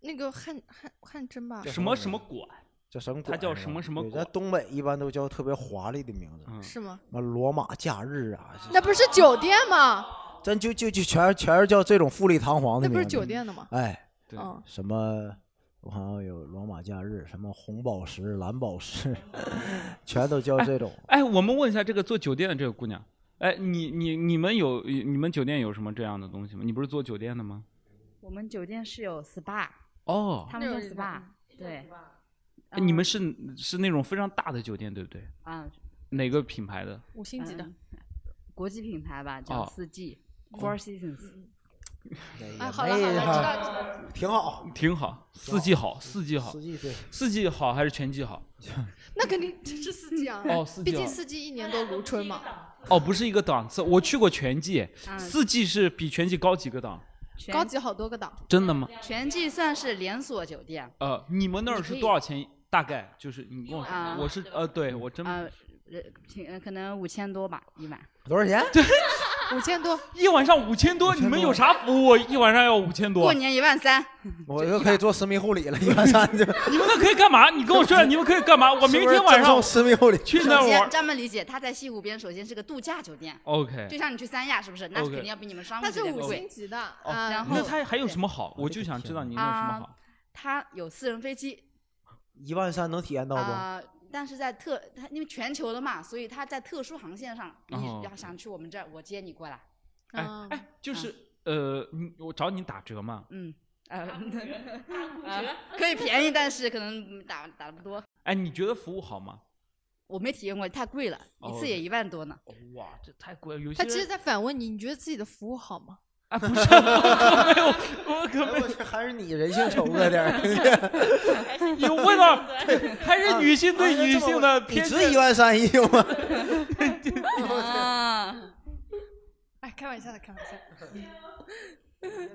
Speaker 2: 那个汗汗汗蒸吧
Speaker 3: 对，
Speaker 1: 什么什么馆？
Speaker 3: 叫什么馆是
Speaker 1: 它
Speaker 3: 吧？
Speaker 1: 叫什么什么
Speaker 3: 对
Speaker 1: 馆
Speaker 3: 在东北一般都叫特别华丽的名字，
Speaker 1: 嗯，
Speaker 2: 是吗？
Speaker 3: 什么罗马假日啊，
Speaker 2: 那不是酒店吗？
Speaker 3: 咱就就就全全是叫这种富丽堂皇的
Speaker 2: 那不
Speaker 3: 名字。
Speaker 2: 是酒？店的吗？
Speaker 3: 哎，
Speaker 1: 对，
Speaker 2: 嗯，
Speaker 3: 什么？我好像有罗马假日，什么红宝石、蓝宝石， 全都叫这种。
Speaker 1: 哎，我们问一下这个做酒店的这个姑娘，哎，你你你们有你们酒店有什么这样的东西吗？你不是做酒店的吗？
Speaker 5: 我们酒店是有 SPA，
Speaker 1: 哦，
Speaker 5: 他们叫
Speaker 2: 那种
Speaker 5: SPA，对。啊
Speaker 1: 哎你们是
Speaker 5: 嗯
Speaker 1: 是那种非常大的酒店，对不对？
Speaker 5: 啊，
Speaker 1: 哪个品牌的？
Speaker 2: 五星级的
Speaker 5: 嗯国际品牌吧，叫
Speaker 1: 哦嗯
Speaker 5: 四季。 Four Seasons，
Speaker 2: 哎，好了好了，知道知道。
Speaker 3: 挺好，
Speaker 1: 挺好，四季好，四季好
Speaker 3: 四，季对，
Speaker 1: 四季好还是全季好？
Speaker 2: 那肯定是四季啊，
Speaker 1: 哦四季
Speaker 2: 毕竟
Speaker 1: 啊
Speaker 2: 四季一年都如春嘛，
Speaker 1: 哦，不是一个档次。我去过全季，
Speaker 5: 啊
Speaker 1: 四季是比全季高几个档？
Speaker 5: 全
Speaker 2: 高级好多个 档，
Speaker 1: 真的吗？
Speaker 5: 全季算是连锁酒店
Speaker 1: 呃，你们那儿是多少钱？大概就是你跟我说
Speaker 5: 啊，
Speaker 1: 我是呃，对我真
Speaker 5: 啊，呃挺呃可能五千多吧一晚。
Speaker 3: 多少钱？
Speaker 2: 五千多，
Speaker 1: 一晚上五千多，你们有啥服务？一晚上要五千多
Speaker 5: 过？年一万三，
Speaker 3: 我又可以做私密护理了， 一万三就。
Speaker 1: 你们那可以干嘛？你跟我 说，你们可以干嘛？我明天晚上
Speaker 3: 私密护 理，
Speaker 1: 去 那
Speaker 5: 首
Speaker 1: 儿
Speaker 5: 先
Speaker 1: 玩。
Speaker 5: 这么理解，它在西湖边，首先是个度假酒店，
Speaker 1: OK，
Speaker 5: 就像你去三亚是不是？那
Speaker 1: OK
Speaker 5: 肯定要比你们商务
Speaker 2: 它
Speaker 5: 酒
Speaker 2: 是
Speaker 5: 店
Speaker 2: 五
Speaker 5: 贵
Speaker 2: 星。级的
Speaker 1: 哦
Speaker 2: 啊。
Speaker 5: 然后
Speaker 1: 那它还有什么好？我就啊想知道你那有什么好。
Speaker 5: 它有私人飞机
Speaker 3: 一万三能体验到不？
Speaker 5: 啊、呃但是在特它因为全球的嘛，所以它在特殊航线上，
Speaker 1: 哦
Speaker 5: 你要想去我们这儿，我接你过来。
Speaker 1: 哎哎，就是呃，你我找你打折嘛？
Speaker 5: 嗯，呃， 呃可以便宜，但是可能打打的不多。
Speaker 1: 哎，你觉得服务好吗？
Speaker 5: 我没体验过，太贵了，
Speaker 1: 哦
Speaker 5: 一次也一万多呢。
Speaker 1: 哇，这太贵了！有些
Speaker 2: 他其实
Speaker 1: 人
Speaker 2: 在反问你，你觉得自己的服务好吗？
Speaker 1: 哎，不是，我可哎没有，我可没有
Speaker 3: 哎，我去，还是你人性丑恶点儿。
Speaker 1: 有味 道，还是女性 对女性的
Speaker 3: 你
Speaker 1: 偏
Speaker 3: 值
Speaker 1: 见
Speaker 3: 一。万三一吗？
Speaker 1: 哦
Speaker 5: 啊，
Speaker 2: 哎，开玩笑的，开玩笑 的。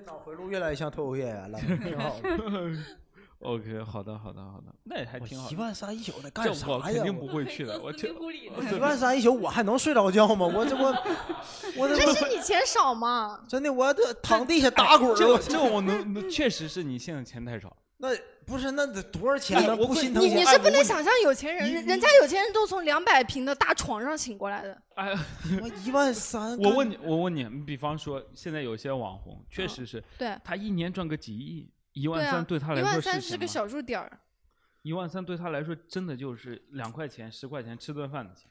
Speaker 3: 脑回路越来越像脱口秀演 员了，挺好的。
Speaker 1: OK，好的，好的，好的，那也还挺好
Speaker 3: 一。万三一宿得干
Speaker 1: 这
Speaker 3: 啥
Speaker 1: 我
Speaker 3: 呀？
Speaker 1: 肯定不会去的，我就
Speaker 3: 一万三一宿我还能睡着觉吗？我这 我我
Speaker 2: 但
Speaker 3: 这
Speaker 2: 是你钱少嘛？
Speaker 3: 真的我这躺地下打滚
Speaker 1: 这
Speaker 3: 儿，
Speaker 1: 个
Speaker 3: 我
Speaker 1: 这个我能，确实是你现在钱太少。
Speaker 3: 那不是那得多少钱能
Speaker 1: 哎啊我
Speaker 3: 不心疼
Speaker 2: 你你
Speaker 3: 钱？啊
Speaker 2: 是不能想象有钱人，
Speaker 3: 你
Speaker 2: 人
Speaker 3: 你
Speaker 2: 人家有钱人都从两百平的大床上醒过来的。
Speaker 1: 哎，
Speaker 3: 我一万三，
Speaker 1: 我问你，我问你，比方说现在有些网红，确实是
Speaker 2: 对，
Speaker 1: 他一年赚个几亿，一
Speaker 2: 嗯对
Speaker 1: 万
Speaker 2: 啊
Speaker 1: 三，对他来
Speaker 2: 一
Speaker 1: 说
Speaker 2: 万
Speaker 1: 是
Speaker 2: 三
Speaker 1: 什
Speaker 2: 是
Speaker 1: 么
Speaker 2: 个？小数点儿。
Speaker 1: 一万三对他来说真的就是两块钱、十块钱吃顿饭的钱，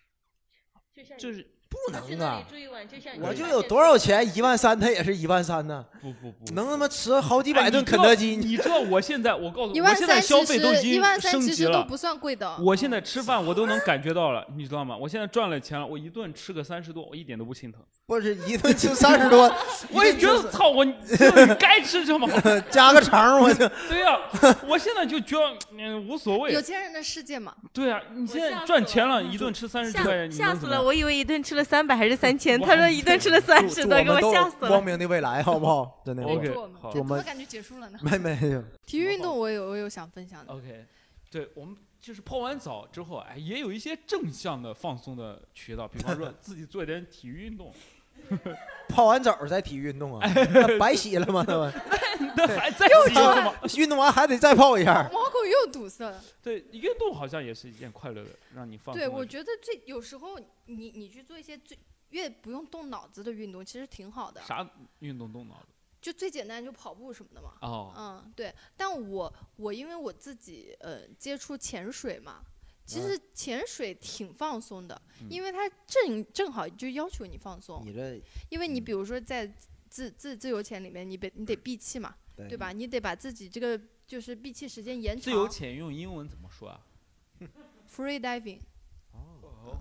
Speaker 7: 就像
Speaker 1: 就是
Speaker 3: 不
Speaker 7: 你去
Speaker 3: 能
Speaker 7: 那
Speaker 3: 啊
Speaker 7: 里！住一晚，就像你
Speaker 3: 我就
Speaker 7: 发
Speaker 3: 有
Speaker 7: 现
Speaker 3: 多少钱，一万三他也是一万三呢，
Speaker 1: 不不不，
Speaker 3: 能他妈吃好几百
Speaker 1: 哎
Speaker 3: 顿
Speaker 1: 你
Speaker 3: 肯
Speaker 1: 知道
Speaker 3: 德基，
Speaker 1: 你知道我现在我告诉你，
Speaker 2: 一
Speaker 1: 我
Speaker 2: 万
Speaker 1: 现在
Speaker 2: 三
Speaker 1: 消
Speaker 2: 其
Speaker 1: 费都已
Speaker 2: 实，
Speaker 1: 经
Speaker 2: 一万三
Speaker 1: 升
Speaker 2: 其
Speaker 1: 级
Speaker 2: 实都
Speaker 1: 了
Speaker 2: 不。算贵的。
Speaker 1: 我现在吃饭我都能感觉到了，你知道吗？我现在赚了钱了，我一顿吃个三十多，我一点都不心疼。
Speaker 3: 不是一顿吃三十多，
Speaker 1: 我也
Speaker 3: 一
Speaker 1: 觉
Speaker 3: 顿
Speaker 1: 得
Speaker 3: 吃
Speaker 1: 操，我就是该吃这么好。
Speaker 3: 加个肠儿我就。
Speaker 1: 对呀、啊我现在就觉得嗯无所
Speaker 2: 有
Speaker 1: 谓。
Speaker 2: 钱人的世界嘛，
Speaker 1: 对啊，你现
Speaker 7: 吓
Speaker 1: 在
Speaker 7: 死
Speaker 1: 赚
Speaker 7: 了
Speaker 1: 钱了，一顿吃三十多块钱，你
Speaker 7: 吓
Speaker 1: 能
Speaker 7: 死
Speaker 1: 怎么
Speaker 7: 了！
Speaker 1: 样？
Speaker 7: 我以为一顿吃了三百还是三千，
Speaker 1: 我
Speaker 7: 他说一顿吃 了三十
Speaker 3: 祝
Speaker 7: 多，
Speaker 3: 我
Speaker 7: 给我
Speaker 3: 们都有
Speaker 7: 吓死
Speaker 3: 光
Speaker 7: 了。
Speaker 3: 明的未来，好不好？真的。
Speaker 1: OK，
Speaker 2: 祝我们
Speaker 1: 好嗯
Speaker 2: 怎
Speaker 3: 我们
Speaker 2: 么感觉结束了呢？
Speaker 3: 没没有，
Speaker 2: 体育运动我有我有想分享的，
Speaker 1: OK，对我们就是泡完澡之后，哎，也有一些正向的放松的渠道，比方 说自己做点体育运动，
Speaker 3: 泡完澡再体育运动啊， 那白洗了吗？那不
Speaker 1: 那还在运动吗？
Speaker 3: 运动完还得再泡一下。
Speaker 2: 毛孔又堵塞了。
Speaker 1: 对，运动好像也是一件快乐的，让你放松的
Speaker 2: 对，
Speaker 1: 事。
Speaker 2: 我觉得最有时候你你去做一些最越不用动脑子的运动，其实挺好的。
Speaker 1: 啥运动动脑子？
Speaker 2: 就最简单就跑步什么的嘛。
Speaker 1: 哦，
Speaker 2: 嗯，对。但我我因为我自己呃接触潜水嘛，其
Speaker 3: 嗯
Speaker 2: 实潜水挺放松的，
Speaker 1: 嗯
Speaker 2: 因为它正正好就要求你放松，
Speaker 3: 你这
Speaker 2: 因为你
Speaker 1: 嗯
Speaker 2: 比如说在自自自由潜里面，你得你得闭气嘛，
Speaker 3: 对
Speaker 2: 对吧？你得把自己这个就是闭气时间延
Speaker 1: 嗯自
Speaker 2: 长。
Speaker 1: 由潜用英文怎么说啊？
Speaker 2: free diving。
Speaker 1: 哦，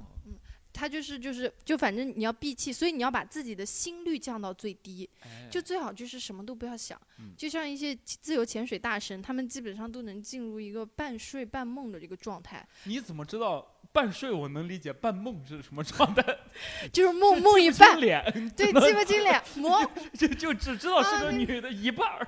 Speaker 2: 它就是就是就反正你要闭气，所以你要把自己的心率降到最低，
Speaker 1: 哎
Speaker 2: 就最好就是什么都不要想。
Speaker 1: 嗯
Speaker 2: 就像一些自由潜水大神，他们基本上都能进入一个半睡半梦的这个状态，
Speaker 1: 你怎么知道半睡我能理解，半梦是什么状态？
Speaker 2: 就是
Speaker 1: 就
Speaker 2: 梦梦一
Speaker 1: 记不清
Speaker 2: 半，
Speaker 1: 脸
Speaker 2: 对，记不 清脸，魔
Speaker 1: 就就只知道是
Speaker 2: 啊
Speaker 1: 个女的一半儿，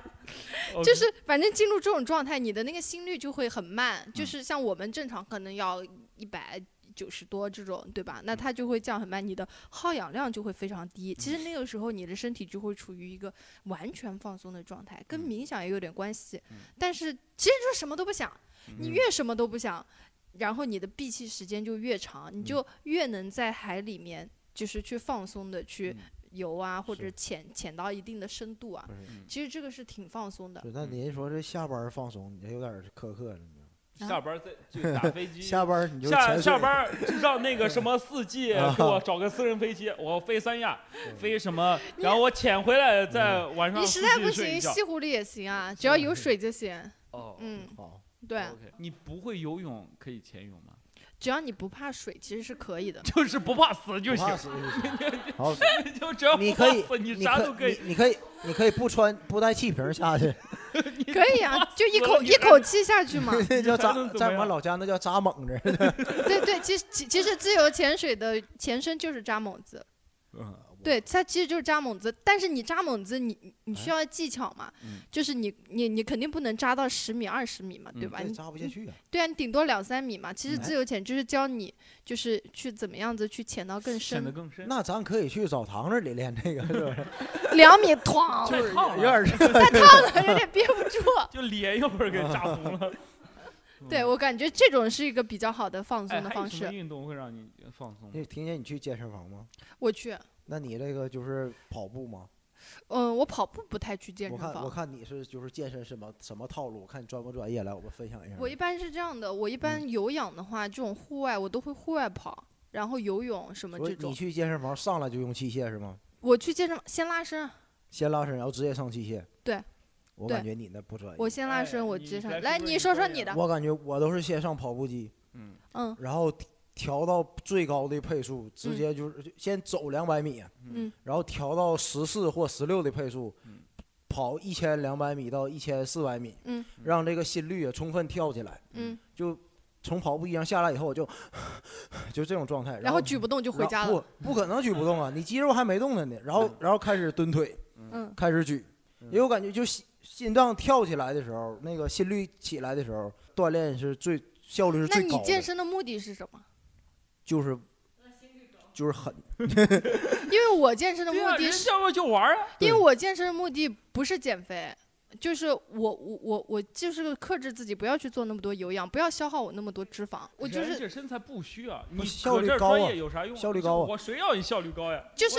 Speaker 2: 就
Speaker 1: OK
Speaker 2: 是反正进入这种状态，你的那个心率就会很慢，
Speaker 1: 嗯
Speaker 2: 就是像我们正常可能要一百。九十多这种，对吧？那
Speaker 1: 嗯
Speaker 2: 它就会降很慢，你的耗氧量就会非常低。其
Speaker 1: 嗯
Speaker 2: 实那个时候，你的身体就会处于一个完全放松的状态，跟
Speaker 1: 嗯
Speaker 2: 冥想也有点关系
Speaker 1: 嗯。
Speaker 2: 但是其实就什么都不想，你越什么都不想，然后你的闭气时间就越长，
Speaker 1: 嗯
Speaker 2: 你就越能在海里面就是去放松的去
Speaker 1: 嗯
Speaker 2: 游啊，或者
Speaker 1: 是嗯
Speaker 2: 潜潜到一定的深度啊。其实这个是挺放松的
Speaker 3: 不。是那您说这下班放松，你这有点苛刻了。
Speaker 1: 下班儿再就打飞机。
Speaker 3: 下班你就
Speaker 1: 下
Speaker 3: 潜水
Speaker 1: 下班儿让那个什么四季
Speaker 3: 啊
Speaker 1: 给我找个私人飞机，我飞三亚，飞什么，然后我潜回来，在
Speaker 3: 嗯
Speaker 1: 晚上
Speaker 2: 你实在
Speaker 1: 附
Speaker 2: 不
Speaker 1: 近睡一
Speaker 2: 行，
Speaker 1: 觉
Speaker 2: 西。湖里也行啊，只要有水就行。
Speaker 1: 哦
Speaker 2: 嗯，
Speaker 3: 好，
Speaker 2: 对，
Speaker 1: ，OK，你不会游泳可以潜泳吗？
Speaker 2: 只要你不怕水，其实是可以的。
Speaker 1: 就是不怕死就
Speaker 3: 不
Speaker 1: 行
Speaker 3: 怕，死就行 好死，
Speaker 1: 就只要
Speaker 3: 你
Speaker 1: 不
Speaker 3: 可
Speaker 1: 怕
Speaker 3: 以
Speaker 1: 死，， 你
Speaker 3: 你
Speaker 1: 啥都可
Speaker 3: 可
Speaker 1: 以。
Speaker 3: 你你可以，你可以不穿不带气瓶下 去，
Speaker 2: 可以啊，就一
Speaker 1: 死了
Speaker 2: 口
Speaker 1: 你
Speaker 2: 一口气下 去嘛。
Speaker 3: 那叫
Speaker 1: 还能
Speaker 3: 扎，
Speaker 1: 怎么
Speaker 3: 在我
Speaker 1: 样
Speaker 3: 们老家那叫扎猛子。
Speaker 2: 对对，其实其其实自由潜水的前身就是扎猛子，
Speaker 1: 嗯
Speaker 2: 对，它其实就是扎猛子。但是你扎猛子，你你你需要技巧嘛，
Speaker 1: 嗯
Speaker 2: 就是你你你肯定不能扎到十米、二十米嘛，对
Speaker 1: 嗯
Speaker 2: 吧？
Speaker 3: 那
Speaker 2: 你
Speaker 3: 扎不下 去啊！
Speaker 2: 对啊，你顶多两三米嘛。其实
Speaker 1: 嗯
Speaker 2: 自由潜就是教你，就是去怎么样子去潜到更
Speaker 1: 显得
Speaker 2: 深，
Speaker 1: 更深。
Speaker 3: 那咱可以去澡堂子里练这个，是吧？
Speaker 2: 两米，哐，
Speaker 1: 太烫
Speaker 3: 有
Speaker 1: 了，
Speaker 3: 点 热。
Speaker 2: 有点憋不住。
Speaker 1: 就脸一会儿给
Speaker 3: 嗯
Speaker 1: 扎红 了。嗯
Speaker 2: 对我感觉这种是一个比较好的放
Speaker 1: 哎，
Speaker 2: 松的
Speaker 1: 还有
Speaker 2: 方
Speaker 1: 什
Speaker 2: 式
Speaker 1: 么。运动会让你放松吗？
Speaker 3: 你听见你去健身房吗？
Speaker 2: 我去，
Speaker 3: 那你这个就是跑步吗？
Speaker 2: 嗯，我跑步不太去健
Speaker 3: 我
Speaker 2: 身
Speaker 3: 看我
Speaker 2: 房。
Speaker 3: 看你是就是健身什么什么套路，我看你专不专业，来我们分享一下。
Speaker 2: 我一般是这样的，我一般有氧的话，这种户外我都会户外跑，然后游泳什么
Speaker 3: 所
Speaker 2: 这
Speaker 3: 以你
Speaker 2: 种。
Speaker 3: 去健身房上来就用器械是吗？
Speaker 2: 我去健身房先拉伸，
Speaker 3: 先拉伸，然后直接上器械。
Speaker 2: 对，
Speaker 3: 我
Speaker 2: 对
Speaker 3: 感觉你那不专业。
Speaker 2: 我先拉伸，
Speaker 1: 哎
Speaker 2: 我
Speaker 1: 你
Speaker 2: 接
Speaker 1: 来
Speaker 2: 上。来，
Speaker 1: 说说
Speaker 2: 你
Speaker 1: 你
Speaker 2: 说说
Speaker 1: 专业
Speaker 2: 你的。
Speaker 3: 我感觉我都是先上跑步机，
Speaker 1: 嗯，
Speaker 2: 嗯
Speaker 3: 然后调调到最高的配速，直
Speaker 2: 嗯
Speaker 3: 接就是就先走两百米，
Speaker 1: 嗯，
Speaker 3: 然后调到十四或十六的配速
Speaker 1: 嗯，
Speaker 3: 跑一千两百米到一千四百米，
Speaker 2: 嗯
Speaker 3: 让这个心率也啊充分跳起来，
Speaker 2: 嗯，
Speaker 3: 就从跑步机上下来以后，我就 就这种状态，
Speaker 2: 然
Speaker 3: 后
Speaker 2: 后举不动就回
Speaker 3: 然
Speaker 2: 家了。
Speaker 3: 不不可能举不动啊，你肌肉还没动呢呢，然后然后开始蹲腿，
Speaker 2: 嗯
Speaker 3: 开始举，
Speaker 1: 嗯
Speaker 3: 因为我感觉就心心脏跳起来的时候，那个心率起来的时候，锻炼是最效率是
Speaker 2: 那
Speaker 3: 最
Speaker 2: 你
Speaker 3: 高
Speaker 2: 健
Speaker 3: 的，
Speaker 2: 身的目的是什
Speaker 1: 啊
Speaker 2: 么？
Speaker 3: 就是就是狠，
Speaker 2: 因为我健身的目
Speaker 1: 对啊，
Speaker 2: 的
Speaker 1: 人
Speaker 2: 是，
Speaker 1: 家要就玩儿啊。
Speaker 2: 因为
Speaker 3: 对
Speaker 2: 我健身的目的不是减肥，就是我我我我就是克制自己，不要去做那么多有氧，不要消耗我那么多脂肪。我就
Speaker 1: 人
Speaker 2: 是
Speaker 1: 这身材不虚啊，
Speaker 3: 不
Speaker 1: 你
Speaker 3: 效
Speaker 1: 搁
Speaker 3: 率
Speaker 1: 这儿
Speaker 3: 高
Speaker 1: 专
Speaker 3: 啊
Speaker 1: 业有啥用啊？
Speaker 3: 效率高啊
Speaker 1: 我谁要你效率高 呀？
Speaker 2: 就是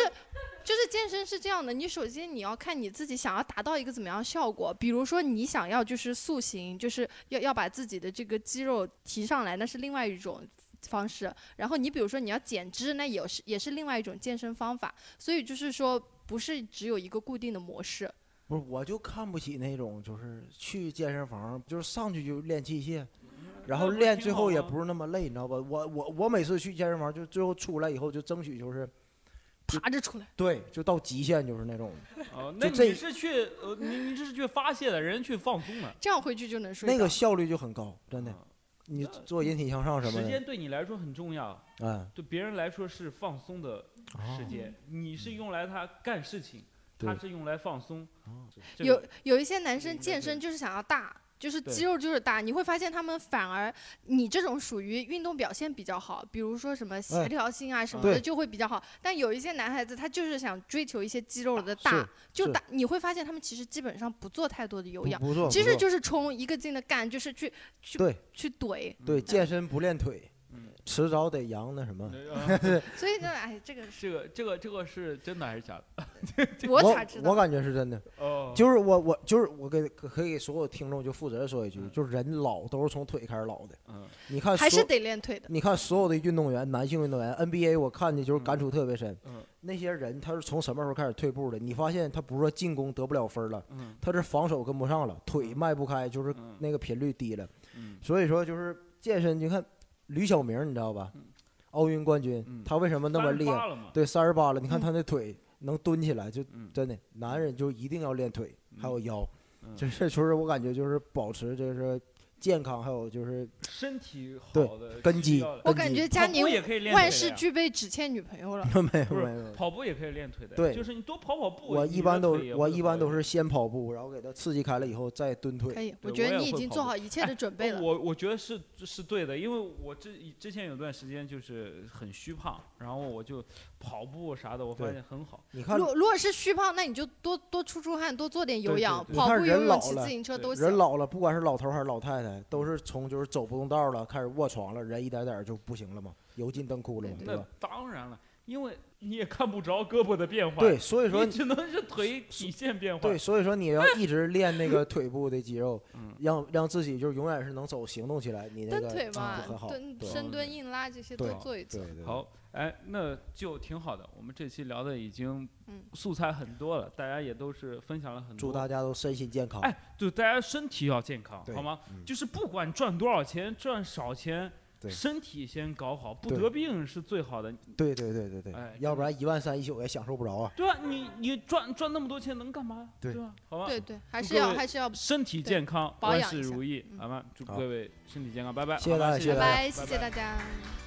Speaker 2: 就是健身是这样的，你首先你要看你自己想要达到一个怎么样的效果，比如说你想要就是塑形，就是要要把自己的这个肌肉提上来，那是另外一种。方式，然后你比如说你要减脂，那也是也是另外一种健身方法，所以就是说不是只有一个固定的模式，
Speaker 3: 不是我就看不起那种就是去健身房就是上去就练器械。然
Speaker 1: 那
Speaker 3: 后
Speaker 1: 不是
Speaker 3: 练
Speaker 1: 挺
Speaker 3: 最
Speaker 1: 好
Speaker 3: 后也
Speaker 1: 吗
Speaker 3: 不是那么累，你知道吧？我我我每次去健身房，就最后出来以后就争取就是
Speaker 2: 爬着出来。
Speaker 3: 对，就到极限，就是那种。
Speaker 1: 哦，那
Speaker 3: 就这
Speaker 1: 你是去呃，你你这是去发泄的，人家去放松的。
Speaker 2: 这样回去就能睡
Speaker 3: 那个
Speaker 2: 着
Speaker 3: 效率就很高，真的
Speaker 1: 啊。
Speaker 3: 你做引体向上什么
Speaker 1: 嗯时
Speaker 3: 的，
Speaker 1: 间对你来说很重要，
Speaker 3: 嗯，
Speaker 1: 对别人来说是放松的时间，你是用来他干事情，
Speaker 3: 哦对
Speaker 1: 他是用来放松。这个
Speaker 2: 有有一些男
Speaker 1: 应
Speaker 2: 生
Speaker 1: 该
Speaker 2: 健
Speaker 1: 是
Speaker 2: 身就是想要大，就是
Speaker 1: 对
Speaker 2: 肌肉就是大，你会发现他们反而你这种属于运动表现比较好，比如说什么协
Speaker 3: 哎
Speaker 2: 调性啊什么的
Speaker 3: 对
Speaker 2: 就会比较好。但有一些男孩子他就是想追求一些肌肉的大
Speaker 3: 是，
Speaker 2: 就是大，你会发现他们其实基本上不做太多的有
Speaker 3: 不
Speaker 2: 氧。
Speaker 3: 不做，
Speaker 2: 其
Speaker 3: 不
Speaker 2: 实
Speaker 3: 做
Speaker 2: 就是冲一个劲的干，就是去去
Speaker 3: 对
Speaker 2: 去怼，
Speaker 3: 对健身不练腿
Speaker 1: 嗯，
Speaker 3: 迟早得扬那什么。
Speaker 1: 呃
Speaker 2: 所以呢，哎，这个是
Speaker 1: 这个这个这个是真的还是 假的？
Speaker 2: 我
Speaker 3: 我
Speaker 2: 咋知
Speaker 3: 我
Speaker 2: 道？
Speaker 3: 感觉是真的，
Speaker 1: 哦，
Speaker 3: 就是我我就是我给可以给所有听众就负责任说一句
Speaker 1: 嗯，
Speaker 3: 就是人老都是从腿开始老的。
Speaker 1: 嗯
Speaker 3: 你看
Speaker 2: 还
Speaker 3: 所
Speaker 2: 是得练腿的。
Speaker 3: 你看所有的运动员，男性运动员 NBA 我看的就是感触特别深，
Speaker 1: 嗯
Speaker 3: 那些人他是从什么时候开始退步的？你发现他不是说进攻得不了分了，
Speaker 1: 嗯
Speaker 3: 他是防守跟不上了，腿迈不开，就是
Speaker 1: 嗯
Speaker 3: 那个频率低了。
Speaker 1: 嗯
Speaker 3: 所以说就是健身，你看吕小明，你知道吧
Speaker 1: 嗯？
Speaker 3: 奥运冠军
Speaker 1: 嗯，
Speaker 3: 他为什么那么厉
Speaker 1: 38
Speaker 3: 害？
Speaker 1: 了嘛？
Speaker 3: 对，三十八了，你看
Speaker 2: 嗯
Speaker 3: 他那腿能蹲起来，就
Speaker 1: 嗯
Speaker 3: 真的，男人就一定要练腿，还有腰
Speaker 1: 嗯，
Speaker 3: 就是就是我感觉就是保持就是健康，还有就是
Speaker 1: 身体好
Speaker 3: 对
Speaker 1: 的
Speaker 3: 根
Speaker 1: 是
Speaker 3: 基
Speaker 1: 要的
Speaker 2: 我
Speaker 3: 根
Speaker 2: 感
Speaker 3: 基
Speaker 2: 觉佳
Speaker 1: 跑
Speaker 2: 宁
Speaker 1: 步也可以练腿
Speaker 2: 万
Speaker 1: 的
Speaker 2: 事
Speaker 1: 呀
Speaker 2: 俱备，只欠女朋 友了。
Speaker 3: 没有
Speaker 1: 不
Speaker 3: 没
Speaker 1: 是
Speaker 3: 有。
Speaker 1: 跑步也可以练腿的，
Speaker 3: 对
Speaker 1: 就是你多跑跑步。
Speaker 3: 我
Speaker 1: 你
Speaker 3: 一
Speaker 1: 的
Speaker 3: 般都
Speaker 1: 腿也
Speaker 3: 我
Speaker 1: 会
Speaker 3: 一般
Speaker 1: 好
Speaker 3: 都
Speaker 1: 一
Speaker 3: 是先跑步，然后给他刺激开了以后再蹲
Speaker 2: 可
Speaker 3: 腿。
Speaker 2: 以，我
Speaker 1: 对
Speaker 2: 觉
Speaker 1: 我
Speaker 2: 得
Speaker 1: 也
Speaker 2: 你已
Speaker 1: 会
Speaker 2: 经
Speaker 1: 跑
Speaker 2: 做
Speaker 1: 步
Speaker 2: 好一切的准 备了。
Speaker 1: 我我觉得是是对的，因为我之之前有段时间就是很虚胖，然后我就跑步啥的，我发
Speaker 3: 对
Speaker 1: 现很好。
Speaker 3: 你看
Speaker 2: 如果如果是虚胖，那你就多多出出汗，多做点有
Speaker 1: 对
Speaker 2: 氧，
Speaker 1: 对对
Speaker 2: 跑
Speaker 3: 你看
Speaker 2: 步、
Speaker 3: 人
Speaker 2: 游泳、
Speaker 3: 老
Speaker 2: 骑
Speaker 3: 了
Speaker 2: 自行车
Speaker 1: 对
Speaker 2: 都
Speaker 3: 人
Speaker 2: 行。
Speaker 3: 老了，不管是老头儿还是老太太，都是从就是走不动道了，开始卧床了，人一点点就不行了嘛，油尽灯枯了嘛，
Speaker 2: 对
Speaker 3: 对
Speaker 1: 那
Speaker 3: 吧？
Speaker 1: 当然了，因为你也看不着胳膊的变化，
Speaker 3: 对，，所以说
Speaker 1: 你只能是腿底线变化。
Speaker 3: 对，所以说你要一直练那个腿部的肌肉
Speaker 1: 嗯，
Speaker 3: 让让自己就永远是能走行动起来，你那
Speaker 2: 蹬
Speaker 3: 个
Speaker 2: 腿
Speaker 3: 啊
Speaker 2: 嘛
Speaker 3: 就很，好。
Speaker 2: 蹲、
Speaker 3: 对
Speaker 2: 深蹲、硬拉这些都
Speaker 3: 对啊
Speaker 2: 做一做。
Speaker 3: 对对，
Speaker 1: 好，哎，那就挺好的。我们这期聊的已经
Speaker 2: 嗯
Speaker 1: 素材很多了，大家也都是分享了很
Speaker 3: 祝
Speaker 1: 多。
Speaker 3: 大家都身心健康。
Speaker 1: 哎哎，就大家身体要健康，
Speaker 3: 对
Speaker 1: 好吗？
Speaker 3: 嗯
Speaker 1: 就是不管赚多少钱，赚少钱，
Speaker 3: 对
Speaker 1: 身体先搞好，不
Speaker 3: 对
Speaker 1: 得病是最好的。
Speaker 3: 对对对对对
Speaker 1: 哎，
Speaker 3: 要不然一万三一宿也享受不着啊。
Speaker 1: 对吧？你你赚赚那么多钱能干嘛呀？
Speaker 3: 对啊
Speaker 1: 吧？好吧，
Speaker 2: 对对，还
Speaker 1: 祝
Speaker 2: 是
Speaker 1: 各
Speaker 2: 要
Speaker 1: 位
Speaker 2: 还是要
Speaker 1: 身体健康，
Speaker 2: 保
Speaker 1: 万
Speaker 2: 养
Speaker 1: 事
Speaker 2: 一下
Speaker 1: 如意，
Speaker 2: 嗯
Speaker 1: 好吗？祝
Speaker 3: 好
Speaker 1: 各位身体健康，拜拜，
Speaker 3: 谢谢大家
Speaker 1: 好吧
Speaker 3: 谢谢
Speaker 2: 拜
Speaker 3: 大家
Speaker 2: 拜，谢谢大家。